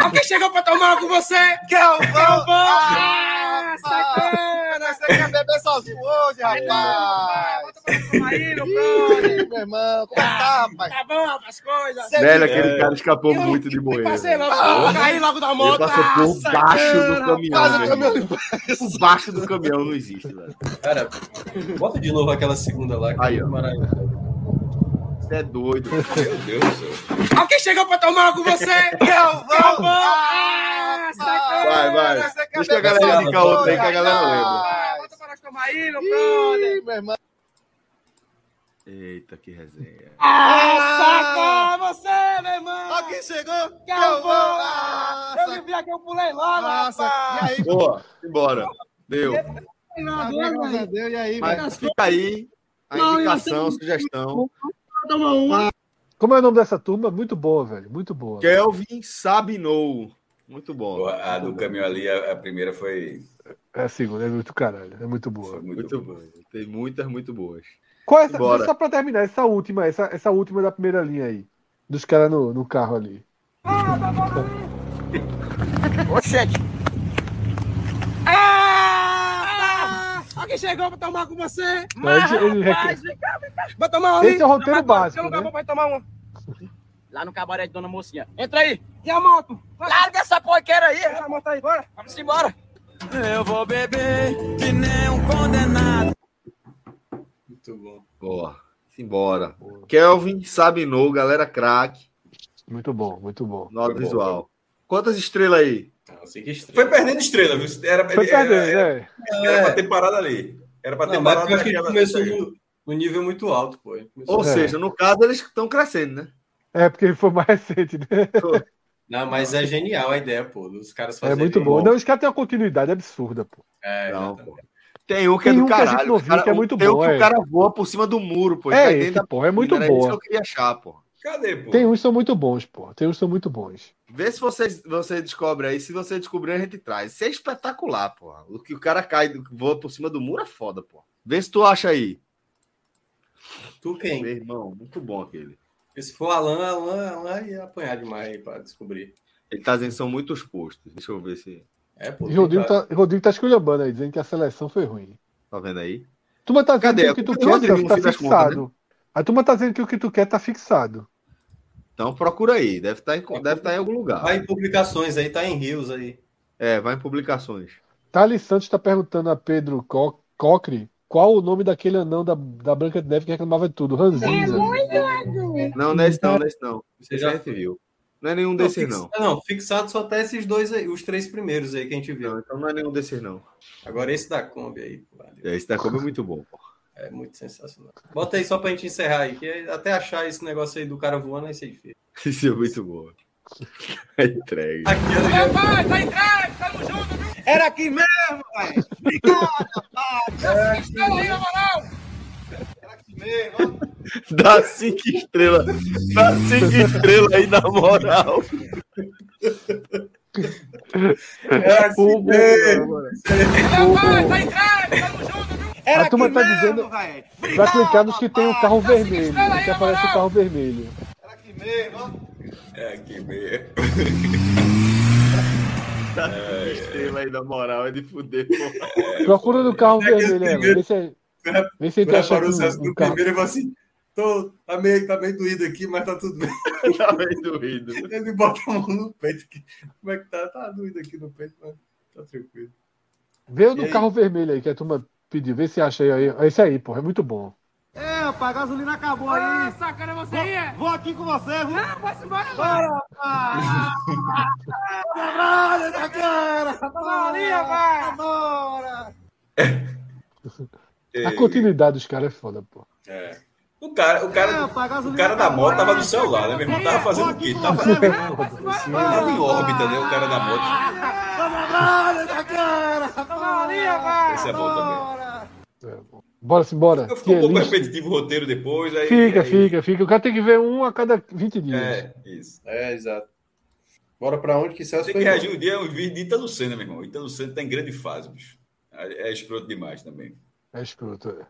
Speaker 8: Alguém chegou pra tomar uma com você?
Speaker 7: Calvão.
Speaker 8: Ah,
Speaker 7: Sacana, você quer beber sozinho hoje,
Speaker 8: Ah,
Speaker 7: rapaz?
Speaker 8: bota pra tomar aí, meu brother.
Speaker 7: Ih, meu irmão, como é que tá, rapaz?
Speaker 8: Tá bom, as coisas.
Speaker 4: velho, aquele cara escapou muito de
Speaker 8: Eu
Speaker 4: morrer.
Speaker 8: Passei
Speaker 4: velho.
Speaker 8: logo, eu caí logo da
Speaker 4: Ele
Speaker 8: moto.
Speaker 4: passou por
Speaker 8: Ah,
Speaker 4: baixo do
Speaker 8: sacana,
Speaker 4: caminhão,
Speaker 8: rapaz.
Speaker 4: velho. Por baixo do caminhão não existe, velho.
Speaker 2: Cara, bota de novo aquela segunda lá, que
Speaker 4: Aí,
Speaker 2: é
Speaker 4: ó.
Speaker 2: maravilhoso.
Speaker 4: Você é doido.
Speaker 5: Meu Deus do céu.
Speaker 8: Alguém chegou pra tomar uma com você? Calvão. Ah, sacana.
Speaker 4: Vai, vai.
Speaker 7: Você quer
Speaker 4: Deixa a
Speaker 7: beber
Speaker 4: galera
Speaker 7: sozinho
Speaker 4: indicar outro aí que a
Speaker 7: hoje,
Speaker 4: galera lembra.
Speaker 8: Ah,
Speaker 7: rapaz?
Speaker 8: Bota pra nós tomar aí, meu brother.
Speaker 7: Ih, meu irmão.
Speaker 4: Eita, que resenha.
Speaker 8: Ah, saca você, meu irmão.
Speaker 7: Ó quem chegou.
Speaker 8: Calvão.
Speaker 7: Ah,
Speaker 8: eu me vi aqui, eu pulei logo,
Speaker 7: Nossa,
Speaker 8: rapaz.
Speaker 7: e aí?
Speaker 4: Boa, embora. Deu.
Speaker 8: Pulei logo,
Speaker 7: Graças
Speaker 8: velho.
Speaker 7: a Deus, e aí, velho?
Speaker 4: Mas fica aí a indicação, a sugestão.
Speaker 8: Toma uma.
Speaker 3: Como é o nome dessa turma? Muito boa, velho. Muito boa.
Speaker 4: Kelvin Sabinou. Muito bom.
Speaker 5: A do caminho ali, a, a primeira foi,
Speaker 3: É a segunda, é muito caralho. É muito
Speaker 5: foi
Speaker 3: boa.
Speaker 5: muito,
Speaker 4: Muito
Speaker 5: boa.
Speaker 4: bom. Tem muitas muito boas.
Speaker 3: Qual é essa,
Speaker 4: Bora.
Speaker 3: só pra terminar, essa última, essa, essa última da primeira linha aí. Dos caras no, no carro ali.
Speaker 8: Oxente.
Speaker 10: Ah! Alguém chegou pra tomar com você?
Speaker 3: Mas
Speaker 10: Mas,
Speaker 3: ele- ele
Speaker 10: rapaz,
Speaker 3: requer-
Speaker 10: vem cá, vem cá. Vai tomar uma
Speaker 3: Esse
Speaker 10: ali?
Speaker 3: é o roteiro
Speaker 10: Vai tomar-
Speaker 3: básico,
Speaker 10: Tem um lugar
Speaker 3: né?
Speaker 10: bom pra ir tomar uma? Lá no cabaré de Dona Mocinha. Entra aí. E a moto? Larga essa porqueira aí. Deixa a moto aí, bora. Vamos embora. Eu vou beber que nem um condenado.
Speaker 2: Muito bom.
Speaker 4: Boa. Simbora. Kelvin, Sabino, galera craque.
Speaker 3: Muito bom, muito bom.
Speaker 4: Nota
Speaker 3: Foi bom,
Speaker 4: visual. Quantas estrelas aí?
Speaker 5: Foi perdendo estrela, viu? Era,
Speaker 4: Foi
Speaker 5: era-
Speaker 4: perdendo,
Speaker 5: era,
Speaker 3: né?
Speaker 4: é.
Speaker 5: era pra ter parado ali. Era pra ter
Speaker 2: Não, mas
Speaker 5: parado
Speaker 2: porque eu acho que ele
Speaker 5: naquela-
Speaker 2: começou no, no nível muito alto, pô. Ele começou-
Speaker 4: Ou seja, no caso, eles estão crescendo, né?
Speaker 3: É, porque ele foi mais recente, né?
Speaker 2: Não, mas é genial a ideia, pô, dos caras
Speaker 3: É
Speaker 2: fazerem.
Speaker 3: muito bom. Não, os caras têm uma continuidade absurda, pô.
Speaker 2: É,
Speaker 4: Não, pô. Tem um que é
Speaker 3: Tem
Speaker 4: do
Speaker 3: um que a gente
Speaker 4: caralho.
Speaker 3: não
Speaker 4: o
Speaker 3: viu,
Speaker 4: cara-
Speaker 3: que é muito
Speaker 4: tem um
Speaker 3: bom,
Speaker 4: que
Speaker 3: é.
Speaker 4: o cara voa por cima do muro, pô. ele
Speaker 3: É
Speaker 4: cai dentro
Speaker 3: esse,
Speaker 4: da
Speaker 3: pô, é muito
Speaker 4: piscina, Era isso
Speaker 3: boa.
Speaker 4: que eu queria achar, pô.
Speaker 5: Cadê, pô?
Speaker 3: Tem uns que são muito bons, pô. Tem uns que são muito bons.
Speaker 4: Vê se vocês você descobre aí. Se você descobrir, a gente traz. Isso é espetacular, pô. O que o cara cai, voa por cima do muro é foda, pô. Vê se tu acha aí.
Speaker 2: Tu quem?
Speaker 4: Meu irmão, muito bom aquele.
Speaker 2: Se for Alan, Alan, Alan ia apanhar demais aí pra descobrir.
Speaker 4: Ele tá dizendo que são muitos postos. Deixa eu ver se.
Speaker 2: É, pô.
Speaker 3: E Rodrigo tá, Rodrigo tá esculhambando aí, dizendo que a seleção foi ruim.
Speaker 4: Tá vendo aí?
Speaker 3: A turma tá dizendo
Speaker 4: Cadê?
Speaker 3: que o que tu
Speaker 4: Cadê o
Speaker 3: quer
Speaker 4: Rodrigo,
Speaker 3: tá,
Speaker 4: no
Speaker 3: tá
Speaker 4: fim das
Speaker 3: fixado.
Speaker 4: contas,
Speaker 3: A turma tá dizendo que o que tu quer tá fixado.
Speaker 4: Então procura aí. Deve estar em, deve tá em algum lugar.
Speaker 2: Vai em publicações aí, tá em rios aí.
Speaker 4: É, vai em publicações.
Speaker 3: Thales Santos tá perguntando a Pedro Co Cocre qual o nome daquele anão da, da Branca de Neve que reclamava de tudo.
Speaker 10: É
Speaker 3: Ranzinza.
Speaker 11: azul.
Speaker 4: Não, não é esse não, não é esse não.
Speaker 2: Você
Speaker 4: Você
Speaker 2: já-
Speaker 4: já viu. Não é nenhum desses, não.
Speaker 2: fixa- Não, fixado só tá esses dois aí, os três primeiros aí que a gente viu.
Speaker 4: então não é nenhum desses, não.
Speaker 2: Agora esse da Kombi aí, pô,
Speaker 4: É, Esse da Kombi é muito bom, pô.
Speaker 2: é muito sensacional. Bota aí só pra gente encerrar aí, que até achar esse negócio aí do cara voando, aí ser difícil.
Speaker 4: Isso é muito bom. É entregue.
Speaker 10: Rapaz, tá entregue, tamo junto, viu? Era aqui mesmo, velho. Obrigado, rapaz. Dá cinco estrelas aí, na moral.
Speaker 4: Dá cinco estrelas. Dá cinco estrelas aí, na moral. é assim
Speaker 3: O- o-
Speaker 10: Rapaz, tá entregue, tamo junto, viu? Era
Speaker 3: a turma
Speaker 10: aqui
Speaker 3: tá
Speaker 10: mesmo,
Speaker 3: dizendo
Speaker 10: velho.
Speaker 3: pra clicar nos que tem o carro vermelho.
Speaker 10: estrelas aí,
Speaker 3: Que aparece o
Speaker 10: Amaral.
Speaker 3: carro vermelho.
Speaker 5: É, que meio.
Speaker 4: Dá cinco estrelas aí, na moral. É de fuder, pô.
Speaker 3: Procura no carro
Speaker 2: Pega esse
Speaker 3: vermelho, Eva.
Speaker 2: primeiro.
Speaker 3: Vê se, é- vê se
Speaker 2: Tu
Speaker 3: tu acha
Speaker 2: reparou o
Speaker 3: que
Speaker 2: Celso
Speaker 3: o,
Speaker 2: no
Speaker 3: o um carro...
Speaker 2: primeiro e falou assim: tô, tá, meio, tá meio doído aqui, mas tá tudo bem.
Speaker 4: Tá meio doído.
Speaker 2: Ele bota a mão no peito. Aqui. Como é que tá? Tá doído aqui no peito, mas tá tranquilo.
Speaker 3: Vê o
Speaker 2: E
Speaker 3: do
Speaker 2: aí?
Speaker 3: carro vermelho aí que a turma pediu. Vê se acha aí. É Esse aí, porra. É muito bom.
Speaker 7: É, rapaz, a gasolina acabou aí.
Speaker 10: Ah, sacana você aí, é?
Speaker 7: Vou aqui com você, viu?
Speaker 10: Não, vai-se embora,
Speaker 7: Bora,
Speaker 10: mano.
Speaker 7: rapaz.
Speaker 10: Brother, sacana. Toma ali, rapaz.
Speaker 3: A continuidade dos caras é foda, pô.
Speaker 5: É. O cara, o cara, o cara da moto tava no celular, né, meu irmão? Tava fazendo o quê? Tava, tava em órbita, né? O cara da moto.
Speaker 10: Toma ali, rapaz.
Speaker 5: Esse é bom também.
Speaker 3: Bora simbora.
Speaker 5: Ficou um
Speaker 3: Que é
Speaker 5: pouco
Speaker 3: lixo.
Speaker 5: repetitivo o roteiro depois. Aí,
Speaker 3: Fica,
Speaker 5: aí-
Speaker 3: fica, fica. O cara tem que ver um a cada 20 dias.
Speaker 5: É, isso.
Speaker 2: É, exato. Bora pra onde que Celso
Speaker 5: Tem que reagir um dia um vídeo de Ita Lucena, meu irmão. Ita Lucena tá em grande fase, bicho. É é escroto demais também.
Speaker 3: É escroto. é.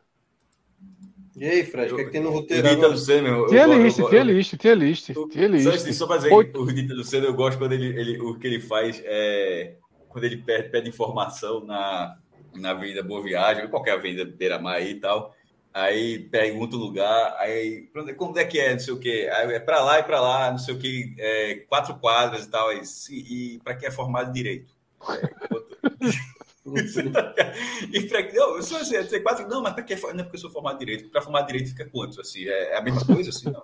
Speaker 2: E aí, Fred, o que, é que tem no
Speaker 5: E
Speaker 2: roteiro?
Speaker 5: de Ita
Speaker 2: agora?
Speaker 5: Lucena, meu irmão. eu-
Speaker 3: Tinha
Speaker 5: eu- eu-
Speaker 3: list,
Speaker 5: eu-
Speaker 3: tinha list, tinha list, tinha
Speaker 5: Só,
Speaker 3: list.
Speaker 5: assim, só pra dizer,
Speaker 3: Oito-
Speaker 5: o Dita Lucena, eu gosto quando ele, ele- o que ele faz é. Quando ele pede, pede informação na, na Avenida Boa Viagem, ou qualquer Avenida Beira Mar aí e tal. Aí pergunta o lugar, aí. pra onde- Como é que é? Não sei o quê. Aí é pra lá e pra lá, não sei o quê. é, quatro quadras e tal. Aí, se- e pra quem é formado em direito? E pra, não, eu sou assim, é quatro, não, mas pra que, é for- não é porque eu sou formado em direito. Pra formar direito fica quanto? Assim, é, é a mesma coisa? Assim, não.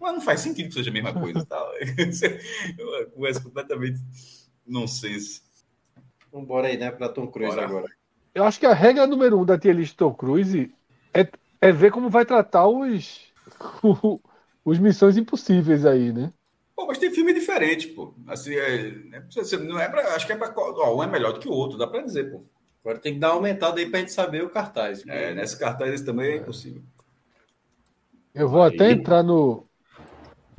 Speaker 5: Mas não faz sentido que seja a mesma coisa. Tal. É uma conversa completamente nonsense.
Speaker 2: Vambora aí, né? Pra Tom Cruise
Speaker 5: Bora.
Speaker 2: agora.
Speaker 3: Eu acho que a regra número um da tier list Tom Cruise é, é ver como vai tratar os, os missões impossíveis aí, né?
Speaker 5: Pô, mas tem filme diferente, pô. Assim, é, é, precisa ser- não é pra, acho que é pra. Ó, um é melhor do que o outro, dá pra dizer, pô.
Speaker 2: Agora tem que dar uma aumentada aí pra gente saber o cartaz.
Speaker 5: É, nesse cartaz esse também é impossível.
Speaker 3: Eu vou até entrar no.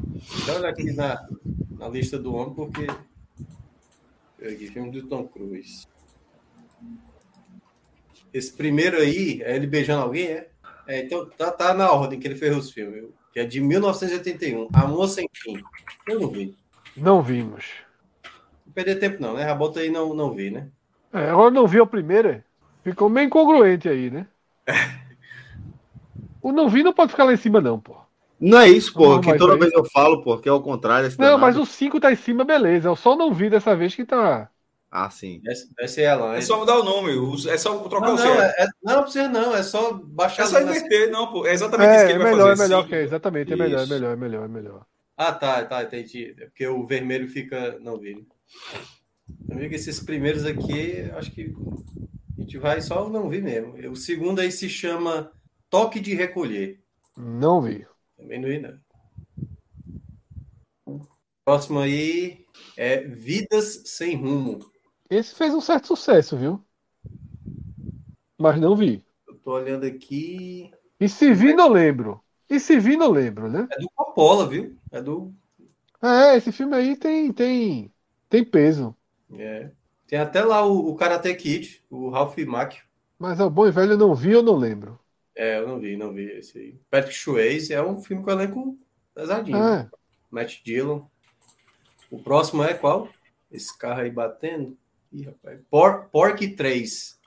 Speaker 2: Então, olha aqui na, na lista do homem, porque. Aqui, filme do Tom Cruise. Esse primeiro aí, é ele beijando alguém, é? É, então tá, tá na ordem que ele fez os filmes, que é de 1981. A Moça em Fim. Eu não vi.
Speaker 3: Não vimos.
Speaker 2: perder tempo, não, né? Rabota aí não, não vi, né?
Speaker 3: É, agora não vi o primeiro, é? ficou meio incongruente aí, né? o não vi não pode ficar lá em cima, não, pô.
Speaker 4: Não é isso, porra,
Speaker 3: Não,
Speaker 4: que
Speaker 3: mas
Speaker 4: toda
Speaker 3: aí-
Speaker 4: vez eu falo, porra, que é o contrário. esse
Speaker 3: Não,
Speaker 4: danado.
Speaker 3: mas o 5 tá em cima, beleza. Eu só não vi dessa vez que tá.
Speaker 4: Ah, sim.
Speaker 2: Desce, desce ela.
Speaker 5: É
Speaker 2: hein?
Speaker 5: só mudar o nome, o- é só trocar
Speaker 2: não,
Speaker 5: o
Speaker 2: não,
Speaker 5: zero.
Speaker 2: é, é- não, não precisa não, é só baixar
Speaker 5: É só
Speaker 2: ali na-
Speaker 5: inverter, não, pô. É exatamente isso
Speaker 3: É,
Speaker 5: que
Speaker 3: é
Speaker 5: ele
Speaker 3: melhor,
Speaker 5: vai
Speaker 3: é
Speaker 5: fazer. assim.
Speaker 3: melhor
Speaker 5: sim.
Speaker 3: que é, exatamente, é melhor, é
Speaker 5: Isso.
Speaker 3: melhor, é melhor, é melhor.
Speaker 2: Ah, tá, tá, entendi. É porque o vermelho fica. Não, vi. Amigo, esses primeiros aqui, acho que a gente vai só o não vi mesmo. O segundo aí se chama Toque de Recolher.
Speaker 3: Não vi.
Speaker 2: Também não vi, não. Próximo aí é Vidas Sem Rumo.
Speaker 3: Esse fez um certo sucesso, viu? Mas não vi.
Speaker 2: Eu tô olhando aqui.
Speaker 3: E se vi, não lembro. E se vi, não lembro, né?
Speaker 2: É do Coppola, viu? É do.
Speaker 3: É, esse filme aí tem, tem, tem peso.
Speaker 2: é. Tem até lá o, o Karate Kid, o Ralph Macchio.
Speaker 3: Mas é o bom e velho, eu não vi, eu não lembro.
Speaker 2: É, eu não vi, não vi esse aí. Patrick Swayze é um filme com elenco pesadinho.
Speaker 3: É.
Speaker 2: Matt Dillon. O próximo é qual? Esse carro aí batendo? Ih, rapaz. Por, Pork 3.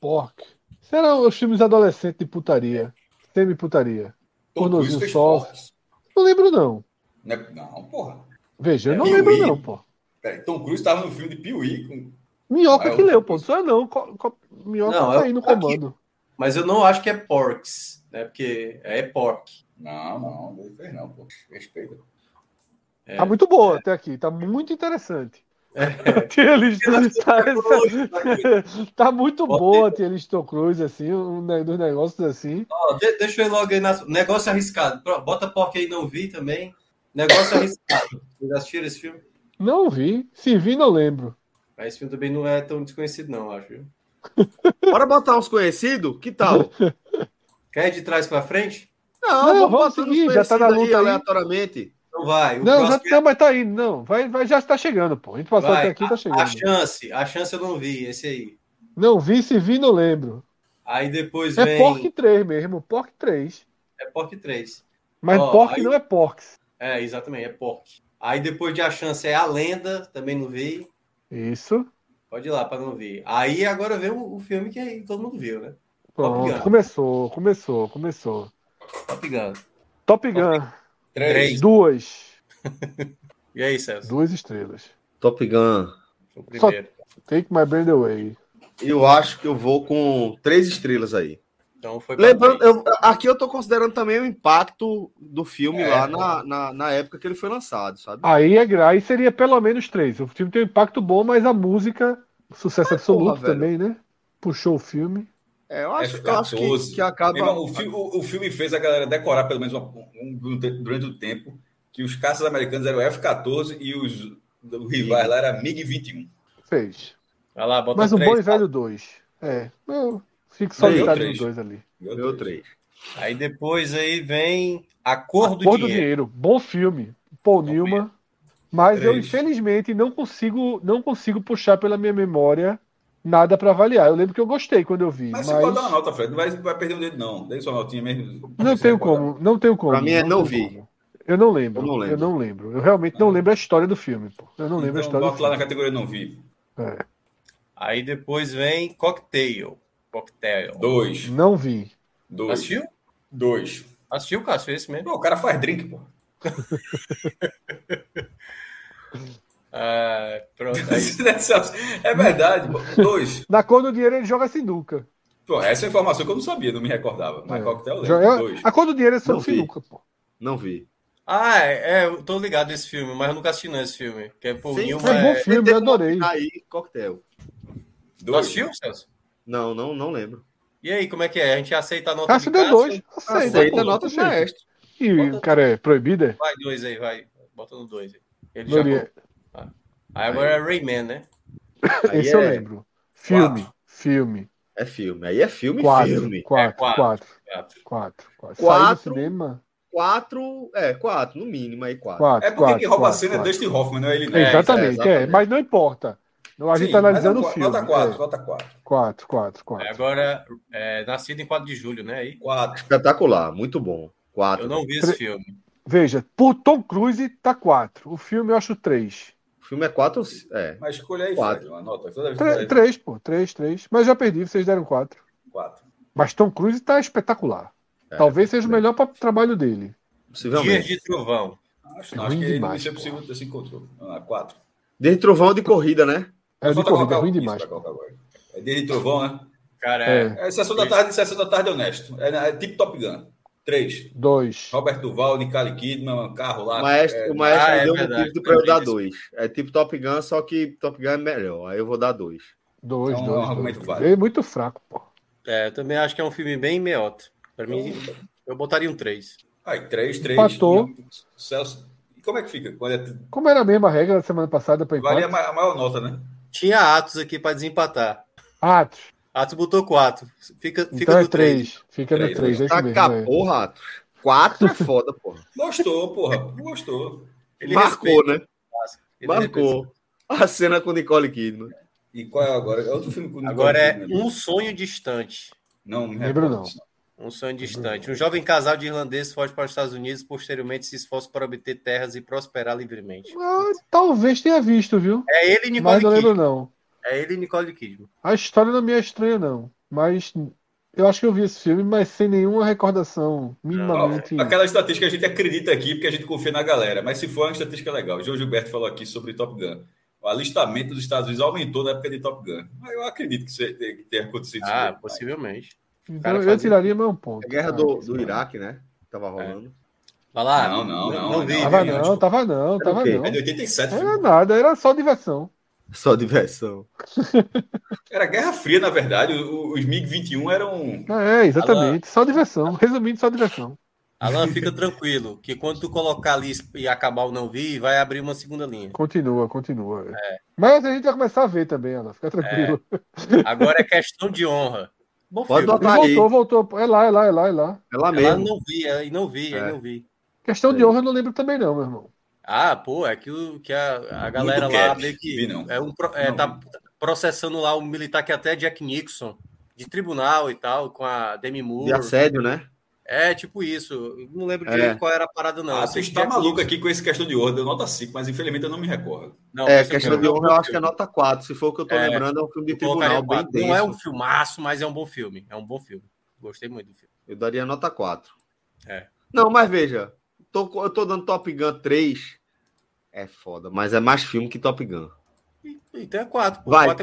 Speaker 3: Pork. Será os filmes adolescentes de putaria? Semi-putaria?
Speaker 5: Tom Cruise
Speaker 3: Pornozinho
Speaker 5: fez
Speaker 3: só?
Speaker 5: porcos.
Speaker 3: Não lembro, não.
Speaker 5: Não, é- não, porra.
Speaker 3: Veja, eu
Speaker 5: É
Speaker 3: não
Speaker 5: Piuí.
Speaker 3: lembro, não, pô.
Speaker 5: Peraí, Tom Cruise tava no filme de Piuí. Com...
Speaker 3: Minhoca
Speaker 5: Ah,
Speaker 3: que
Speaker 5: eu-
Speaker 3: leu, pô. Não sou eu, não. Co- co- Minhoca
Speaker 2: Não,
Speaker 3: tá
Speaker 2: eu-
Speaker 3: aí no
Speaker 2: aqui.
Speaker 3: comando.
Speaker 2: Mas eu não acho que é Porks, né? Porque é Pork.
Speaker 5: Não, não, não fez não, pô. Respeita.
Speaker 2: É.
Speaker 3: Tá muito boa até aqui. Tá muito interessante.
Speaker 2: É.
Speaker 3: A tia lista tá, tá muito boa a tia Liston Cruz, assim, um, ne- dos negócios assim.
Speaker 2: Ó, de- deixa eu ir logo aí na. Negócio arriscado. Pro- Bota Pork aí, não vi também. Negócio arriscado. Vocês assistiram esse filme?
Speaker 3: Não vi. Se vi, não lembro.
Speaker 2: Mas esse filme também não é tão desconhecido, não, eu acho. viu?
Speaker 4: Bora botar uns conhecidos? Que tal?
Speaker 2: Quer ir de trás pra frente?
Speaker 4: Não,
Speaker 3: Não,
Speaker 4: vamos
Speaker 3: vamos
Speaker 4: botar uns
Speaker 3: seguir, já tá na
Speaker 4: conhecidos aí
Speaker 3: luta aí.
Speaker 4: aleatoriamente.
Speaker 2: Não Então vai. O
Speaker 3: Não,
Speaker 2: próximo
Speaker 3: já, não, mas tá indo, não. Vai, vai, já tá chegando, pô. A gente passou
Speaker 2: Vai,
Speaker 3: até aqui, tá chegando.
Speaker 2: é A chance, a chance eu não vi, esse aí.
Speaker 3: Não vi, se vi, não lembro.
Speaker 2: Aí depois
Speaker 3: É
Speaker 2: vem.
Speaker 3: Pork 3 mesmo, Pork 3.
Speaker 2: É Pork 3.
Speaker 3: Mas
Speaker 2: Ó,
Speaker 3: Pork
Speaker 2: aí-
Speaker 3: não é Porks.
Speaker 2: É, exatamente, é Pork. Aí depois de A Chance é A Lenda, também não vi.
Speaker 3: Isso.
Speaker 2: Pode ir lá para não ver. Aí agora vem o, o filme que aí todo mundo viu, né? Top
Speaker 3: Pronto,
Speaker 2: Gun.
Speaker 3: começou, começou, começou.
Speaker 2: Top Gun.
Speaker 3: Top Gun,
Speaker 2: Três.
Speaker 3: duas,
Speaker 2: E aí, Celso?
Speaker 3: duas estrelas.
Speaker 4: Top Gun.
Speaker 2: O primeiro.
Speaker 3: Take My Brand Away.
Speaker 4: Eu acho que eu vou com três estrelas aí.
Speaker 2: Então foi pra
Speaker 4: Lembrando,
Speaker 2: três.
Speaker 4: eu- aqui eu tô considerando também o impacto do filme
Speaker 2: É.
Speaker 4: lá na, na, na época que ele foi lançado, sabe?
Speaker 3: Aí é gra- aí seria pelo menos três. O filme tem um impacto bom, mas a música, sucesso
Speaker 5: é
Speaker 3: absoluto
Speaker 4: velho.
Speaker 3: também, né? Puxou o filme.
Speaker 4: É, eu acho, eu acho que,
Speaker 5: F14.
Speaker 4: que
Speaker 3: Tá
Speaker 4: acaba.
Speaker 5: Meu irmão, o, filme, o- o filme fez a galera decorar, pelo menos uma- um- um- durante o tempo, que os caças americanos eram F-14 e os os rivais lá era MiG-21.
Speaker 3: Fez.
Speaker 2: Vai lá, bota
Speaker 3: Mas o
Speaker 2: três. tá?
Speaker 3: bom e velho dois. É, eu fico
Speaker 5: Ganhou
Speaker 3: solitário
Speaker 5: três.
Speaker 3: no dois ali.
Speaker 5: Meu
Speaker 4: Meu
Speaker 5: Deus.
Speaker 4: três.
Speaker 2: Aí depois aí vem A Cor do
Speaker 3: Cor do
Speaker 2: Dinheiro.
Speaker 3: Dinheiro, bom filme, Paul Newman. Mas eu
Speaker 2: Três.
Speaker 3: infelizmente não consigo, não consigo puxar pela minha memória nada pra avaliar. Eu lembro que eu gostei quando eu vi,
Speaker 5: Mas
Speaker 3: mas,
Speaker 5: você pode dar uma nota, Fred. Não vai, vai perder o dedo, não. Dê sua notinha mesmo.
Speaker 3: não
Speaker 5: Você
Speaker 3: tenho
Speaker 5: pode
Speaker 3: como, não tenho como.
Speaker 4: Pra mim é não
Speaker 3: tenho
Speaker 4: vi.
Speaker 3: como. Eu não lembro,
Speaker 4: Eu não lembro.
Speaker 3: eu não lembro. Eu realmente não lembro a história do filme, pô. Eu não
Speaker 5: dar.
Speaker 3: lembro a
Speaker 5: É. Então,
Speaker 3: história do
Speaker 5: bota lá na
Speaker 3: filme.
Speaker 5: categoria não vi.
Speaker 3: É,
Speaker 2: Aí depois vem Cocktail. Cocktail.
Speaker 5: Dois.
Speaker 3: não vi.
Speaker 5: Dois.
Speaker 2: Assistiu?
Speaker 5: Dois.
Speaker 2: Assistiu, Cássio? Esse mesmo?
Speaker 5: Pô, o cara faz drink, pô.
Speaker 2: Ah, pronto. Aí.
Speaker 5: é verdade, pô. Dois.
Speaker 3: Na Cor do Dinheiro ele joga sinuca.
Speaker 5: Pô, essa é uma informação que eu não sabia, não me recordava. Mas
Speaker 3: É.
Speaker 5: coquetel eu
Speaker 3: Joga-
Speaker 5: lembro. Dois.
Speaker 3: A Cor do Dinheiro é
Speaker 4: Não
Speaker 3: sobre
Speaker 4: vi.
Speaker 3: sinuca, pô.
Speaker 4: Não vi.
Speaker 2: Ah, é, é, eu tô ligado nesse filme, mas eu nunca assisti não esse filme. Que é Paul
Speaker 4: Sim,
Speaker 2: Newman.
Speaker 3: É bom
Speaker 2: é-
Speaker 3: filme, eu adorei.
Speaker 4: Aí, coquetel.
Speaker 2: Tu
Speaker 5: Dois.
Speaker 2: assistiu, Celso?
Speaker 4: Não, não, não lembro.
Speaker 2: E aí, como é que é? A gente aceita a nota
Speaker 3: Cássio
Speaker 2: de
Speaker 3: deu
Speaker 2: Cássio?
Speaker 3: dois. Aceita,
Speaker 4: Aceita
Speaker 3: pô,
Speaker 4: a nota de
Speaker 3: aceita.
Speaker 4: maestro.
Speaker 3: E o cara é proibido, é?
Speaker 2: Vai, dois aí, vai. Bota no dois aí. Ele já
Speaker 3: Doria-
Speaker 2: Aí agora é Rayman, né?
Speaker 4: Aí
Speaker 3: Esse eu
Speaker 4: é,
Speaker 3: lembro. Filme, filme.
Speaker 4: é filme. Aí é filme,
Speaker 3: Quatro,
Speaker 4: filme.
Speaker 3: quatro,
Speaker 2: É, quatro.
Speaker 3: quatro,
Speaker 2: Quatro.
Speaker 3: quatro, quatro. Saiu do
Speaker 4: Quatro.
Speaker 3: cinema?
Speaker 4: Quatro, é, quatro, no mínimo aí quatro.
Speaker 3: Quatro,
Speaker 5: É porque
Speaker 3: quatro,
Speaker 5: quem rouba
Speaker 3: quatro,
Speaker 5: a cena é
Speaker 3: quatro.
Speaker 5: Dustin Hoffman, não é ele, não.
Speaker 3: É,
Speaker 2: É,
Speaker 3: exatamente, é,
Speaker 4: exatamente.
Speaker 3: mas não importa. A gente
Speaker 5: Sim,
Speaker 3: tá
Speaker 5: mas
Speaker 3: analisando
Speaker 5: nota-
Speaker 3: o filme.
Speaker 5: Nota 4,
Speaker 3: É,
Speaker 5: nota 4.
Speaker 3: quatro, quatro,
Speaker 2: Aí
Speaker 3: quatro.
Speaker 2: agora, é, nascido em 4 de julho, né? Aí,
Speaker 5: 4.
Speaker 4: Espetacular, muito bom. Quatro.
Speaker 2: eu não vi esse filme.
Speaker 3: Veja, por Tom Cruise tá quatro. O filme eu acho três.
Speaker 4: O filme é quatro. É.
Speaker 5: Mas escolha aí,
Speaker 4: Quatro.
Speaker 5: Fred, uma nota. Toda vez que
Speaker 3: Tre-
Speaker 5: fala-
Speaker 3: Três, pô. Três, três. Mas já perdi, vocês deram quatro.
Speaker 5: Quatro.
Speaker 3: Mas Tom Cruise tá espetacular. Talvez seja o melhor pa- trabalho dele.
Speaker 2: Dias de trovão.
Speaker 5: Acho, não, acho
Speaker 3: Ruim
Speaker 5: que ele
Speaker 3: demais,
Speaker 5: missão possível ter se encontrou. Vamos lá, quatro.
Speaker 4: Desde trovão de corrida, né?
Speaker 3: É de
Speaker 5: Falta
Speaker 3: corrida,
Speaker 5: colocar
Speaker 3: ruim
Speaker 5: tá isso
Speaker 3: demais.
Speaker 5: pra colocar agora. É dele trovão, né?
Speaker 2: Cara,
Speaker 5: É, sessão da tarde, sessão da tarde honesto. É, é tipo Top Gun. Três.
Speaker 3: Dois.
Speaker 5: Robert Duval, Nicole Kidman, um carro lá.
Speaker 4: O maestro,
Speaker 5: é,
Speaker 4: o maestro
Speaker 5: ah, é
Speaker 4: deu um
Speaker 5: verdade,
Speaker 4: motivo para eu
Speaker 5: lembrei
Speaker 4: dar
Speaker 5: disso.
Speaker 4: dois. É tipo Top Gun, só que Top Gun é melhor. Aí eu vou dar dois.
Speaker 3: Dois,
Speaker 5: É um
Speaker 3: dois,
Speaker 5: argumento
Speaker 3: dois.
Speaker 5: válido.
Speaker 3: É muito fraco, pô.
Speaker 2: É, eu também acho que é um filme bem meiota. Pra mim, eu botaria um 3.
Speaker 5: Aí, três, três.
Speaker 3: Empatou.
Speaker 5: E, Celso. E como é que fica? Quando é-
Speaker 3: Como era a mesma regra da semana passada pra empate?
Speaker 5: Vale a, ma- a maior nota, né?
Speaker 2: Tinha Atos aqui pra desempatar.
Speaker 3: Atos.
Speaker 2: Atos botou 4. Fica, fica
Speaker 3: Então é
Speaker 2: no 3.
Speaker 3: três. Fica no
Speaker 5: Três,
Speaker 3: três, é isso mesmo.
Speaker 4: Taca
Speaker 3: é.
Speaker 4: porra, Atos. Quatro é foda, porra.
Speaker 5: Gostou, porra. Gostou.
Speaker 2: Ele
Speaker 4: Marcou,
Speaker 2: respeita.
Speaker 4: né? Marcou. A cena com Nicole Kidman.
Speaker 5: E qual é agora? É outro filme com o Nicole
Speaker 2: Agora é
Speaker 5: Kidman, né?
Speaker 2: Um Sonho Distante.
Speaker 5: Não, é me
Speaker 3: Lembro
Speaker 5: recordo
Speaker 3: não.
Speaker 5: disso,
Speaker 2: Um
Speaker 5: Uhum.
Speaker 2: sonho distante. Um jovem casal de irlandeses foge para os Estados Unidos, posteriormente se esforça para obter terras e prosperar livremente.
Speaker 3: Ah, talvez tenha visto, viu?
Speaker 2: É ele e Nicole
Speaker 3: Mas não lembro,
Speaker 2: Kidman.
Speaker 3: não.
Speaker 2: É ele e Nicole Kidman.
Speaker 3: A história não me é estranha, não. Mas eu acho que eu vi esse filme, mas sem nenhuma recordação minimamente.
Speaker 5: Ó, Aquela estatística que a gente acredita aqui, porque a gente confia na galera. Mas se for uma estatística legal, o João Gilberto falou aqui sobre Top Gun. O alistamento dos Estados Unidos aumentou na época de Top Gun. Mas eu acredito que isso tenha- que tenha acontecido. isso
Speaker 2: Ah,
Speaker 5: mesmo.
Speaker 2: possivelmente.
Speaker 3: Então
Speaker 2: cara
Speaker 3: eu
Speaker 2: fazia-
Speaker 3: tiraria mais um ponto.
Speaker 4: A guerra
Speaker 3: Ah,
Speaker 4: do,
Speaker 3: isso
Speaker 4: do
Speaker 3: não.
Speaker 4: Iraque, né? Tava rolando.
Speaker 2: Vai lá.
Speaker 5: Não, não, não,
Speaker 2: vi.
Speaker 5: não.
Speaker 3: Tava
Speaker 5: Iraque,
Speaker 3: não,
Speaker 5: tipo,
Speaker 3: tava não, tava
Speaker 4: quê?
Speaker 3: não.
Speaker 5: É de 87.
Speaker 3: Era
Speaker 5: filho.
Speaker 3: nada, era só diversão.
Speaker 4: Só diversão.
Speaker 5: Era Guerra Fria, na verdade. O- o- Os MiG-21 eram.
Speaker 3: Ah, É, exatamente, só diversão. Resumindo, só diversão.
Speaker 2: Alan, fica tranquilo, que quando tu colocar ali e acabar o não vi, vai abrir uma segunda linha.
Speaker 3: Continua, continua.
Speaker 4: É.
Speaker 3: Mas a gente vai começar a ver também, Ana, fica tranquilo.
Speaker 2: Agora é questão de honra. Bom
Speaker 4: Pode
Speaker 2: filme.
Speaker 3: E
Speaker 4: Tá aí.
Speaker 3: voltou, voltou. É lá, é lá, é lá, é lá.
Speaker 4: É lá
Speaker 2: Ela
Speaker 4: mesmo.
Speaker 2: não vi, aí não vi, aí
Speaker 4: É.
Speaker 2: não vi.
Speaker 3: Questão de honra eu não lembro também, não, meu irmão.
Speaker 2: Ah, pô, é que, o, que a, a galera
Speaker 5: Muito
Speaker 2: lá
Speaker 5: cap,
Speaker 2: meio que
Speaker 5: vi não.
Speaker 2: é um, pro- é,
Speaker 5: Não
Speaker 2: tá processando lá um militar que é até Jack Nixon, de tribunal e tal, com a Demi
Speaker 4: De
Speaker 2: Moore.
Speaker 4: assédio, né?
Speaker 2: É, tipo isso. Eu Não lembro
Speaker 4: É.
Speaker 2: direito qual era a parada, não.
Speaker 5: Ah,
Speaker 2: Eu
Speaker 5: tu
Speaker 2: sei que
Speaker 5: está
Speaker 2: Jack
Speaker 5: maluco
Speaker 2: Nixon-
Speaker 5: aqui com essa questão de ordem. Nota 5, mas infelizmente eu não me recordo.
Speaker 2: Não,
Speaker 4: É,
Speaker 2: esse aqui
Speaker 4: questão de
Speaker 2: um bom
Speaker 4: honra, eu acho que é
Speaker 2: filme.
Speaker 4: nota 4. Se for o que eu tô
Speaker 2: É,
Speaker 4: lembrando, é um filme de
Speaker 2: Eu colocaria
Speaker 4: tribunal bem
Speaker 2: quatro.
Speaker 4: denso.
Speaker 2: Não é um filmaço, mas é um bom filme. É um bom filme. Gostei muito do filme.
Speaker 4: Eu daria nota 4.
Speaker 2: um É.
Speaker 4: Não, mas veja, tô co- eu tô dando Top Gun 3. É foda, mas é mais filme que Top Gun.
Speaker 2: Então é 4.
Speaker 4: Vai, 4,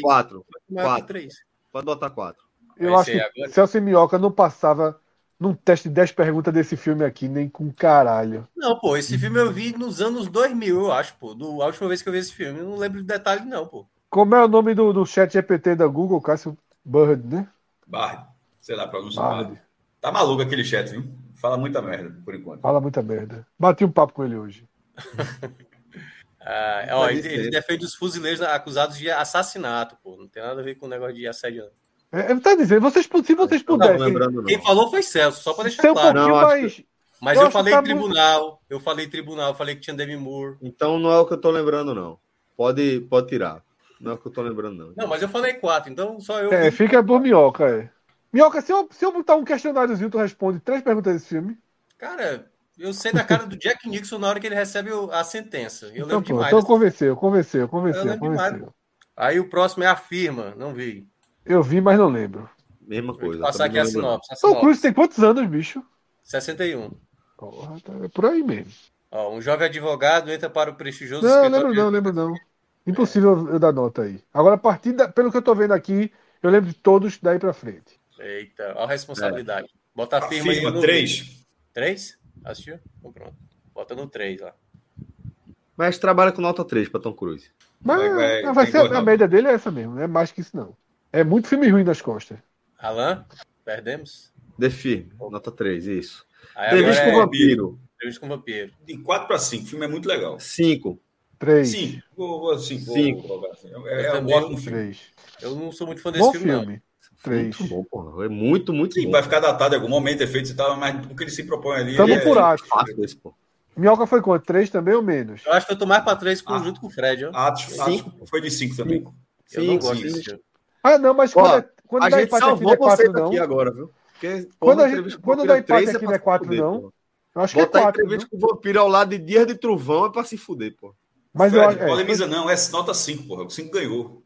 Speaker 4: 4. quatro.
Speaker 2: 3.
Speaker 4: Pode botar 4.
Speaker 3: Eu
Speaker 2: Vai
Speaker 3: acho
Speaker 2: ser
Speaker 3: que
Speaker 2: agora?
Speaker 3: Celso Minhoca não passava num teste de 10 perguntas desse filme aqui, nem com caralho.
Speaker 2: Não, pô, esse filme eu vi nos anos 2000, eu acho, pô. Do, a última vez que eu vi esse filme. Eu não lembro de detalhe, não, pô.
Speaker 3: Como é o nome do, do chat GPT da Google, Cássio Bird, né?
Speaker 5: Bard. Sei lá, pronúncia Bard.
Speaker 3: Bird.
Speaker 5: Tá maluco aquele chat, viu? Fala muita merda, por enquanto.
Speaker 3: Fala muita merda. Bati um papo com ele hoje.
Speaker 2: Ah, ó,
Speaker 4: Pode
Speaker 2: ele,
Speaker 4: ser.
Speaker 2: ele defende os fuzileiros acusados de assassinato, pô. Não tem nada a ver com o negócio de assédio. não.
Speaker 3: É, é, tá dizendo, vocês, se vocês
Speaker 4: Não tava
Speaker 3: pudessem
Speaker 4: lembrando, não.
Speaker 2: Quem falou foi Celso, só pra deixar
Speaker 3: ser um
Speaker 2: claro.
Speaker 3: pouquinho
Speaker 4: Não, acho
Speaker 3: mais.
Speaker 2: Mas
Speaker 3: eu
Speaker 2: eu,
Speaker 3: acho que
Speaker 2: falei
Speaker 3: tá muito-
Speaker 2: tribunal, eu falei tribunal, eu falei que tinha Demi Moore.
Speaker 4: Então não é o que eu tô lembrando, não. Pode, pode tirar. Não é o que eu tô lembrando, não.
Speaker 2: Não, mas eu falei 4, então só eu.
Speaker 3: É,
Speaker 2: vi.
Speaker 3: fica por minhoca, é. Minhoca, se eu, se eu botar um questionáriozinho, tu responde três perguntas desse filme.
Speaker 2: Cara, eu sei da cara do Jack Nixon na hora que ele recebe o- a sentença. Eu
Speaker 3: então,
Speaker 2: lembro
Speaker 3: pô,
Speaker 2: demais.
Speaker 3: então convenceu, convenceu, convenceu,
Speaker 2: lembro demais,
Speaker 3: convenceu.
Speaker 2: Aí o próximo é Afirma, não vi.
Speaker 3: Eu vi, mas não lembro.
Speaker 4: Mesma
Speaker 2: Vou
Speaker 4: coisa.
Speaker 2: passar aqui
Speaker 4: também
Speaker 2: a
Speaker 4: não lembro,
Speaker 2: sinopse. A
Speaker 3: Tom
Speaker 2: sinopse.
Speaker 3: Cruise tem quantos anos, bicho?
Speaker 2: 61.
Speaker 3: Porra, tá- é por aí mesmo.
Speaker 2: Ó, um jovem advogado entra para o prestigioso
Speaker 3: Não,
Speaker 2: escritório.
Speaker 3: lembro não, lembro não. Impossível eu dar nota aí. Agora, a partir da, pelo que eu tô vendo aqui, eu lembro de todos daí pra frente.
Speaker 2: Eita, ó a responsabilidade. Bota a firma, aí.
Speaker 5: Afirma
Speaker 2: no-
Speaker 5: 3.
Speaker 2: Três? Assistiu? Então, pronto. Bota no 3 lá.
Speaker 4: não. Mas trabalha com nota 3 pra Tom Cruise.
Speaker 3: Mas
Speaker 5: Vai- vai-
Speaker 3: não, vai
Speaker 5: tem
Speaker 3: ser,
Speaker 5: boa
Speaker 3: a
Speaker 5: nota.
Speaker 3: média dele é essa mesmo, não é mais que isso não. É muito filme ruim nas costas.
Speaker 2: Alan, perdemos?
Speaker 4: Dê firme, nota 3, isso.
Speaker 2: Aí
Speaker 4: Entrevista
Speaker 2: agora
Speaker 4: com
Speaker 2: é
Speaker 4: o Vampiro,
Speaker 2: entrevista com o vampiro.
Speaker 5: De 4 para 5, o filme é muito legal.
Speaker 4: 5.
Speaker 3: Três.
Speaker 5: Sim, vou, vou, sim, vou,
Speaker 4: Cinco.
Speaker 5: vou colocar assim. É, é
Speaker 2: Eu
Speaker 5: um
Speaker 2: também
Speaker 5: ótimo
Speaker 2: não
Speaker 5: filme.
Speaker 3: Três.
Speaker 2: Eu não sou muito fã desse
Speaker 3: Bom
Speaker 2: filme, não.
Speaker 3: filme. Três.
Speaker 4: Muito bom, porra. É muito, muito
Speaker 5: Sim,
Speaker 4: bom.
Speaker 5: vai ficar datado em algum momento, efeitos e tal, mas o que ele se propõe ali.
Speaker 3: Tamo
Speaker 5: ele
Speaker 3: por
Speaker 5: é...
Speaker 3: acho.
Speaker 4: Fácil esse, pô.
Speaker 3: Minhoca foi quanto? Três também ou menos?
Speaker 2: Eu acho que eu tô mais pra 3
Speaker 5: Ah.
Speaker 2: junto com o Fred, ó.
Speaker 5: Atos, Atos foi de 5 também.
Speaker 2: Eu não
Speaker 4: Sim,
Speaker 2: gosto
Speaker 4: sim.
Speaker 2: desse filme.
Speaker 3: Ah, não, mas
Speaker 4: Ó,
Speaker 3: quando, é, quando
Speaker 4: a
Speaker 3: dá
Speaker 4: gente
Speaker 3: empate aqui não
Speaker 4: salvou
Speaker 3: é quatro,
Speaker 4: vocês
Speaker 3: não.
Speaker 4: aqui agora, viu? Porque,
Speaker 3: Quando a gente-
Speaker 4: entrevista com
Speaker 3: quando
Speaker 4: vampiro
Speaker 3: dá empate
Speaker 4: três,
Speaker 3: aqui
Speaker 4: pra
Speaker 3: não é
Speaker 4: se
Speaker 3: quatro,
Speaker 4: fuder,
Speaker 3: não.
Speaker 4: pô.
Speaker 3: Eu acho que é
Speaker 4: Botar
Speaker 3: quatro.
Speaker 4: entrevista com o vampiro ao lado de Dias de Trovão é pra se fuder, pô.
Speaker 3: viu? Mas
Speaker 5: Fred,
Speaker 3: eu acho- é,
Speaker 5: polemiza não, é nota 5, porra. O 5 ganhou.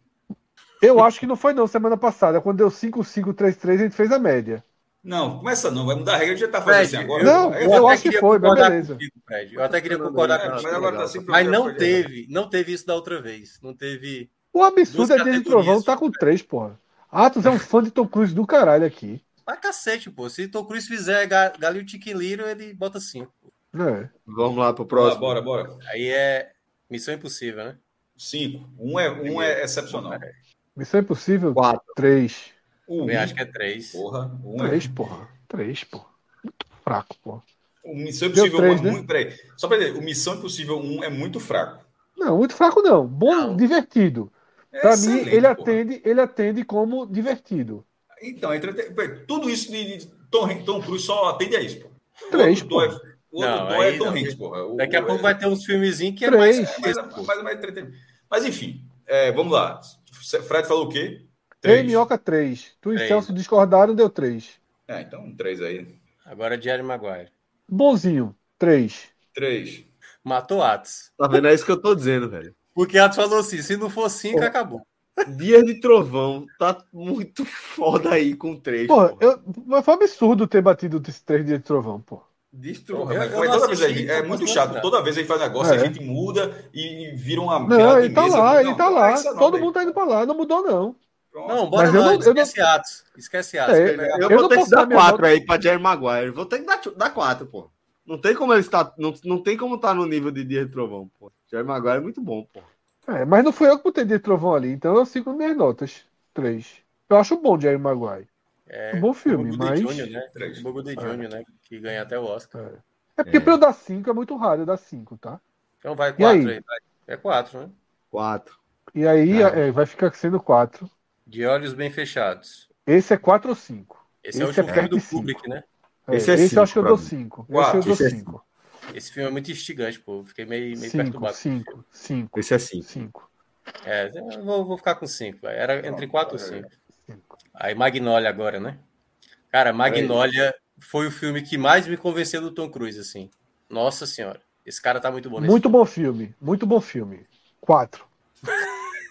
Speaker 3: Eu acho que não foi, não, semana passada. Quando deu 5-5-3-3, a gente fez a média.
Speaker 5: Não, começa não, vai mudar a regra, a gente já tá fazendo
Speaker 2: Fred,
Speaker 5: assim agora.
Speaker 3: não,
Speaker 5: Aí
Speaker 3: eu,
Speaker 5: até
Speaker 3: acho que
Speaker 5: queria
Speaker 3: foi, mas
Speaker 5: concordar
Speaker 3: beleza.
Speaker 5: contigo,
Speaker 2: Fred. Eu até queria concordar
Speaker 5: É,
Speaker 2: com
Speaker 5: mas
Speaker 2: você.
Speaker 5: agora tá sem
Speaker 2: Mas
Speaker 5: programa,
Speaker 2: não
Speaker 5: Fred.
Speaker 2: teve, não teve isso da outra vez. Não teve.
Speaker 3: O absurdo
Speaker 2: Duas
Speaker 3: é dele Trovão tá
Speaker 5: né?
Speaker 3: com 3, porra. Atos é um fã de Tom Cruise do caralho aqui.
Speaker 2: Pra cacete, pô. Se Tom Cruise fizer ga- Galil Tiquiliro, ele bota 5.
Speaker 3: É.
Speaker 4: Vamos lá pro próximo.
Speaker 5: Bora, bora.
Speaker 2: Aí é Missão Impossível, né?
Speaker 5: 5. Um é, um é excepcional.
Speaker 3: Missão Impossível? 4. 3.
Speaker 5: Um,
Speaker 2: Eu acho que é 3.
Speaker 3: Uhum.
Speaker 5: Porra, um é.
Speaker 3: 3, porra. 3, porra. Muito fraco, porra.
Speaker 5: O Missão
Speaker 3: Deu
Speaker 5: Impossível 1
Speaker 3: três,
Speaker 5: é
Speaker 3: né?
Speaker 5: muito. Peraí, só pra entender, o Missão Impossível 1 é muito fraco.
Speaker 3: Não, muito fraco não. Bom, divertido.
Speaker 5: É
Speaker 3: pra mim,
Speaker 5: excelente,
Speaker 3: ele
Speaker 5: porra.
Speaker 3: atende, ele atende como divertido.
Speaker 5: Então, entre... peraí, tudo isso de de Tom, Tom Cruise só atende a isso, pô.
Speaker 3: Três,
Speaker 5: O outro dó é, o outro
Speaker 2: Não,
Speaker 5: dó é
Speaker 2: aí
Speaker 5: Tom
Speaker 2: não.
Speaker 5: Hanks, porra. O-
Speaker 2: Daqui a
Speaker 5: o-
Speaker 2: pouco vai ter uns filmezinhos que é
Speaker 3: Três.
Speaker 2: mais.
Speaker 5: Mas, mas, mas, entreten- mas, enfim, é, vamos lá. Fred falou o quê?
Speaker 3: Ei, Minhoca 3. Tu e
Speaker 2: Três.
Speaker 3: Celso discordaram, deu 3.
Speaker 5: É, então um 3 aí.
Speaker 2: Agora Jerry Maguire.
Speaker 3: Bonzinho, 3.
Speaker 5: 3.
Speaker 2: Matou Atos.
Speaker 4: Tá vendo? É isso que eu tô dizendo, velho.
Speaker 2: Porque Atos falou assim: se não for 5, acabou.
Speaker 4: Dias de Trovão tá muito foda aí com três.
Speaker 3: Porra, eu, mas foi um absurdo ter batido esses 3 dias de trovão, porra.
Speaker 4: Destru...
Speaker 5: Porra, mas-
Speaker 2: eu
Speaker 5: mas
Speaker 2: não
Speaker 5: toda vez
Speaker 2: assisti, né?
Speaker 5: aí, é
Speaker 2: não
Speaker 5: muito
Speaker 2: posso
Speaker 5: chato.
Speaker 2: lembrar.
Speaker 5: Toda vez ele faz negócio,
Speaker 3: É.
Speaker 5: a gente muda e, e vira uma
Speaker 3: Não,
Speaker 5: piada de
Speaker 3: ele tá
Speaker 5: mesa.
Speaker 3: lá,
Speaker 5: Não,
Speaker 3: ele tá
Speaker 5: não,
Speaker 3: lá.
Speaker 5: essa não,
Speaker 3: Todo
Speaker 5: velho.
Speaker 3: mundo tá indo pra lá, não mudou, não.
Speaker 2: Não, bora
Speaker 3: Mas eu
Speaker 2: lá.
Speaker 3: não- eu não-
Speaker 2: Esquece Atos. Esquece Atos.
Speaker 3: É,
Speaker 2: Quer pegar-
Speaker 4: Eu,
Speaker 3: Eu
Speaker 4: vou
Speaker 3: não
Speaker 4: ter que
Speaker 3: posso dar
Speaker 4: dar
Speaker 3: minha
Speaker 4: quatro
Speaker 3: nota.
Speaker 4: aí pra Jerry Maguire. Vou ter que dar, dar quatro, pô. Não tem como ele estar. Não, não tem como estar no nível de Dias de Trovão, pô. Jerry Maguire é muito bom, pô.
Speaker 3: É, mas não fui eu que botei de trovão ali, então eu sigo minhas notas. 3. Eu acho bom Jerry Maguire.
Speaker 2: É,
Speaker 3: Um bom filme,
Speaker 2: o
Speaker 3: mas.
Speaker 2: Bugody Jr., né?
Speaker 5: Três.
Speaker 2: O Bugody Jr., né? Que ganha até o Oscar.
Speaker 3: É. É porque pra eu dar 5 é muito raro eu dar 5, tá?
Speaker 2: Então vai
Speaker 3: E aí?
Speaker 2: 4 aí. vai. É 4, né?
Speaker 4: Quatro.
Speaker 3: E aí
Speaker 4: Não.
Speaker 3: é, vai ficar sendo 4.
Speaker 2: De olhos bem fechados.
Speaker 3: Esse é 4 ou 5.
Speaker 2: Esse, é o
Speaker 3: Esse é
Speaker 2: último filme
Speaker 3: perto
Speaker 2: do
Speaker 3: de cinco.
Speaker 2: Kubrick, né?
Speaker 4: Esse é
Speaker 3: esse eu
Speaker 4: cinco
Speaker 3: acho que eu
Speaker 4: pra
Speaker 3: dou
Speaker 4: mim.
Speaker 3: 5. Esse
Speaker 5: Quatro,
Speaker 3: eu dou
Speaker 4: esse é
Speaker 3: 5.
Speaker 2: Esse filme é muito instigante, pô. Eu Fiquei meio, meio
Speaker 3: 5,
Speaker 2: perturbado.
Speaker 3: 5, 5,
Speaker 4: Esse é cinco.
Speaker 3: 5.
Speaker 2: É, eu vou, vou ficar com 5. Era entre 4 e 5.
Speaker 3: Cinco.
Speaker 2: Aí Magnolia agora, né? Cara, Magnolia foi o filme que mais me convenceu do Tom Cruise, assim. Nossa senhora. Esse cara tá muito bom nesse
Speaker 3: Muito bom filme, muito bom filme. 4.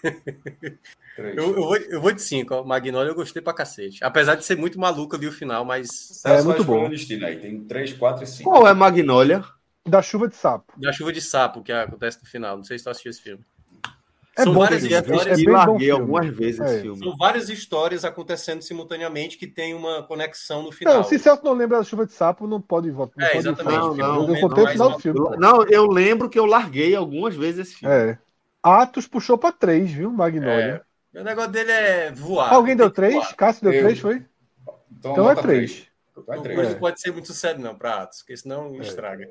Speaker 5: Três.
Speaker 2: filme. Eu,
Speaker 3: É
Speaker 2: eu vou, eu vou de 5, Magnolia eu gostei pra cacete. Apesar de ser muito maluco ali o final, mas
Speaker 3: É
Speaker 5: Celso
Speaker 3: muito
Speaker 5: vai
Speaker 3: bom.
Speaker 5: escolher o destino aí. Tem 3, 4 e 5.
Speaker 4: Qual é Magnólia?
Speaker 3: Da chuva de sapo.
Speaker 2: da chuva de sapo que acontece no final. Não sei se tu assistiu esse filme.
Speaker 3: É
Speaker 2: São
Speaker 3: bom
Speaker 2: várias
Speaker 3: filme,
Speaker 4: Eu
Speaker 2: histórias
Speaker 3: é
Speaker 4: me
Speaker 3: bem bom
Speaker 4: larguei
Speaker 3: filme.
Speaker 4: algumas vezes esse
Speaker 3: É.
Speaker 4: filme.
Speaker 2: São várias histórias acontecendo simultaneamente que tem uma conexão no final.
Speaker 3: Não, se Celso não lembra da chuva de sapo, não pode votar.
Speaker 2: É,
Speaker 3: pode
Speaker 2: exatamente.
Speaker 3: votar.
Speaker 4: Não, não,
Speaker 3: eu contei o
Speaker 2: mas-
Speaker 3: final do filme. pô.
Speaker 4: Não, eu lembro que eu larguei algumas vezes esse filme.
Speaker 3: É. Atos puxou pra 3, viu, Magnolia?
Speaker 2: O negócio dele é voar.
Speaker 3: Alguém deu
Speaker 2: Tem que
Speaker 3: 3?
Speaker 2: voar.
Speaker 3: Cássio deu
Speaker 5: Eu.
Speaker 3: 3, foi? Então é
Speaker 5: nota
Speaker 3: 3.
Speaker 5: Vai
Speaker 2: Não,
Speaker 5: três. É.
Speaker 2: hoje
Speaker 3: É.
Speaker 2: não pode ser muito sério, não, pra Atos, porque senão estraga.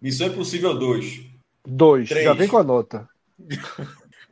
Speaker 5: Missão Impossível 2.
Speaker 3: 2.
Speaker 5: Três.
Speaker 3: Já vem com a nota.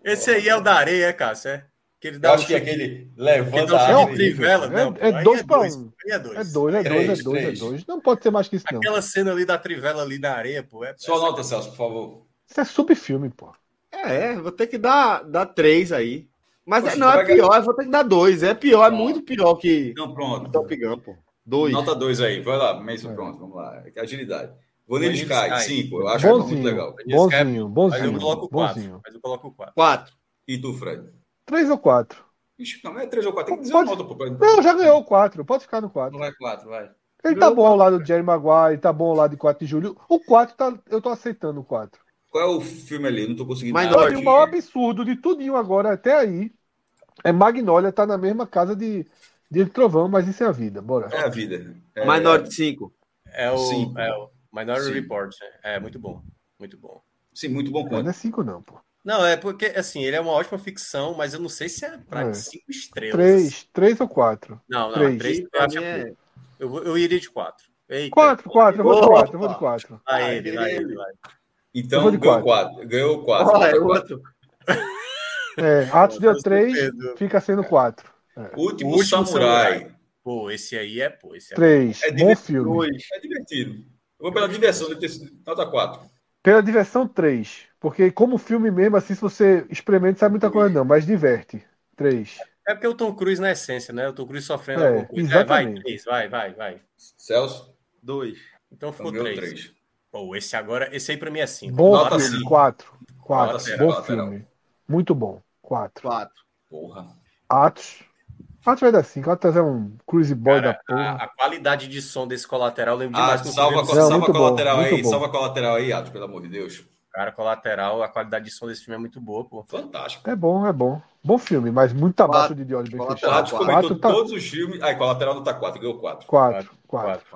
Speaker 2: Esse aí é o da areia, é, Cássio, é? Que ele
Speaker 5: Eu
Speaker 2: dá um
Speaker 5: acho que é
Speaker 2: chute,
Speaker 5: aquele
Speaker 2: que ele
Speaker 5: levanta
Speaker 2: dá um
Speaker 3: É
Speaker 2: chute
Speaker 5: a
Speaker 2: de
Speaker 5: árvore.
Speaker 2: trivela.
Speaker 3: É-
Speaker 2: não, pô,
Speaker 3: é
Speaker 2: aí
Speaker 3: dois pra
Speaker 2: dois,
Speaker 3: um.
Speaker 2: aí É dois.
Speaker 3: É 2, é 2,
Speaker 5: Três,
Speaker 3: é 2, é
Speaker 5: três.
Speaker 3: 2. Não pode ser mais que isso, não.
Speaker 2: Aquela cena ali da trivela ali na areia, pô. É,
Speaker 5: Sua nota, Celso, por favor.
Speaker 3: Isso é subfilme, pô.
Speaker 4: É, é, vou ter que dar, dar três aí. Mas
Speaker 5: Poxa,
Speaker 4: é- não,
Speaker 5: tu
Speaker 4: é
Speaker 5: vai ganhar.
Speaker 4: pior, eu vou ter que dar dois. É pior, é muito pior que
Speaker 5: Então, pronto.
Speaker 4: Top Gun, pô. Dois.
Speaker 5: Nota 2 aí. Vai lá,
Speaker 3: É.
Speaker 5: mesmo, pronto. Vamos lá. É Agilidade. Vanilla
Speaker 2: Vanilla
Speaker 5: Sky,
Speaker 2: Sky.
Speaker 5: 5. Eu acho que é muito
Speaker 3: Bonzinho,
Speaker 5: legal.
Speaker 3: bonzinho,
Speaker 2: mas eu coloco
Speaker 3: bonzinho,
Speaker 2: o quatro.
Speaker 3: bonzinho.
Speaker 2: Mas eu coloco o quatro.
Speaker 4: Quatro.
Speaker 5: E tu, Fred?
Speaker 3: 3 ou 4?
Speaker 5: Ixi, não, é 3 ou 4. Tem que dizer
Speaker 3: Pode-
Speaker 5: uma nota, pô. pra-
Speaker 3: Não, já ganhou o 4. Pode ficar no 4.
Speaker 2: Não é quatro, vai.
Speaker 3: Ele tá bom ao lado do Jerry Maguire, ele tá bom ao lado de 4 de julho. O 4 tá, eu tô aceitando o 4.
Speaker 5: Qual é o filme ali? Eu Não tô conseguindo.
Speaker 4: Mas
Speaker 5: Ah,
Speaker 4: não,
Speaker 5: aqui.
Speaker 3: E o maior absurdo de tudinho agora até aí é Magnolia tá na mesma casa de, de Trovão, mas isso é a vida, bora.
Speaker 5: É a vida. É,
Speaker 4: Mais nota de cinco.
Speaker 2: É o,
Speaker 5: Sim.
Speaker 2: é o Minority
Speaker 5: Sim.
Speaker 2: Report, né? É muito bom. Muito bom.
Speaker 5: Sim, muito bom
Speaker 3: Não
Speaker 5: ponto.
Speaker 3: é 5 não, pô.
Speaker 2: Não, é porque, assim, ele é uma ótima ficção, mas eu não sei se é pra
Speaker 3: É.
Speaker 2: cinco estrelas.
Speaker 3: 3, 3 ou 4?
Speaker 2: Não, não,
Speaker 3: Três.
Speaker 2: três, eu, acho que é pouco. eu, vou- eu iria de quatro. Eita.
Speaker 3: 4, 4, eu vou de
Speaker 4: Opa!
Speaker 3: 4, eu vou de 4.
Speaker 2: Lá ele, lá
Speaker 4: Ai,
Speaker 2: ele, lá ele.
Speaker 5: Então,
Speaker 3: Eu vou de
Speaker 5: ganhou
Speaker 3: quatro. Ah,
Speaker 5: 4. Ganhou
Speaker 4: Olha,
Speaker 5: 4.
Speaker 4: outro.
Speaker 3: É, Atos deu 3,
Speaker 2: Pedro.
Speaker 3: fica sendo 4.
Speaker 5: Último,
Speaker 2: O Último
Speaker 5: Samurai.
Speaker 2: Samurai. Pô, esse aí é, pô, esse é.
Speaker 3: 3,
Speaker 5: É
Speaker 3: bom
Speaker 5: divertido.
Speaker 3: filme.
Speaker 5: É divertido. Eu vou pela diversão de ter sido nota 4.
Speaker 3: Pela diversão, 3. Porque como filme mesmo, assim, se você experimenta, sabe muita coisa não, mas diverte. 3.
Speaker 2: É porque o Tom Cruise na essência, né? O Tom Cruise sofrendo
Speaker 3: É,
Speaker 2: alguma coisa. É,
Speaker 3: exatamente.
Speaker 2: vai, três, vai, vai, vai.
Speaker 5: Celso,
Speaker 4: Dois.
Speaker 2: Então
Speaker 5: então
Speaker 2: ficou
Speaker 5: ganhou
Speaker 2: três.
Speaker 5: 3.
Speaker 2: Pô, esse agora, esse aí pra mim é cinco.
Speaker 3: Bom
Speaker 5: Nota
Speaker 3: filme,
Speaker 5: cinco.
Speaker 3: 4. Quatro.
Speaker 5: Lateral,
Speaker 3: bom
Speaker 5: lateral.
Speaker 3: filme. Muito bom. Quatro.
Speaker 4: Quatro.
Speaker 5: Porra.
Speaker 3: Atos. Atos vai dar cinco. Atos é um cruise boy da porra.
Speaker 2: A, a qualidade de som desse colateral, eu lembro
Speaker 5: Ah,
Speaker 2: demais. que eu
Speaker 5: salva,
Speaker 2: fui
Speaker 5: co-
Speaker 2: ver no
Speaker 5: salva
Speaker 3: muito bom,
Speaker 5: colateral
Speaker 3: muito
Speaker 5: aí,
Speaker 3: bom.
Speaker 5: salva colateral aí, Atos, pelo amor de Deus.
Speaker 2: Cara, colateral, a qualidade de som desse filme é muito boa, pô.
Speaker 5: Fantástico.
Speaker 3: É bom, é bom. Bom filme, mas muito abaixo de The Olho Bem
Speaker 5: O
Speaker 3: Fechado.
Speaker 5: Atos comentou
Speaker 3: Quatro tá.
Speaker 5: todos os filmes. Aí, colateral não tá 4, ganhou 4.
Speaker 3: Quatro. Quatro.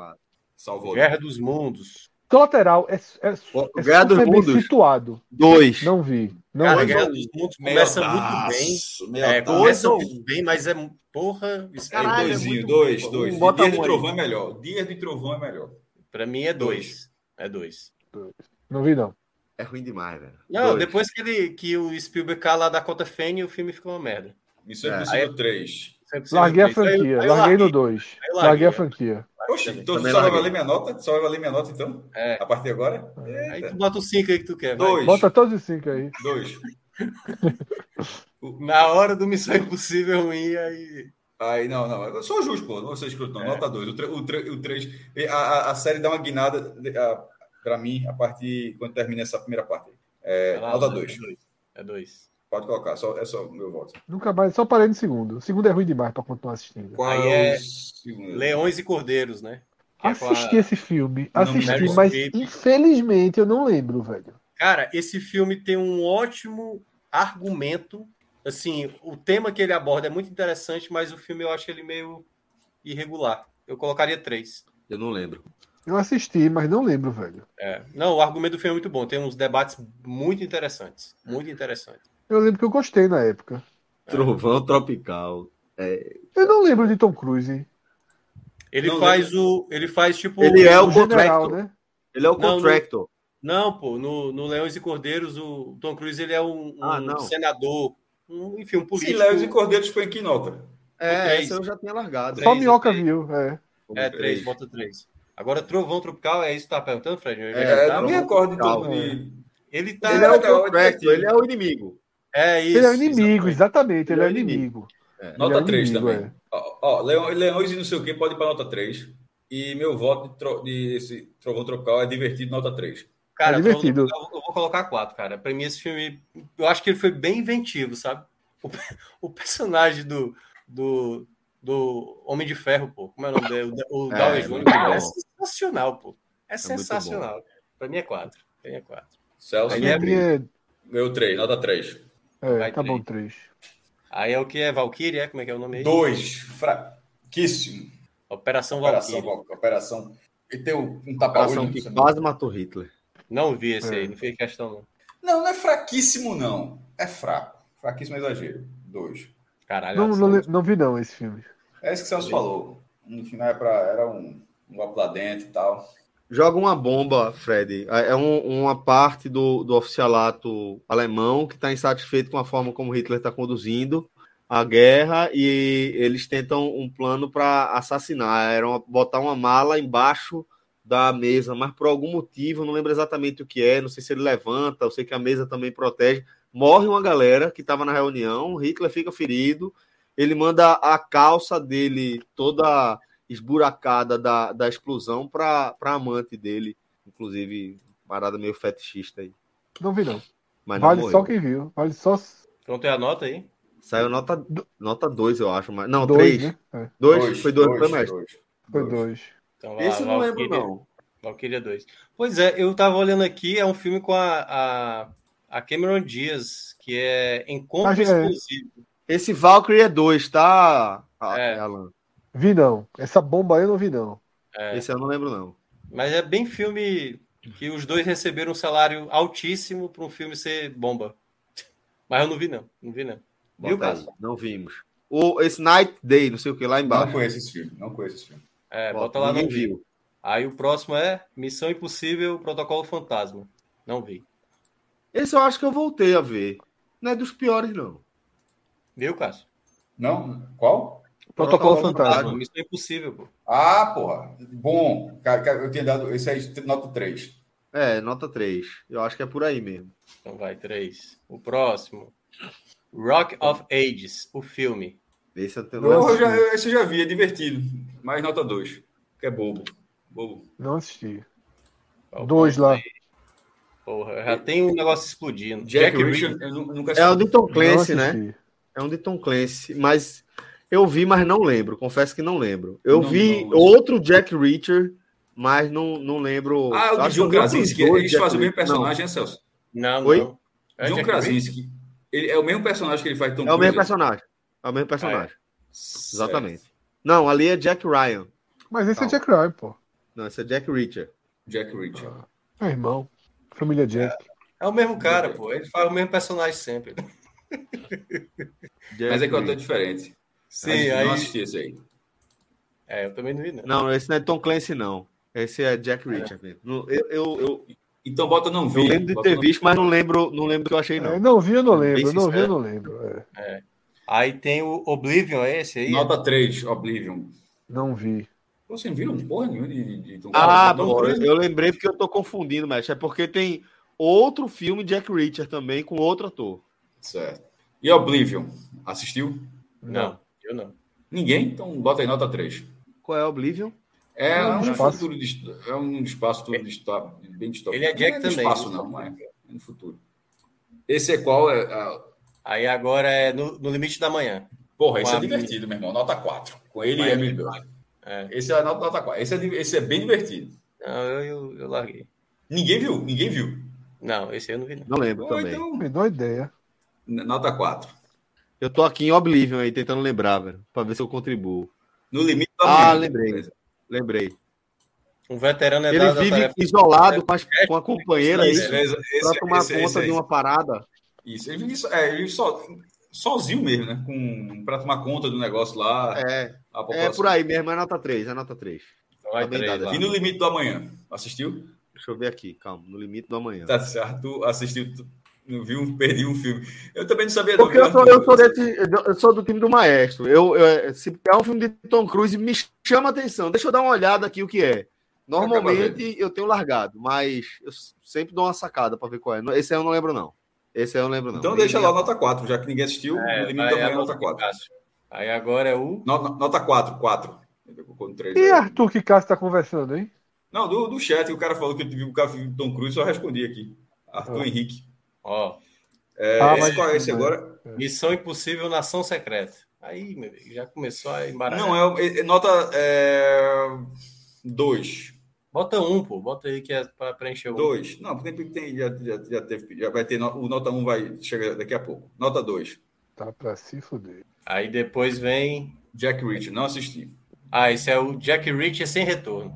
Speaker 5: Salvou.
Speaker 2: Guerra dos Mundos.
Speaker 3: Colateral é, é, é
Speaker 4: Guerra dos
Speaker 3: super bem
Speaker 4: Mundos.
Speaker 3: situado.
Speaker 4: Dois.
Speaker 3: Não vi. Não
Speaker 2: Cara,
Speaker 3: vi.
Speaker 2: Guerra dos Mundos começa muito
Speaker 5: Meiotaço,
Speaker 2: bem.
Speaker 5: meiotaço.
Speaker 2: É, começa muito bem, mas é. Porra,
Speaker 5: Caralho, é doisinho, dois, dois.
Speaker 4: Bota
Speaker 5: Dia de
Speaker 4: um aí.
Speaker 5: Trovão é melhor. Dia de Trovão é melhor.
Speaker 2: Pra mim é dois. É dois.
Speaker 3: Não vi, não.
Speaker 4: É ruim demais, velho.
Speaker 2: Não,
Speaker 4: Dois.
Speaker 2: depois que, ele, que o Spielberg cala da Cota Fane, o filme ficou uma merda.
Speaker 5: Missão
Speaker 4: É.
Speaker 5: Impossível 3.
Speaker 2: Sempre precisa
Speaker 3: Larguei a
Speaker 2: de dois. Aí eu-
Speaker 3: franquia.
Speaker 2: aí eu
Speaker 3: Larguei no
Speaker 2: larguei.
Speaker 3: dois.
Speaker 2: Aí
Speaker 3: Larguei
Speaker 2: eu
Speaker 3: a
Speaker 2: larguei.
Speaker 3: franquia.
Speaker 5: Oxe,
Speaker 2: Também.
Speaker 5: então
Speaker 4: Também
Speaker 5: só vai
Speaker 4: larguei.
Speaker 5: valer minha nota? Só vai valer minha nota, então?
Speaker 2: É.
Speaker 5: A partir de agora?
Speaker 2: Aí tu
Speaker 5: Eita.
Speaker 2: bota o cinco aí que tu quer. vai.
Speaker 5: Dois.
Speaker 3: Bota todos os cinco aí.
Speaker 5: Dois.
Speaker 2: Na hora do Missão Impossível ruim, aí.
Speaker 5: Aí, não, não. Eu sou justo, pô. Não vou ser escroto,
Speaker 2: É.
Speaker 5: não. Nota 2. O 3. O tre- o três- a, a, a série dá uma guinada de- a, pra mim a partir quando termina essa primeira parte. É,
Speaker 2: Vai lá,
Speaker 5: nota
Speaker 2: Léo,
Speaker 5: 2.
Speaker 2: é dois. É dois.
Speaker 5: Pode colocar, só, é só o meu voto.
Speaker 3: Nunca mais. Só parei no segundo. O segundo é ruim demais pra continuar assistindo.
Speaker 5: Qual
Speaker 2: Aí
Speaker 5: é
Speaker 2: é
Speaker 5: o segundo?
Speaker 2: Leões e Cordeiros, né? Que é com a-
Speaker 3: Assisti esse filme.
Speaker 5: Não,
Speaker 3: Assisti,
Speaker 2: Meryl
Speaker 3: mas
Speaker 2: Streep.
Speaker 3: infelizmente eu não lembro, velho.
Speaker 2: Cara, esse filme tem um ótimo argumento. Assim, o tema que ele aborda é muito interessante, mas o filme eu acho ele meio irregular. Eu colocaria três.
Speaker 4: Eu não lembro.
Speaker 3: Eu assisti, mas não lembro, velho.
Speaker 2: É. Não, o argumento do filme é muito bom. Tem uns debates muito interessantes. Muito interessantes.
Speaker 3: Eu lembro que eu gostei na época.
Speaker 4: Trovão tropical. É,
Speaker 3: Eu não lembro de Tom Cruise.
Speaker 2: Ele
Speaker 5: Não,
Speaker 2: faz o. Ele faz tipo.
Speaker 4: né? Ele é o
Speaker 3: O general,
Speaker 4: Contractor.
Speaker 3: né?
Speaker 4: ele é o
Speaker 2: Não, não-
Speaker 4: Contractor.
Speaker 2: Não, pô, no, no Leões e Cordeiros, o Tom Cruise ele é um,
Speaker 4: Ah,
Speaker 2: um
Speaker 4: não.
Speaker 2: senador, um- enfim, um
Speaker 5: Se
Speaker 2: político.
Speaker 5: Leos e Cordeiros foi em que nota?
Speaker 4: É,
Speaker 2: três.
Speaker 4: essa eu já tinha largado.
Speaker 3: Só
Speaker 2: Três,
Speaker 3: Minhoca
Speaker 2: três.
Speaker 3: viu, é.
Speaker 2: É, três, bota três. Agora, Trovão Tropical, é isso que tá perguntando, Fred? Eu já
Speaker 4: É,
Speaker 5: É,
Speaker 2: tava-
Speaker 5: não me recordo de
Speaker 4: Calma.
Speaker 5: todo de...
Speaker 2: Ele tá.
Speaker 4: Ele é o
Speaker 5: Não,
Speaker 4: Contractor, ele é o inimigo.
Speaker 2: É isso.
Speaker 3: Ele é o inimigo,
Speaker 2: exatamente.
Speaker 3: exatamente. Ele é o
Speaker 4: Ele é
Speaker 3: inimigo.
Speaker 5: Nota
Speaker 3: Ele é
Speaker 5: 3
Speaker 3: inimigo,
Speaker 5: também. Ó, ó, Leão- Leões e não sei o que pode ir pra nota 3. E meu voto de, tro... de esse Trovão Tropical é divertido, nota 3.
Speaker 2: Cara,
Speaker 3: É
Speaker 2: Trovão
Speaker 3: divertido.
Speaker 2: Tropical, Eu, vou colocar quatro, cara. Pra mim, esse filme. Eu acho que ele foi bem inventivo, sabe? O, pe- o personagem do, do, do Homem de Ferro, pô. Como é o nome dele? O Da- O
Speaker 4: É,
Speaker 2: Downey
Speaker 4: muito
Speaker 2: Jr. cara, É
Speaker 4: bom.
Speaker 2: sensacional, pô. É,
Speaker 4: muito bom.
Speaker 2: sensacional. Pra mim é quatro. Pra mim é quatro.
Speaker 5: Celso,
Speaker 2: Aí
Speaker 3: Pra
Speaker 2: é
Speaker 3: mim é-
Speaker 5: meu 3, nota 3.
Speaker 3: é,
Speaker 2: Vai
Speaker 3: tá
Speaker 2: três.
Speaker 3: bom, três.
Speaker 2: Aí é o que é Valkyrie, é? Como é que é o nome aí?
Speaker 5: 2, fraquíssimo.
Speaker 2: Operação
Speaker 5: Operação,
Speaker 2: Valkyrie.
Speaker 5: Val- operação. E tem um, um
Speaker 4: Operação
Speaker 5: tapa-olho.
Speaker 4: que
Speaker 5: não sei.
Speaker 4: quase matou Hitler.
Speaker 2: Não vi esse
Speaker 3: É.
Speaker 2: aí, não fez questão, não.
Speaker 5: Não, não é fraquíssimo, não. É fraco. Fraquíssimo é exagero. 2.
Speaker 2: Caralho. é
Speaker 3: Não, não,
Speaker 2: ação.
Speaker 3: le- não vi não esse filme.
Speaker 5: É isso que o Celso falou. No final é pra- era um, um golpe lá dentro e tal.
Speaker 4: Joga uma bomba, Fred. É um- uma parte do, do oficialato alemão que está insatisfeito com a forma como Hitler está conduzindo a guerra e eles tentam um plano para assassinar. É, Era uma- botar uma mala embaixo da mesa, mas por algum motivo, eu não lembro exatamente o que é, não sei se ele levanta, eu sei que a mesa também protege. Morre uma galera que estava na reunião, Hitler fica ferido, ele manda a calça dele toda esburacada da, da explosão para a amante dele, inclusive, parada meio fetichista aí.
Speaker 3: Não vi não.
Speaker 4: Mas não
Speaker 3: Vale
Speaker 4: morreu.
Speaker 3: só quem viu. Vale só
Speaker 2: Pronto, é a nota aí?
Speaker 4: Saiu nota 2, nota dois, eu acho. Mas... Não,
Speaker 3: dois,
Speaker 4: 3.
Speaker 3: né? É,
Speaker 4: 2? Foi 2, foi mais.
Speaker 5: dois.
Speaker 3: foi
Speaker 5: Dois.
Speaker 3: dois.
Speaker 2: Então,
Speaker 4: Esse eu não lembro,
Speaker 2: Valkyria.
Speaker 4: não.
Speaker 2: Valkyria 2. Pois é, eu tava olhando aqui, é um filme com a, a, a Cameron Diaz, que é Encontro
Speaker 3: Acho que é.
Speaker 2: Exclusivo.
Speaker 4: Esse Valkyrie é 2, tá, ah,
Speaker 2: É.
Speaker 4: Alan?
Speaker 3: Vi não. Essa bomba aí eu não vi não.
Speaker 2: É.
Speaker 4: Esse eu não lembro, não.
Speaker 2: Mas é bem filme que os dois receberam um salário altíssimo para um filme ser bomba. Mas eu não vi, não. Não vi, não. Viu,
Speaker 4: Bota aí,
Speaker 2: cara?
Speaker 4: Não vimos. O, esse Night Day, não sei o que, lá
Speaker 5: Não
Speaker 4: embaixo.
Speaker 5: conheço esse filme. Não conheço esse filme.
Speaker 2: É, bota lá, não
Speaker 4: ninguém
Speaker 2: vi. Aí o próximo é Missão Impossível, Protocolo Fantasma. Não vi.
Speaker 4: Esse eu acho que eu voltei a ver. Não é dos piores, não.
Speaker 2: Viu, Cássio? Ah,
Speaker 5: Não? Qual?
Speaker 4: Protocolo
Speaker 3: Protocolo
Speaker 2: Tá
Speaker 3: Fantasma.
Speaker 4: Fantasma.
Speaker 2: Missão Impossível, pô.
Speaker 5: Ah, porra. Bom. Cara, cara, eu tinha dado. Esse aí, nota 3.
Speaker 4: É, nota 3. Eu acho que é por aí mesmo.
Speaker 2: Então vai, três. O próximo. Rock of Ages, o filme.
Speaker 4: Esse eu tenho
Speaker 5: Porra, eu
Speaker 4: não
Speaker 5: já, esse eu já vi, é divertido. Mas nota 2. Que é bobo. Bobo.
Speaker 3: Não assisti.
Speaker 2: Qual
Speaker 3: Dois
Speaker 2: o próximo
Speaker 3: lá.
Speaker 2: aí? Porra, já tem um negócio explodindo.
Speaker 5: Jack, Richard, eu nu- nunca
Speaker 4: É o de Tom Clancy,
Speaker 5: Não
Speaker 4: né? É um de Tom Clancy, mas eu vi, mas não lembro. Confesso que não lembro. Eu
Speaker 5: Não,
Speaker 4: vi
Speaker 5: não.
Speaker 4: outro Jack Reacher, mas não, não lembro.
Speaker 5: Ah,
Speaker 4: Eu acho
Speaker 5: o de
Speaker 4: que eu
Speaker 5: John
Speaker 4: vi outros
Speaker 5: Krasinski,
Speaker 4: dois
Speaker 5: eles
Speaker 4: Jack
Speaker 5: fazem o mesmo
Speaker 4: Reacher. Não.
Speaker 5: personagem, né, Celso?
Speaker 2: Não,
Speaker 4: Oi?
Speaker 2: não. É
Speaker 5: John
Speaker 2: Jack
Speaker 5: Krasinski. Ele é o mesmo personagem que ele faz em Tom
Speaker 4: É o mesmo
Speaker 5: Cruise.
Speaker 4: personagem. É o mesmo personagem. Exatamente. Não, ali é Jack Ryan.
Speaker 3: Mas esse é Jack Ryan, pô.
Speaker 4: Não, esse é Jack Reacher.
Speaker 5: Jack Reacher.
Speaker 3: Meu irmão. Família Jack.
Speaker 2: É o mesmo cara, pô. Ele faz o mesmo personagem sempre.
Speaker 5: Mas é que eu tô diferente.
Speaker 2: Sim,
Speaker 5: Mas, enfim,
Speaker 2: aí-
Speaker 5: Não assisti esse aí.
Speaker 2: É, eu também não vi, não.
Speaker 4: Não, esse não é Tom Clancy, não. Esse é Jack Reacher. mesmo. Não, Eu, eu, eu,
Speaker 5: Então bota não vi.
Speaker 4: eu lembro de
Speaker 5: Bota
Speaker 4: ter
Speaker 5: não-
Speaker 4: visto, mas não lembro, não lembro do que eu achei, não.
Speaker 3: É, não vi, eu não
Speaker 4: Bem
Speaker 3: lembro. Não vi, eu
Speaker 4: sincero.
Speaker 3: não lembro. é.
Speaker 2: É. Aí tem o Oblivion, é esse aí?
Speaker 5: Nota 3, Oblivion.
Speaker 3: Não vi.
Speaker 5: Vocês viram porra nenhuma de, de Tom
Speaker 4: Ah,
Speaker 5: Tom
Speaker 4: bom,
Speaker 5: Cruise?
Speaker 4: eu lembrei porque eu tô confundindo, mas é porque tem outro filme Jack Reacher também com outro ator.
Speaker 5: Certo. E Oblivion? Assistiu?
Speaker 2: Não, eu não.
Speaker 5: Ninguém? Então bota aí nota 3.
Speaker 4: Qual é Oblivion?
Speaker 5: É,
Speaker 3: É um
Speaker 5: um
Speaker 3: espaço.
Speaker 5: futuro dis- é um espaço tudo dista- bem distópico.
Speaker 2: Ele é Jack
Speaker 5: Não é no
Speaker 2: também.
Speaker 5: espaço, não, é. É no futuro. Esse é qual? É, a-
Speaker 2: Aí agora é no, no Limite da Manhã.
Speaker 5: Porra, esse
Speaker 2: Com
Speaker 5: é
Speaker 2: a-
Speaker 5: divertido, meu irmão. Nota 4. Com ele
Speaker 2: Vai,
Speaker 5: e Emily Blunt.
Speaker 2: É.
Speaker 5: Esse é a nota, nota 4. Esse é, di- esse é bem divertido.
Speaker 2: Não, eu, eu, eu larguei.
Speaker 5: Ninguém viu, ninguém viu.
Speaker 2: Não, esse aí eu não vi, não.
Speaker 4: Não lembro
Speaker 5: Ou
Speaker 4: também.
Speaker 5: então,
Speaker 3: Me dá uma ideia.
Speaker 5: n- nota 4.
Speaker 4: Eu tô aqui em Oblivion aí, tentando lembrar, velho, pra ver se eu contribuo.
Speaker 5: No limite da
Speaker 4: Ah,
Speaker 5: manhã.
Speaker 4: lembrei. Lembrei.
Speaker 2: Um veterano é
Speaker 4: Ele
Speaker 2: dado a
Speaker 4: vive
Speaker 2: tarefa-
Speaker 4: isolado com, as- com a companheira aí,
Speaker 5: Isso, esse-
Speaker 4: pra
Speaker 5: esse- é,
Speaker 4: tomar
Speaker 5: esse-
Speaker 4: conta
Speaker 5: esse aí.
Speaker 4: de uma parada.
Speaker 5: Isso, ele vive, so- é, ele vive so- sozinho mesmo, né? Com, pra tomar conta do negócio lá.
Speaker 4: É,
Speaker 5: a
Speaker 4: é
Speaker 5: população.
Speaker 4: por aí mesmo, é nota 3, é nota 3.
Speaker 2: Vai,
Speaker 4: Também
Speaker 2: três
Speaker 4: dá,
Speaker 2: lá.
Speaker 5: E no limite do amanhã? Assistiu?
Speaker 4: Deixa eu ver aqui, calma, no limite do amanhã.
Speaker 5: Tá certo, assistiu, tu- não viu, perdi um filme. Eu também não sabia. não,
Speaker 4: Porque eu sou,
Speaker 5: Arthur.
Speaker 4: eu sou desse- eu sou do time do maestro. Eu, eu- se é um filme de Tom Cruise, me chama a atenção. Deixa eu dar uma olhada aqui o que é.
Speaker 5: Acaba
Speaker 4: Normalmente eu tenho largado, mas eu s- sempre dou uma sacada para ver qual é. Esse aí eu não lembro, não. Esse aí eu não lembro, não.
Speaker 5: Então
Speaker 4: Nem-
Speaker 5: deixa
Speaker 4: nem
Speaker 5: lá nota 4, já que ninguém assistiu, no
Speaker 2: É,
Speaker 5: limite
Speaker 2: aí
Speaker 5: do amanhã
Speaker 2: é
Speaker 5: nota
Speaker 2: nota
Speaker 5: 4.
Speaker 2: Cássio. Aí agora é o.
Speaker 5: No- no- Nota 4, 4. Ele colocou três,
Speaker 3: E
Speaker 5: né?
Speaker 3: Arthur que Cássio tá conversando, hein?
Speaker 5: Não, do, do chat, o cara falou que eu vi o cara viu Tom Cruise, eu respondi aqui. Arthur
Speaker 3: Ah.
Speaker 5: Henrique.
Speaker 2: Ó,
Speaker 5: É,
Speaker 3: Ah,
Speaker 5: esse
Speaker 3: mas-
Speaker 5: qual é esse agora?
Speaker 2: Missão Impossível Nação Secreta. Aí, meu amigo, já começou a embaralhar.
Speaker 5: Não, é, o- é- é nota é, 2.
Speaker 2: Bota um, pô. Bota aí que é pra preencher o.
Speaker 5: 2. Não, porque tem, já, já, já teve, já vai ter. no- O nota 1 um vai chegar daqui a pouco. Nota 2.
Speaker 3: Tá pra se fuder.
Speaker 2: Aí depois vem.
Speaker 5: Jack Rich, não assisti.
Speaker 2: Ah, esse é o Jack Reacher sem retorno.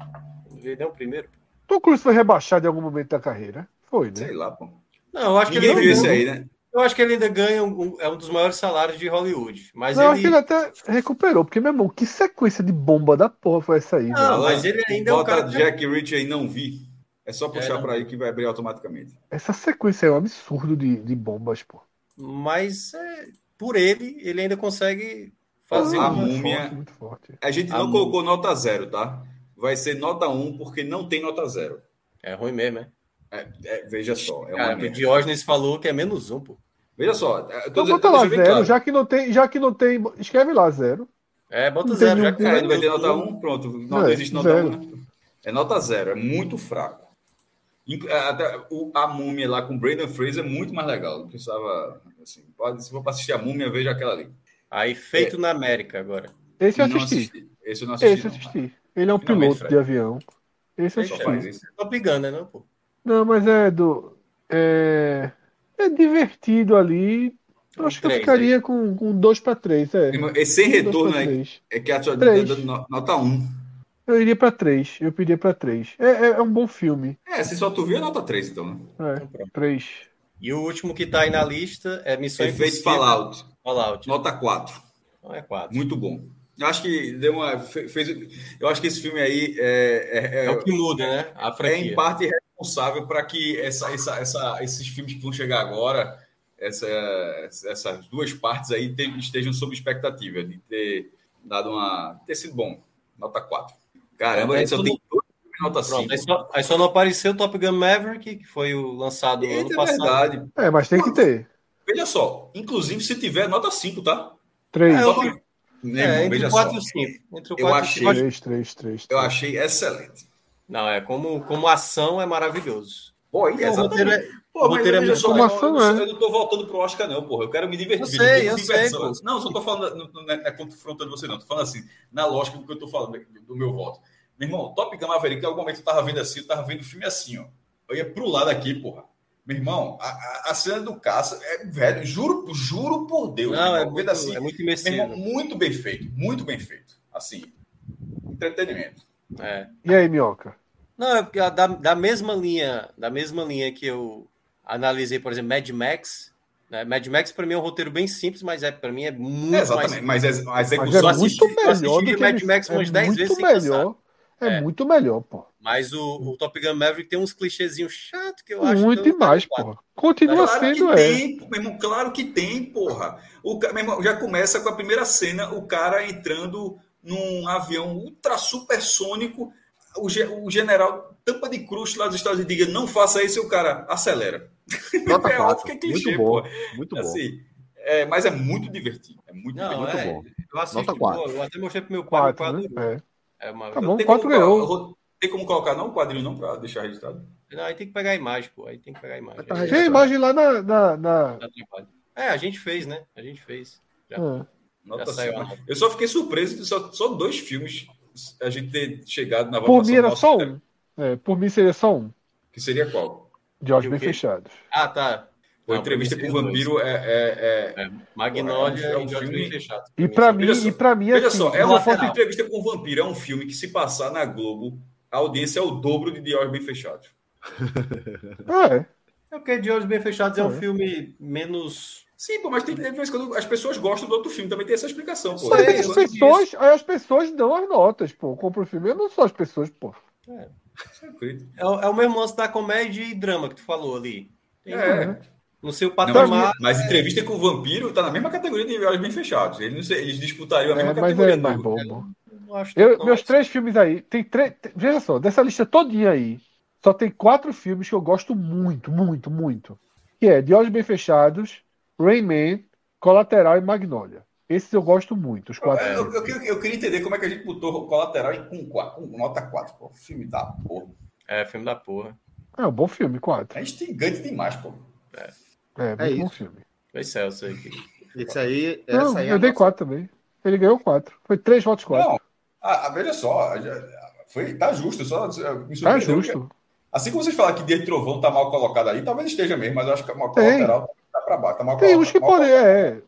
Speaker 2: Ele é o primeiro.
Speaker 3: Tom Cruise foi rebaixado em algum momento da carreira? Foi, né?
Speaker 5: Sei lá, pô.
Speaker 2: Não, eu acho que
Speaker 5: Ninguém
Speaker 2: ele
Speaker 5: viu
Speaker 2: ainda,
Speaker 5: esse aí, né?
Speaker 2: Eu acho que ele ainda ganha um, é um dos maiores salários de Hollywood. Mas
Speaker 3: Não, acho que
Speaker 2: ele.
Speaker 3: ele até recuperou, porque, meu irmão, que sequência de bomba da porra foi essa aí, velho?
Speaker 2: Não, mas ele ainda é um
Speaker 5: Bota
Speaker 2: cara.
Speaker 5: Jack Rich aí, não vi. É só puxar
Speaker 2: não.
Speaker 5: pra aí que vai abrir automaticamente.
Speaker 3: Essa sequência é um absurdo de, de bombas, pô.
Speaker 2: Mas é, por ele, ele ainda consegue fazer
Speaker 5: Ah,
Speaker 2: uma.
Speaker 5: muito.
Speaker 3: muito
Speaker 5: múmia-
Speaker 3: forte, muito forte.
Speaker 5: A gente não
Speaker 2: Ah,
Speaker 5: colocou nota zero, tá? Vai ser nota 1, porque não tem nota zero.
Speaker 2: É ruim mesmo, né?
Speaker 5: É, veja só. É uma
Speaker 2: Cara, o
Speaker 5: merda.
Speaker 2: Diógenes falou que é menos um, pô.
Speaker 5: Veja só. é, eu
Speaker 3: Então
Speaker 5: tô dizendo-
Speaker 3: bota lá
Speaker 5: deixa eu ver
Speaker 3: zero,
Speaker 5: claro.
Speaker 3: já que não tem, já que não tem, escreve lá zero.
Speaker 2: É, bota
Speaker 3: Não tem
Speaker 2: zero, já
Speaker 3: nenhum
Speaker 2: que
Speaker 5: Cara,
Speaker 2: é
Speaker 5: não vai ter
Speaker 2: menos
Speaker 5: nota
Speaker 2: um.
Speaker 5: 1, pronto. Não,
Speaker 3: É,
Speaker 5: não existe nota
Speaker 3: zero.
Speaker 5: 1. né? É nota zero, é muito fraco. Inclu- Até o, a múmia lá com o Brandon Fraser é muito mais legal. Não precisava. Assim, pode, se for pra assistir a múmia, veja aquela ali.
Speaker 2: Aí, feito na América agora.
Speaker 3: Esse eu
Speaker 5: Não
Speaker 3: assisti.
Speaker 5: assisti. Esse eu não assisti.
Speaker 3: Esse eu
Speaker 5: não.
Speaker 3: assisti. Ele é um
Speaker 5: Finalmente,
Speaker 3: piloto
Speaker 5: Fred.
Speaker 3: de avião. Esse eu
Speaker 5: Só
Speaker 3: assisti.
Speaker 5: faz isso.
Speaker 2: Top Gun, né, não, pô?
Speaker 3: Não, mas é do. É, é divertido ali. Eu
Speaker 2: Um
Speaker 3: acho que eu
Speaker 2: três
Speaker 3: ficaria com, com dois pra três. É.
Speaker 5: Irmão, Esse
Speaker 2: um
Speaker 5: sem
Speaker 3: Dois
Speaker 5: retorno
Speaker 3: pra
Speaker 5: aí
Speaker 3: três.
Speaker 5: é que a sua
Speaker 3: Três.
Speaker 5: tá dando no- nota 1.
Speaker 3: Eu iria pra três. Eu pediria pra três. É, é, é um bom filme.
Speaker 5: É, se só tu viu, é nota 3, então. Né?
Speaker 3: É,
Speaker 2: pronto.
Speaker 3: três.
Speaker 2: E o último que tá aí na lista é Missão
Speaker 5: Efeito
Speaker 2: Impossível.
Speaker 5: Fallout,
Speaker 2: Fallout.
Speaker 5: nota 4.
Speaker 2: Não é quatro.
Speaker 5: Muito bom. Eu acho que deu uma. fe- Fez, eu acho que esse filme aí é, é,
Speaker 2: É o
Speaker 5: é,
Speaker 2: que muda, né? A
Speaker 5: é em
Speaker 2: franquia.
Speaker 5: parte responsável para que essa, essa, essa, esses filmes que vão chegar agora, essa, essas duas partes aí, te- estejam sob expectativa de ter dado uma. ter sido bom. Nota 4. Caramba, a gente só tem dois filmes nota
Speaker 2: É, Pronto, é
Speaker 5: 5.
Speaker 2: aí só, aí só não apareceu o Top Gun Maverick, que foi o lançado ano
Speaker 5: Eita, é
Speaker 2: passado.
Speaker 5: verdade.
Speaker 3: É, mas tem que ter.
Speaker 5: Veja só, inclusive se tiver, nota 5, tá?
Speaker 3: Três.
Speaker 2: É,
Speaker 5: Só
Speaker 2: eu-
Speaker 5: que- Meu irmão,
Speaker 2: É, entre
Speaker 5: veja
Speaker 2: 4
Speaker 5: só.
Speaker 2: e 5. Entre o
Speaker 5: Eu
Speaker 2: quatro e
Speaker 5: achei-
Speaker 2: cinco.
Speaker 3: Três, três, três.
Speaker 5: Eu
Speaker 3: três.
Speaker 5: achei excelente.
Speaker 2: Não, é como, como ação é maravilhoso.
Speaker 5: Pô, é,
Speaker 2: roteiro é-
Speaker 5: exatamente.
Speaker 2: o
Speaker 5: Pô, mas
Speaker 2: roteiro é
Speaker 5: veja
Speaker 2: muito
Speaker 5: só, eu,
Speaker 2: formação,
Speaker 5: eu, não-
Speaker 2: né?
Speaker 5: eu não tô voltando pro Oscar, não, porra. Eu quero me divertir.
Speaker 2: Eu sei,
Speaker 5: digo,
Speaker 2: eu
Speaker 5: diversão. né?
Speaker 2: sei, pô.
Speaker 5: Não, só tô falando, não- não é, é confrontando você, não. Tô falando assim, na lógica do que eu tô falando, do meu voto. Meu irmão, Top Gun Maverick, em algum momento eu tava vendo assim, eu tava vendo o filme assim, ó. Eu ia pro lado aqui, porra. Meu irmão, a, a- a cena do caça é velho, juro, juro por Deus.
Speaker 2: Não,
Speaker 5: meu irmão,
Speaker 2: é
Speaker 5: vendo
Speaker 2: muito-
Speaker 5: assim,
Speaker 2: é muito
Speaker 5: meu irmão,
Speaker 2: imersivo.
Speaker 5: muito bem feito, muito bem feito. Assim, entretenimento.
Speaker 2: É.
Speaker 3: E aí, Minhoca?
Speaker 2: Não, é porque a da, da mesma linha, da mesma linha que eu analisei, por exemplo, Mad Max. né? Mad Max para mim é um roteiro bem simples, mas é para mim é muito
Speaker 5: É,
Speaker 2: mais
Speaker 5: exatamente, mas a- a execução-
Speaker 3: Mas
Speaker 2: Eu
Speaker 3: é
Speaker 2: assisti-
Speaker 3: muito
Speaker 2: eu
Speaker 3: melhor
Speaker 2: assisti
Speaker 3: do que
Speaker 2: Mad
Speaker 3: ele-
Speaker 2: Max umas
Speaker 3: é
Speaker 2: 10
Speaker 3: muito
Speaker 2: vezes sem cansar.
Speaker 3: melhor. É,
Speaker 2: É.
Speaker 3: muito melhor, pô.
Speaker 2: Mas o, o Top Gun Maverick tem uns clichêzinhos chato que eu acho.
Speaker 3: Muito
Speaker 2: que eu-
Speaker 3: demais, pô. Continua
Speaker 5: Tá claro
Speaker 3: sendo,
Speaker 5: que
Speaker 3: é.
Speaker 5: tem, pô, meu irmão, claro que tem, porra. O, ca- meu irmão, já começa com a primeira cena, o cara entrando num avião ultra supersônico, o, ge- o general tampa de cruz lá dos Estados Unidos diga, não faça isso, e o cara acelera.
Speaker 4: Nota
Speaker 5: é óbvio que é
Speaker 4: quatro.
Speaker 5: clichê,
Speaker 4: Muito bom,
Speaker 5: pô.
Speaker 4: muito bom.
Speaker 5: Assim, é, mas é muito divertido. É muito,
Speaker 2: Não,
Speaker 5: divertido.
Speaker 2: é, Eu assisto,
Speaker 4: Nota
Speaker 2: Nota
Speaker 4: quatro.
Speaker 2: Eu até mostrei pro meu pai. meu pai adorou. É uma-
Speaker 3: né? Tá bom,
Speaker 5: Tem
Speaker 3: quatro
Speaker 5: como colo-
Speaker 3: ganhou.
Speaker 5: ro- Tem como colocar não o quadrinho não para deixar registrado?
Speaker 2: Não, aí tem que pegar a imagem, pô. Aí tem que pegar a imagem. É, Aí-
Speaker 3: É. Tem a imagem lá na. na, na-
Speaker 2: Dá trabalho. É, a gente fez, né? A gente fez. Já.
Speaker 3: É.
Speaker 5: Nota
Speaker 2: Já saiu né?
Speaker 5: cinco.
Speaker 2: a nota.
Speaker 5: Eu só fiquei surpreso de só, só dois filmes a gente ter chegado na
Speaker 3: Por mim era
Speaker 5: nossa,
Speaker 3: só um. É, por mim seria só um.
Speaker 5: que seria qual?
Speaker 3: De olhos
Speaker 2: E o
Speaker 3: bem
Speaker 2: quê?
Speaker 3: fechados.
Speaker 2: Ah, tá.
Speaker 5: Pô,
Speaker 2: Não,
Speaker 5: entrevista
Speaker 2: pra mim
Speaker 5: com o
Speaker 2: seria dois.
Speaker 5: vampiro é, é, é-
Speaker 2: É, Magnólia
Speaker 5: É um- é um
Speaker 2: e Jorge
Speaker 5: filme-
Speaker 2: Bem Fechado.
Speaker 3: E pra mim,
Speaker 5: Veja só,
Speaker 3: e pra mim
Speaker 5: Veja
Speaker 3: assim,
Speaker 5: só, é
Speaker 3: se
Speaker 5: uma
Speaker 3: eu fosse-
Speaker 5: foto de entrevista com o vampiro, é um filme que se passar na Globo, a audiência é o dobro de Diário Bem Fechado.
Speaker 3: Ah, é.
Speaker 2: É porque De Olhos Bem Fechados é um
Speaker 3: É.
Speaker 2: filme menos.
Speaker 5: Sim, pô, mas tem que de vez em quando as pessoas gostam do outro filme, também tem essa explicação, pô.
Speaker 3: Mas as
Speaker 2: sei, eu
Speaker 5: Isso-
Speaker 3: pessoas, aí as pessoas dão as notas, pô. Compra o filme, eu não sou as pessoas, pô.
Speaker 5: isso-
Speaker 2: É, o- é o mesmo lance da comédia e drama que tu falou ali. Tem-
Speaker 3: Uhum.
Speaker 5: É.
Speaker 2: Não sei o
Speaker 5: Não, mas,
Speaker 2: patamar.
Speaker 5: mas entrevista com o vampiro tá na mesma categoria de Olhos Bem Fechados. Eles, não sei- eles disputariam a mesma
Speaker 3: É, mas
Speaker 5: categoria.
Speaker 3: é mais
Speaker 5: do-
Speaker 3: bom, bom.
Speaker 2: não acho
Speaker 3: Eu-
Speaker 2: tanto, não.
Speaker 5: assim?
Speaker 3: meus três filmes aí, tem três. tem- Veja só, dessa lista todinha aí, só tem quatro filmes que eu gosto muito, muito, muito. Que é De Olhos Bem Fechados, Rain Man, Colateral e Magnolia. Esses eu gosto muito, os quatro.
Speaker 5: É, Eu,
Speaker 3: filmes.
Speaker 5: eu queria- eu queria entender como é que a gente botou o colateral em- com, qua- com nota 4, pô. Filme da porra.
Speaker 2: É, filme da porra.
Speaker 3: É um bom filme, quatro.
Speaker 5: É instigante demais, pô.
Speaker 3: É, muito
Speaker 4: É
Speaker 3: bom
Speaker 4: isso.
Speaker 3: filme.
Speaker 2: Foi Celso aí. que-
Speaker 4: Esse aí,
Speaker 3: Não,
Speaker 4: essa aí é
Speaker 3: eu
Speaker 4: a
Speaker 3: dei
Speaker 4: nossa-
Speaker 3: quatro também. Ele ganhou quatro. Foi três votos quatro.
Speaker 5: Não, ah, ah, veja só, já- foi, tá justo, só ah, me surpreendeu.
Speaker 3: tá justo.
Speaker 5: que- assim como vocês falaram que Dia de Trovão tá mal colocado aí, talvez esteja mesmo, mas eu acho que uma
Speaker 3: Tem.
Speaker 5: colateral tá pra baixo, tá mal
Speaker 3: Tem
Speaker 5: colocado.
Speaker 3: uns que
Speaker 5: mal
Speaker 3: podem.
Speaker 5: colocado.
Speaker 3: É,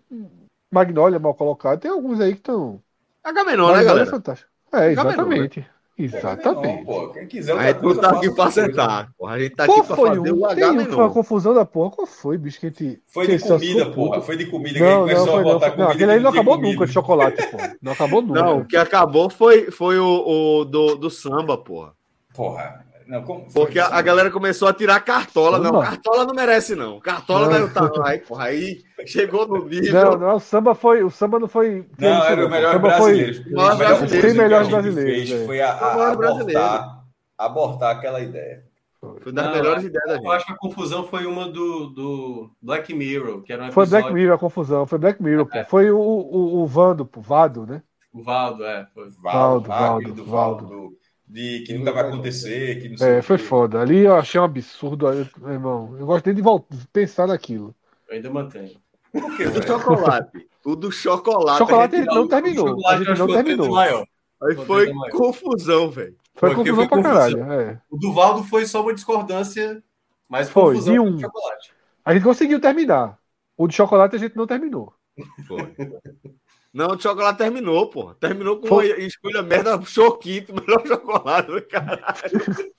Speaker 3: Magnolia mal colocado. Tem alguns aí que estão.
Speaker 4: Agamemnon, né,
Speaker 3: Magnolia é
Speaker 4: galera?
Speaker 3: fantástico. É,
Speaker 4: Agamemnon,
Speaker 3: exatamente.
Speaker 5: Não,
Speaker 3: Exatamente.
Speaker 5: pô, quem quiser
Speaker 4: A gente não tá aqui pra acertar. porra. A gente tá aqui
Speaker 3: Qual
Speaker 4: pra
Speaker 3: foi
Speaker 4: fazer o
Speaker 3: um? Tem um que foi uma
Speaker 4: Agamemnon.
Speaker 3: confusão da porra. Qual foi, bicho? Que a gente.
Speaker 5: Foi
Speaker 3: que
Speaker 5: de
Speaker 3: a gente saiu
Speaker 5: comida,
Speaker 3: puto.
Speaker 5: porra. Foi de comida que a
Speaker 3: Não,
Speaker 5: gente
Speaker 3: não,
Speaker 5: começou
Speaker 3: foi
Speaker 5: a botar
Speaker 3: não. Não,
Speaker 5: comida.
Speaker 3: aquele
Speaker 5: que
Speaker 3: aí não
Speaker 5: tinha
Speaker 3: acabou
Speaker 5: comida.
Speaker 3: nunca de chocolate, porra. Não acabou nunca.
Speaker 4: Não, o que acabou foi, foi o, o do, do samba, porra.
Speaker 5: Porra. Não, como foi
Speaker 4: Porque a,
Speaker 5: isso?
Speaker 4: a galera começou a tirar cartola. Não,
Speaker 3: Samba?
Speaker 4: cartola não merece, não. Cartola
Speaker 3: Não.
Speaker 4: não tá aí, porra. Aí chegou no
Speaker 3: Não,
Speaker 4: nível.
Speaker 3: não, o samba foi. O samba não foi.
Speaker 5: Não, era o melhor
Speaker 3: samba
Speaker 5: brasileiro.
Speaker 3: Foi...
Speaker 5: O
Speaker 4: melhor
Speaker 5: melhor
Speaker 4: brasileiro.
Speaker 5: coisa que
Speaker 3: Melhores
Speaker 5: a gente
Speaker 3: brasileiros,
Speaker 5: fez
Speaker 3: é.
Speaker 5: foi a, a-
Speaker 4: O melhor brasileiro.
Speaker 5: abortar, abortar aquela ideia.
Speaker 4: Foi das
Speaker 2: Não,
Speaker 4: melhores ideias da
Speaker 2: Eu
Speaker 4: gente.
Speaker 2: acho que a confusão foi uma do, do Black Mirror, que era um
Speaker 3: Foi
Speaker 2: episódio
Speaker 3: Black Mirror a confusão. Foi Black Mirror, pô. Foi o, o, o Vando, pô. Vado, né?
Speaker 2: do Valdo, é. Foi.
Speaker 3: Valdo,
Speaker 5: ah,
Speaker 3: Valdo,
Speaker 5: aquele do
Speaker 3: Valdo.
Speaker 5: Valdo, De que nunca vai acontecer, que não sei
Speaker 3: É,
Speaker 5: o
Speaker 3: foi
Speaker 5: quê.
Speaker 3: foda. Ali eu achei um absurdo, aí, meu irmão. Eu gostei de voltar, pensar naquilo.
Speaker 2: Eu ainda mantenho.
Speaker 5: Por quê,
Speaker 4: O do
Speaker 5: velho?
Speaker 4: chocolate. O do
Speaker 5: Ah,
Speaker 4: chocolate.
Speaker 3: Chocolate
Speaker 4: a
Speaker 3: é ele
Speaker 4: gente-
Speaker 3: não
Speaker 5: um
Speaker 3: terminou. Um A gente não terminou.
Speaker 4: Aí foi confusão, velho.
Speaker 3: Foi
Speaker 2: Porque
Speaker 3: confusão
Speaker 2: foi
Speaker 3: pra
Speaker 2: confusão.
Speaker 3: caralho. É.
Speaker 2: O do Valdo foi só uma discordância, mas
Speaker 3: Foi,
Speaker 2: confusão
Speaker 3: de
Speaker 2: com
Speaker 3: um.
Speaker 2: chocolate.
Speaker 3: A gente conseguiu terminar. O de chocolate a gente não terminou.
Speaker 4: Foi. Não, o chocolate terminou, porra. Terminou com
Speaker 3: Foi.
Speaker 4: uma escolha merda, choquito, melhor chocolate, caralho.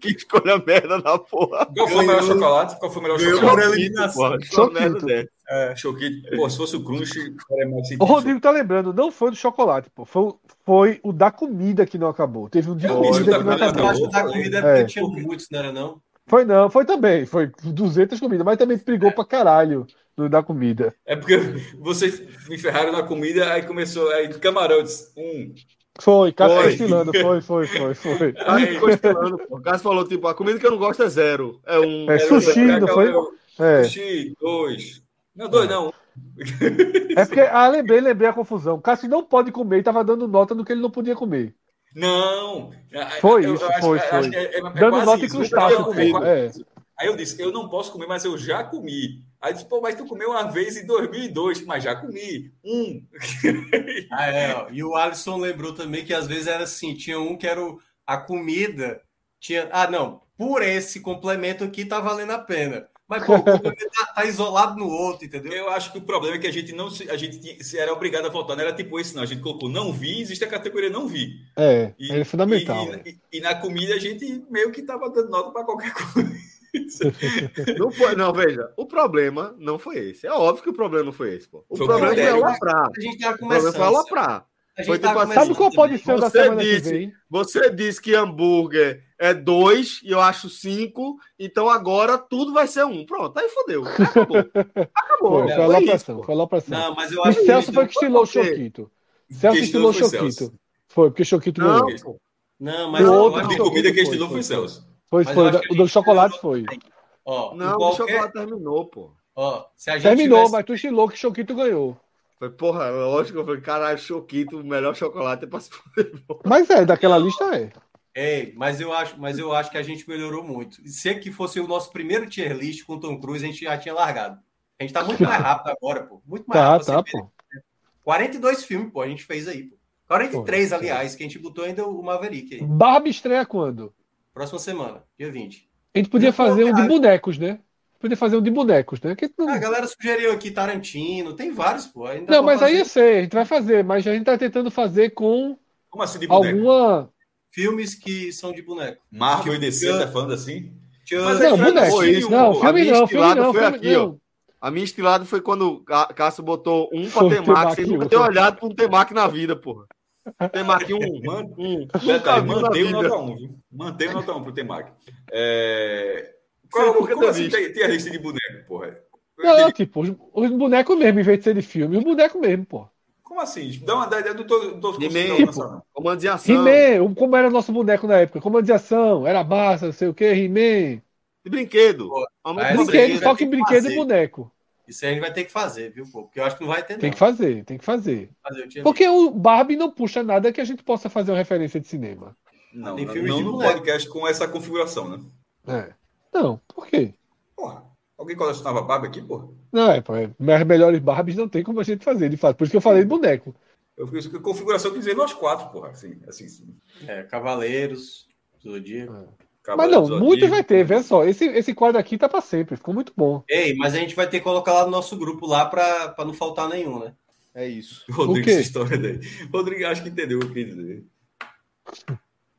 Speaker 4: que escolha merda da porra.
Speaker 5: Qual foi o melhor chocolate? Qual foi o melhor
Speaker 2: Ganhou
Speaker 5: chocolate?
Speaker 2: por eliminação.
Speaker 4: Porra, escolha
Speaker 3: Choquito.
Speaker 4: merda dessa.
Speaker 5: Choquito. É. Pô, se fosse o Crunch, era mais
Speaker 3: O Rodrigo tá lembrando, não foi o do chocolate, pô. Foi, o- foi o da comida que não acabou. Teve um de
Speaker 5: É, o
Speaker 3: comida
Speaker 5: da
Speaker 3: que não
Speaker 5: comida
Speaker 2: Eu
Speaker 3: acabou.
Speaker 2: acho que da comida é porque
Speaker 3: É.
Speaker 2: tinha muitos, não era não?
Speaker 3: Foi não, foi também. Foi 200 comidas, mas também brigou pra caralho no da comida.
Speaker 5: É porque vocês me ferraram na comida, aí começou. Aí camarão, eu disse, um.
Speaker 3: Foi, cara
Speaker 4: Foi.
Speaker 3: estilando. Foi, foi, foi, foi.
Speaker 4: O Cássio ficou estilando, pô. O Cássio falou, tipo, a comida que eu não gosto é zero. É um.
Speaker 3: É
Speaker 4: Era
Speaker 3: sushi,
Speaker 4: zero.
Speaker 3: não foi? É.
Speaker 5: Sushi, dois. Não, dois, não.
Speaker 3: É porque, ah, lembrei, lembrei a confusão. Cássio não pode comer e tava dando nota no que ele não podia comer.
Speaker 5: Não. é,
Speaker 3: Foi isso, foi, foi. Dando nota
Speaker 5: e
Speaker 3: em crustáceo, pô. É.
Speaker 5: Aí eu disse, eu não posso comer, mas eu já comi. Aí disse, pô, mas tu comeu uma vez em 2002, mas já comi. Um.
Speaker 2: Ah, é, ó. E o Alisson lembrou também que às vezes era assim: tinha um que era o- a comida, tinha. Ah, não, por esse complemento aqui tá valendo a pena. Mas, pô, o complemento tá, tá isolado no outro, entendeu?
Speaker 5: Eu acho que o problema é que a gente não se, a gente tinha- se era obrigado a votar, não era tipo esse, não. A gente colocou não vi, existe a categoria não vi.
Speaker 3: É,
Speaker 5: E-
Speaker 3: ele é fundamental.
Speaker 5: E, e- e na comida a gente meio que tava dando nota para qualquer coisa.
Speaker 4: Não, foi, não, veja, o problema não foi esse. É óbvio que o problema não foi esse, pô. O
Speaker 5: Foi o
Speaker 4: problema foi
Speaker 5: critério.
Speaker 4: aloprar.
Speaker 2: A gente tava
Speaker 4: O problema foi
Speaker 2: começando,
Speaker 4: aloprar.
Speaker 2: A gente
Speaker 4: Foi tipo
Speaker 2: tava
Speaker 4: assim,
Speaker 2: começando. Sabe qual pode
Speaker 3: ser o da
Speaker 4: você
Speaker 3: semana que
Speaker 4: disse,
Speaker 3: vem?
Speaker 4: você disse que hambúrguer é dois e eu acho cinco, então agora tudo vai ser um. Pronto, aí fodeu. Acabou. Acabou.
Speaker 3: Foi, foi
Speaker 4: Foi é isso.
Speaker 3: alopração, foi alopração.
Speaker 4: Não, mas eu
Speaker 3: e
Speaker 5: é
Speaker 4: acho que
Speaker 3: Celso
Speaker 4: ele
Speaker 3: foi
Speaker 4: não
Speaker 3: que estilou o
Speaker 4: foi você.
Speaker 3: Choquito. Celso
Speaker 5: Quem
Speaker 3: estilou
Speaker 5: estilou
Speaker 3: o
Speaker 5: foi
Speaker 3: Choquito.
Speaker 5: Celso.
Speaker 3: Foi, porque Choquito
Speaker 5: Não,
Speaker 3: ganhou.
Speaker 5: pô.
Speaker 2: Não,
Speaker 3: O
Speaker 2: eu
Speaker 3: outro
Speaker 2: acho
Speaker 5: de
Speaker 2: que-
Speaker 5: comida que estilou foi Celso.
Speaker 3: Foi,
Speaker 2: Mas
Speaker 3: foi,
Speaker 2: eu
Speaker 3: o da-
Speaker 2: acho que
Speaker 3: o do chocolate foi.
Speaker 2: Ó, em
Speaker 4: Não,
Speaker 2: qualquer-
Speaker 4: o chocolate terminou, pô.
Speaker 2: ó, se a gente
Speaker 3: Terminou,
Speaker 2: tivesse-
Speaker 3: mas tu estilou que Choquito ganhou.
Speaker 4: Foi, porra, lógico, eu falei, caralho, Choquito, o melhor chocolate é pra se foder.
Speaker 3: Mas é, daquela lista é.
Speaker 2: Ei, mas eu acho, mas eu acho que a gente melhorou muito. E Se é que fosse o nosso primeiro tier list com o Tom Cruise, a gente já tinha largado. A gente tá muito mais rápido agora, pô. Muito mais
Speaker 3: Tá,
Speaker 2: rápido.
Speaker 3: tá,
Speaker 2: assim. você
Speaker 3: pô.
Speaker 2: 42 filmes, pô, a gente fez aí, pô. 43,
Speaker 3: é
Speaker 2: aliás, que a gente botou ainda o Maverick aí.
Speaker 3: Barbie estreia quando?
Speaker 2: Próxima semana, dia 20.
Speaker 3: A gente podia fazer um de bonecos, né? Podia fazer um de bonecos, né? Que não...
Speaker 2: A galera sugeriu aqui Tarantino, tem vários, pô. Ainda
Speaker 3: não,
Speaker 2: pra
Speaker 3: mas aí é
Speaker 2: fazer
Speaker 3: eu sei, a gente vai fazer, mas a gente tá tentando fazer com
Speaker 5: Como assim de boneco?
Speaker 3: alguma.
Speaker 2: filmes que são de boneco.
Speaker 5: Marvel e DC, tá falando assim?
Speaker 2: Tchan,
Speaker 5: Mas é
Speaker 3: não,
Speaker 5: Fred
Speaker 3: boneco.
Speaker 5: Boinho,
Speaker 3: não,
Speaker 5: pô.
Speaker 4: A
Speaker 3: filme
Speaker 4: minha
Speaker 3: não, filme
Speaker 4: estilada
Speaker 3: não,
Speaker 4: foi
Speaker 3: filme
Speaker 4: aqui, ó.
Speaker 3: não.
Speaker 4: A minha estilada foi quando Ca- Cássio botou um pra
Speaker 3: Foi
Speaker 4: Temac,
Speaker 3: Temac
Speaker 4: sem
Speaker 3: e
Speaker 4: nunca
Speaker 3: outro.
Speaker 4: ter olhado pra um Temac na vida, porra. Temac um,
Speaker 5: Mano,
Speaker 4: um. Nunca
Speaker 5: Detalhe,
Speaker 4: vi na
Speaker 5: mantém o nota
Speaker 4: vida.
Speaker 5: 1, viu? Mantém o nota 1 pro Temac. É... Qual,
Speaker 4: nunca
Speaker 5: como
Speaker 4: tá
Speaker 5: assim
Speaker 4: visto.
Speaker 5: tem, tem a lista de boneco, porra? Eu
Speaker 3: Não,
Speaker 5: entendi.
Speaker 3: tipo, os, os bonecos mesmo, em vez de ser de filme, os bonecos mesmo, pô.
Speaker 5: Como assim? Dá uma dá ideia do todo
Speaker 4: He-Man.
Speaker 5: todo
Speaker 4: Comando de ação.
Speaker 3: He-Man, o- como era nosso boneco na época? Comando de ação, era massa, não sei o que, He-Man.
Speaker 4: De brinquedo.
Speaker 2: Pô,
Speaker 4: Ao
Speaker 2: É,
Speaker 4: mesmo
Speaker 2: mas
Speaker 4: tempo,
Speaker 2: brinquedo,
Speaker 3: Brinquedo,
Speaker 2: vai
Speaker 3: só
Speaker 2: ter
Speaker 3: que
Speaker 2: que
Speaker 3: brinquedo
Speaker 2: fazer.
Speaker 3: e boneco.
Speaker 2: Isso aí a gente vai ter que fazer, viu, pô? Porque eu acho que não vai ter, não.
Speaker 3: Tem que fazer, tem que fazer.
Speaker 2: Fazer o tier list.
Speaker 3: Porque o Barbie não puxa nada que a gente possa fazer uma referência de cinema.
Speaker 5: Não,
Speaker 2: Tem
Speaker 5: não,
Speaker 2: filmes
Speaker 5: não
Speaker 2: de
Speaker 5: no
Speaker 2: boneco.
Speaker 5: podcast com essa configuração, né?
Speaker 3: É. Não, por quê?
Speaker 5: Porra, alguém colecionava Barbie aqui, porra?
Speaker 3: Não, é, pô, é, mas as melhores Barbies não tem como a gente fazer, de fato. Por isso que eu falei de boneco.
Speaker 5: Eu fiquei configuração que dizer nós quatro, porra. Assim, assim, assim.
Speaker 2: É, Cavaleiros, Zodíaco.
Speaker 3: Mas
Speaker 5: Cavaleiro
Speaker 3: não,
Speaker 5: do Zodíaco.
Speaker 3: muito vai ter, vê só. Esse, esse quadro aqui tá pra sempre, ficou muito bom.
Speaker 2: Ei, mas a gente vai ter que colocar lá no nosso grupo lá pra, pra não faltar nenhum, né?
Speaker 4: É isso.
Speaker 3: O
Speaker 5: Rodrigo,
Speaker 3: quê?
Speaker 5: essa história daí. Rodrigo, acho que entendeu o que eu quis dizer.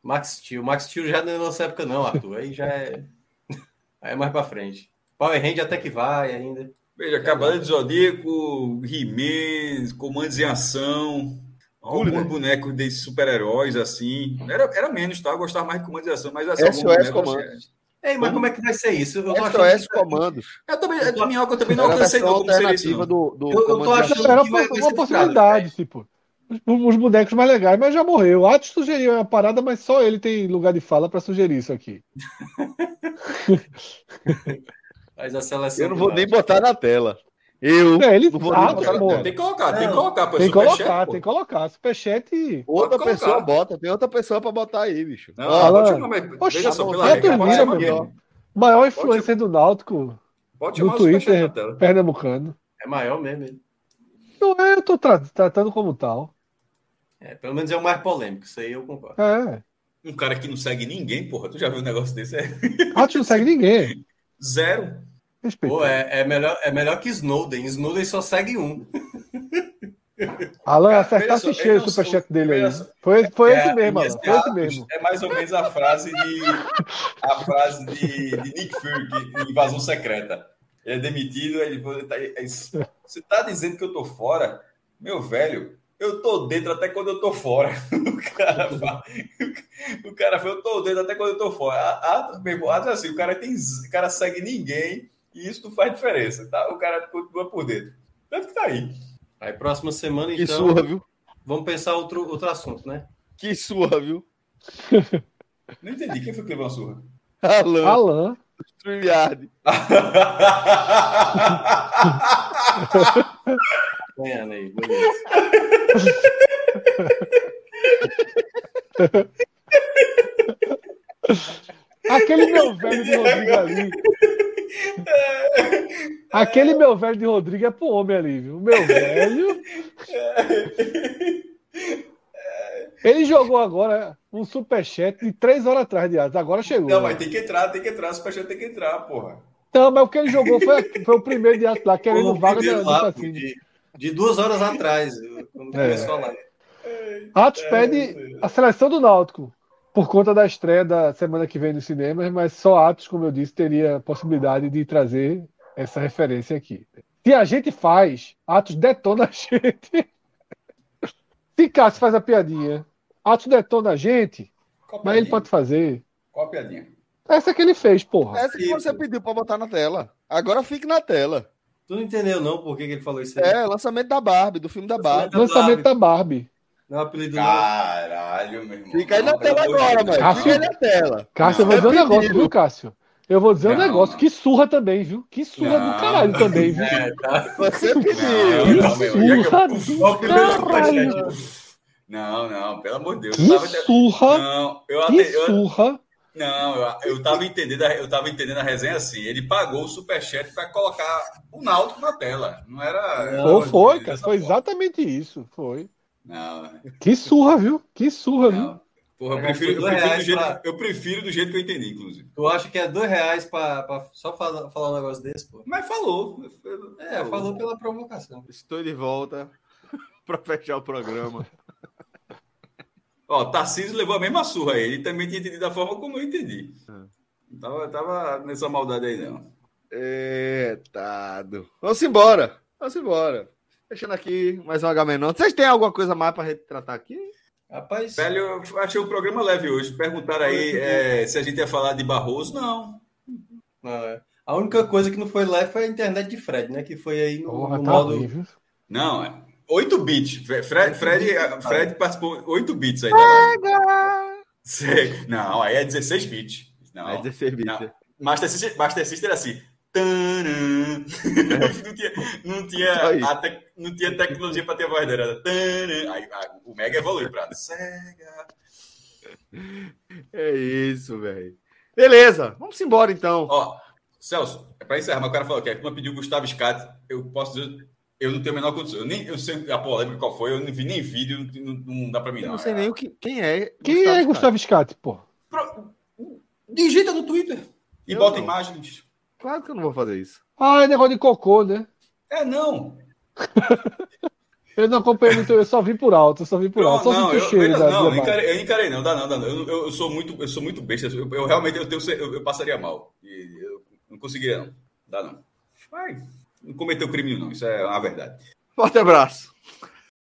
Speaker 2: Max Steel. Max Steel já não é nossa época, não, Arthur. Aí já é. Aí é mais pra frente. Power Hand até que vai ainda.
Speaker 5: Veja, Cavaleiro do Zodíaco, He-Man, Comandos em Ação, alguns bonecos de super-heróis, assim. Era, era menos, tá? Eu gostava mais de Comandos em Ação, mas assim, alguns
Speaker 4: SOS
Speaker 5: bonecos- assim,
Speaker 4: Comandos.
Speaker 2: Ei, mas como é que vai ser isso? Eu tô achando.
Speaker 4: SOS
Speaker 2: que-
Speaker 4: Comandos.
Speaker 5: é. Eu também, eu, minhoca, eu também não
Speaker 4: Era a
Speaker 5: alcancei
Speaker 4: versão
Speaker 5: não, como seria isso,
Speaker 4: alternativa
Speaker 5: não.
Speaker 4: do, do
Speaker 2: Eu- eu tô
Speaker 4: Comando de
Speaker 2: achando-
Speaker 4: Ação.
Speaker 3: Era
Speaker 2: que
Speaker 3: uma,
Speaker 2: vai-
Speaker 3: uma
Speaker 2: vai ser
Speaker 3: oportunidade, tipo. Os, os bonecos mais legais, mas já morreu. O Atos sugeriu uma parada, mas só ele tem lugar de fala pra sugerir isso aqui.
Speaker 2: Faz a seleção.
Speaker 4: Eu não
Speaker 2: do
Speaker 4: vou
Speaker 2: lado.
Speaker 4: nem botar na tela. Eu
Speaker 3: É, ele
Speaker 4: não vou nem
Speaker 3: Atos,
Speaker 4: botar na
Speaker 3: pô.
Speaker 4: tela.
Speaker 5: Tem que colocar, tem que
Speaker 2: Não.
Speaker 5: colocar. pô,
Speaker 3: Tem que
Speaker 5: superchat,
Speaker 3: colocar,
Speaker 5: pô.
Speaker 3: tem que colocar. Superchat e.
Speaker 4: Outra
Speaker 5: Pode
Speaker 4: pessoa
Speaker 5: colocar.
Speaker 4: bota, tem outra pessoa pra botar aí, bicho.
Speaker 5: Não, então.
Speaker 4: Ó,
Speaker 3: Alan.
Speaker 5: pode chamar, mas
Speaker 3: Oxe,
Speaker 5: veja só,
Speaker 4: a
Speaker 5: pela
Speaker 4: mão-
Speaker 5: regra,
Speaker 4: a
Speaker 5: pode
Speaker 4: turmina,
Speaker 5: chamar
Speaker 4: meu
Speaker 5: alguém.
Speaker 4: irmão.
Speaker 3: Maior influencer do Náutico
Speaker 5: Pode chamar
Speaker 3: no
Speaker 5: o superchat na
Speaker 3: Twitter
Speaker 5: tela.
Speaker 3: pernambucano.
Speaker 2: É maior mesmo. hein?
Speaker 3: Não é, eu tô tra- tratando como tal.
Speaker 2: É, pelo menos é o mais polêmico. Isso aí eu concordo.
Speaker 3: É.
Speaker 5: Um cara que não segue ninguém, porra. Tu já viu um negócio desse? É
Speaker 3: Atos não segue ninguém.
Speaker 5: zero.
Speaker 3: Respeito.
Speaker 2: Pô, é, é melhor, é melhor que Snowden. Snowden só segue um.
Speaker 3: Alan,
Speaker 5: Cara,
Speaker 3: acertasse
Speaker 5: veja só,
Speaker 3: cheio o
Speaker 5: eu não
Speaker 3: superchat
Speaker 5: sou-
Speaker 3: dele aí.
Speaker 5: veja só.
Speaker 3: Foi, foi
Speaker 5: É,
Speaker 3: esse mesmo, Alan.
Speaker 5: minhas
Speaker 3: Foi esse
Speaker 5: piadas.
Speaker 3: mesmo.
Speaker 5: É mais ou menos a frase de a frase de, de Nick Fury, que- de invasão secreta. Ele é demitido, ele ele tá, é isso. você tá dizendo que eu tô fora? Meu velho, eu tô dentro até quando eu tô fora. O cara fala, o cara fala eu tô dentro até quando eu tô fora. A, a, meu irmão, acho assim, o cara tem, z- o cara segue ninguém e isso não faz diferença, tá? O cara continua por dentro. Tanto que tá aí.
Speaker 2: Aí próxima semana,
Speaker 4: Que
Speaker 2: então,
Speaker 4: surra, viu?
Speaker 2: vamos pensar outro, outro assunto, né?
Speaker 4: Que surra, viu?
Speaker 5: Não entendi quem foi que levou a surra.
Speaker 4: Alan,
Speaker 3: Alan.
Speaker 4: Trilhard.
Speaker 2: Ganhando aí, beleza.
Speaker 3: Aquele meu velho de Rodrigo ali. Aquele meu velho de Rodrigo é pro homem ali, viu? Meu velho. Ele jogou agora um superchat de três horas atrás de Asas. Agora chegou.
Speaker 5: Não,
Speaker 3: né?
Speaker 5: mas tem que entrar, tem que entrar. Superchat tem que entrar, porra.
Speaker 3: Não, mas o que ele jogou foi, foi o primeiro de Asas lá, querendo vaga
Speaker 2: primeiro
Speaker 3: do
Speaker 2: lá,
Speaker 3: Cassino.
Speaker 2: De duas horas atrás, quando
Speaker 3: É.
Speaker 2: começou a live.
Speaker 3: Atos pede a seleção do Náutico por conta da estreia da semana que vem nos cinemas, mas só Atos, como eu disse, teria a possibilidade de trazer essa referência aqui. Se a gente faz, Atos detona a gente. Se Cássio faz a piadinha, Atos detona a gente,
Speaker 5: Qual
Speaker 3: mas ele pode fazer.
Speaker 5: Qual a piadinha?
Speaker 3: Essa é que ele fez,
Speaker 5: É
Speaker 3: porra.
Speaker 13: Essa que você pediu pra botar na tela. Agora fique na tela.
Speaker 2: Tu não entendeu, não, por que, que ele falou isso aí?
Speaker 13: É, lançamento da Barbie, do filme da
Speaker 5: Tá.
Speaker 13: Barbie.
Speaker 3: Lançamento da Barbie.
Speaker 2: tá Não, é apelido
Speaker 5: Caralho, meu irmão.
Speaker 13: Fica aí na tela agora, mano. Fica aí na tela.
Speaker 3: Cássio, eu vou dizer um
Speaker 13: Repetindo.
Speaker 3: negócio, viu, Cássio? Eu vou dizer um
Speaker 13: Não.
Speaker 3: negócio. Que surra também, viu? Que surra do caralho também, viu?
Speaker 5: É, tá.
Speaker 13: Você
Speaker 5: Não,
Speaker 13: pediu.
Speaker 5: não, meu. Já que
Speaker 3: Surra
Speaker 5: eu- Uf,
Speaker 3: do
Speaker 5: ó, o primeiro
Speaker 3: caralho.
Speaker 5: superchat. Não, não, pelo amor de Deus.
Speaker 3: Que
Speaker 5: Eu tava-
Speaker 3: surra!
Speaker 5: Não, eu
Speaker 3: que
Speaker 5: até- eu-
Speaker 3: surra!
Speaker 5: Não, eu, eu tava entendendo, a- eu tava entendendo a resenha assim. Ele pagou o superchat pra colocar o Náutico na tela. Não era.
Speaker 3: Ou foi, cara. Foi exatamente isso. Foi.
Speaker 5: Não.
Speaker 3: Que surra, viu? Que surra, viu?
Speaker 5: Porra,
Speaker 2: Cara,
Speaker 5: eu prefiro, eu
Speaker 2: foi dois
Speaker 5: prefiro do
Speaker 2: reais
Speaker 5: jeito,
Speaker 2: pra-
Speaker 5: eu prefiro do jeito que eu entendi, inclusive.
Speaker 2: Eu acho que é dois reais pra, pra só falar, falar um negócio desse, pô.
Speaker 5: Mas falou.
Speaker 2: É, falou, pela provocação.
Speaker 4: Estou de volta para fechar o programa.
Speaker 5: Ó, Tarcísio levou a mesma surra aí. Ele também tinha entendido da forma como eu entendi. Não tava, tava nessa maldade aí, não.
Speaker 4: Eetado. Vamos embora. Vamos embora. Fechando aqui mais um H menor. Vocês têm alguma coisa mais para retratar aqui?
Speaker 2: Rapaz.
Speaker 5: Velho, eu achei o programa leve hoje. Perguntaram aí é, se a gente ia falar de Barroso. Não.
Speaker 2: Não, é. A única coisa que não foi live foi a internet de Fred, né? Que foi aí no,
Speaker 5: Porra,
Speaker 2: no
Speaker 5: tá
Speaker 2: modo.
Speaker 5: horrível. Não, é. 8 bits. Fre- Fred, Fred, eh,
Speaker 2: bits,
Speaker 5: Fred participou 8 bits aí da live. Cê- Não, aí é 16 bits. Não. É
Speaker 4: 16
Speaker 5: bits. Master System, Master System era assim. Tanã. não tinha, não tinha,
Speaker 4: É. Só isso.
Speaker 5: a tec- não tinha tecnologia para ter voz dela. Era tanã. Aí, a- o Mega evoluiu pra Sega.
Speaker 4: É isso, velho. Beleza, vamos embora então.
Speaker 5: Ó, Celso, é pra encerrar, mas o cara falou que a turma pediu Gustavo Scatti. Eu posso dizer, eu não tenho a menor condição. Eu, nem, eu sei a polêmica qual foi, eu não vi nem vídeo, não, não- não dá pra mim,
Speaker 4: Eu
Speaker 5: não.
Speaker 4: não sei nem o que, quem é.
Speaker 3: Quem é Gustavo Scatti, pô?
Speaker 5: Digita no Twitter e
Speaker 4: Eu
Speaker 5: bota
Speaker 4: não.
Speaker 5: imagens.
Speaker 4: Claro que eu não vou fazer isso.
Speaker 3: Ah, é negócio de cocô, né?
Speaker 5: É, não.
Speaker 3: Eu não acompanhei muito, eu só vi por alto, eu só vi por alto, só
Speaker 5: não,
Speaker 3: vi
Speaker 5: eu,
Speaker 3: o cheiro da
Speaker 5: eu- não, então, eu
Speaker 3: da barba.
Speaker 5: encarei, eu encarei, não, dá não, dá não. Eu, eu- eu sou muito, eu sou muito besta. Eu, eu realmente eu, tenho, eu, eu passaria mal. E eu não conseguiria, não. Dá não. Vai. Não cometeu crime, não. Isso é a verdade.
Speaker 4: Forte abraço.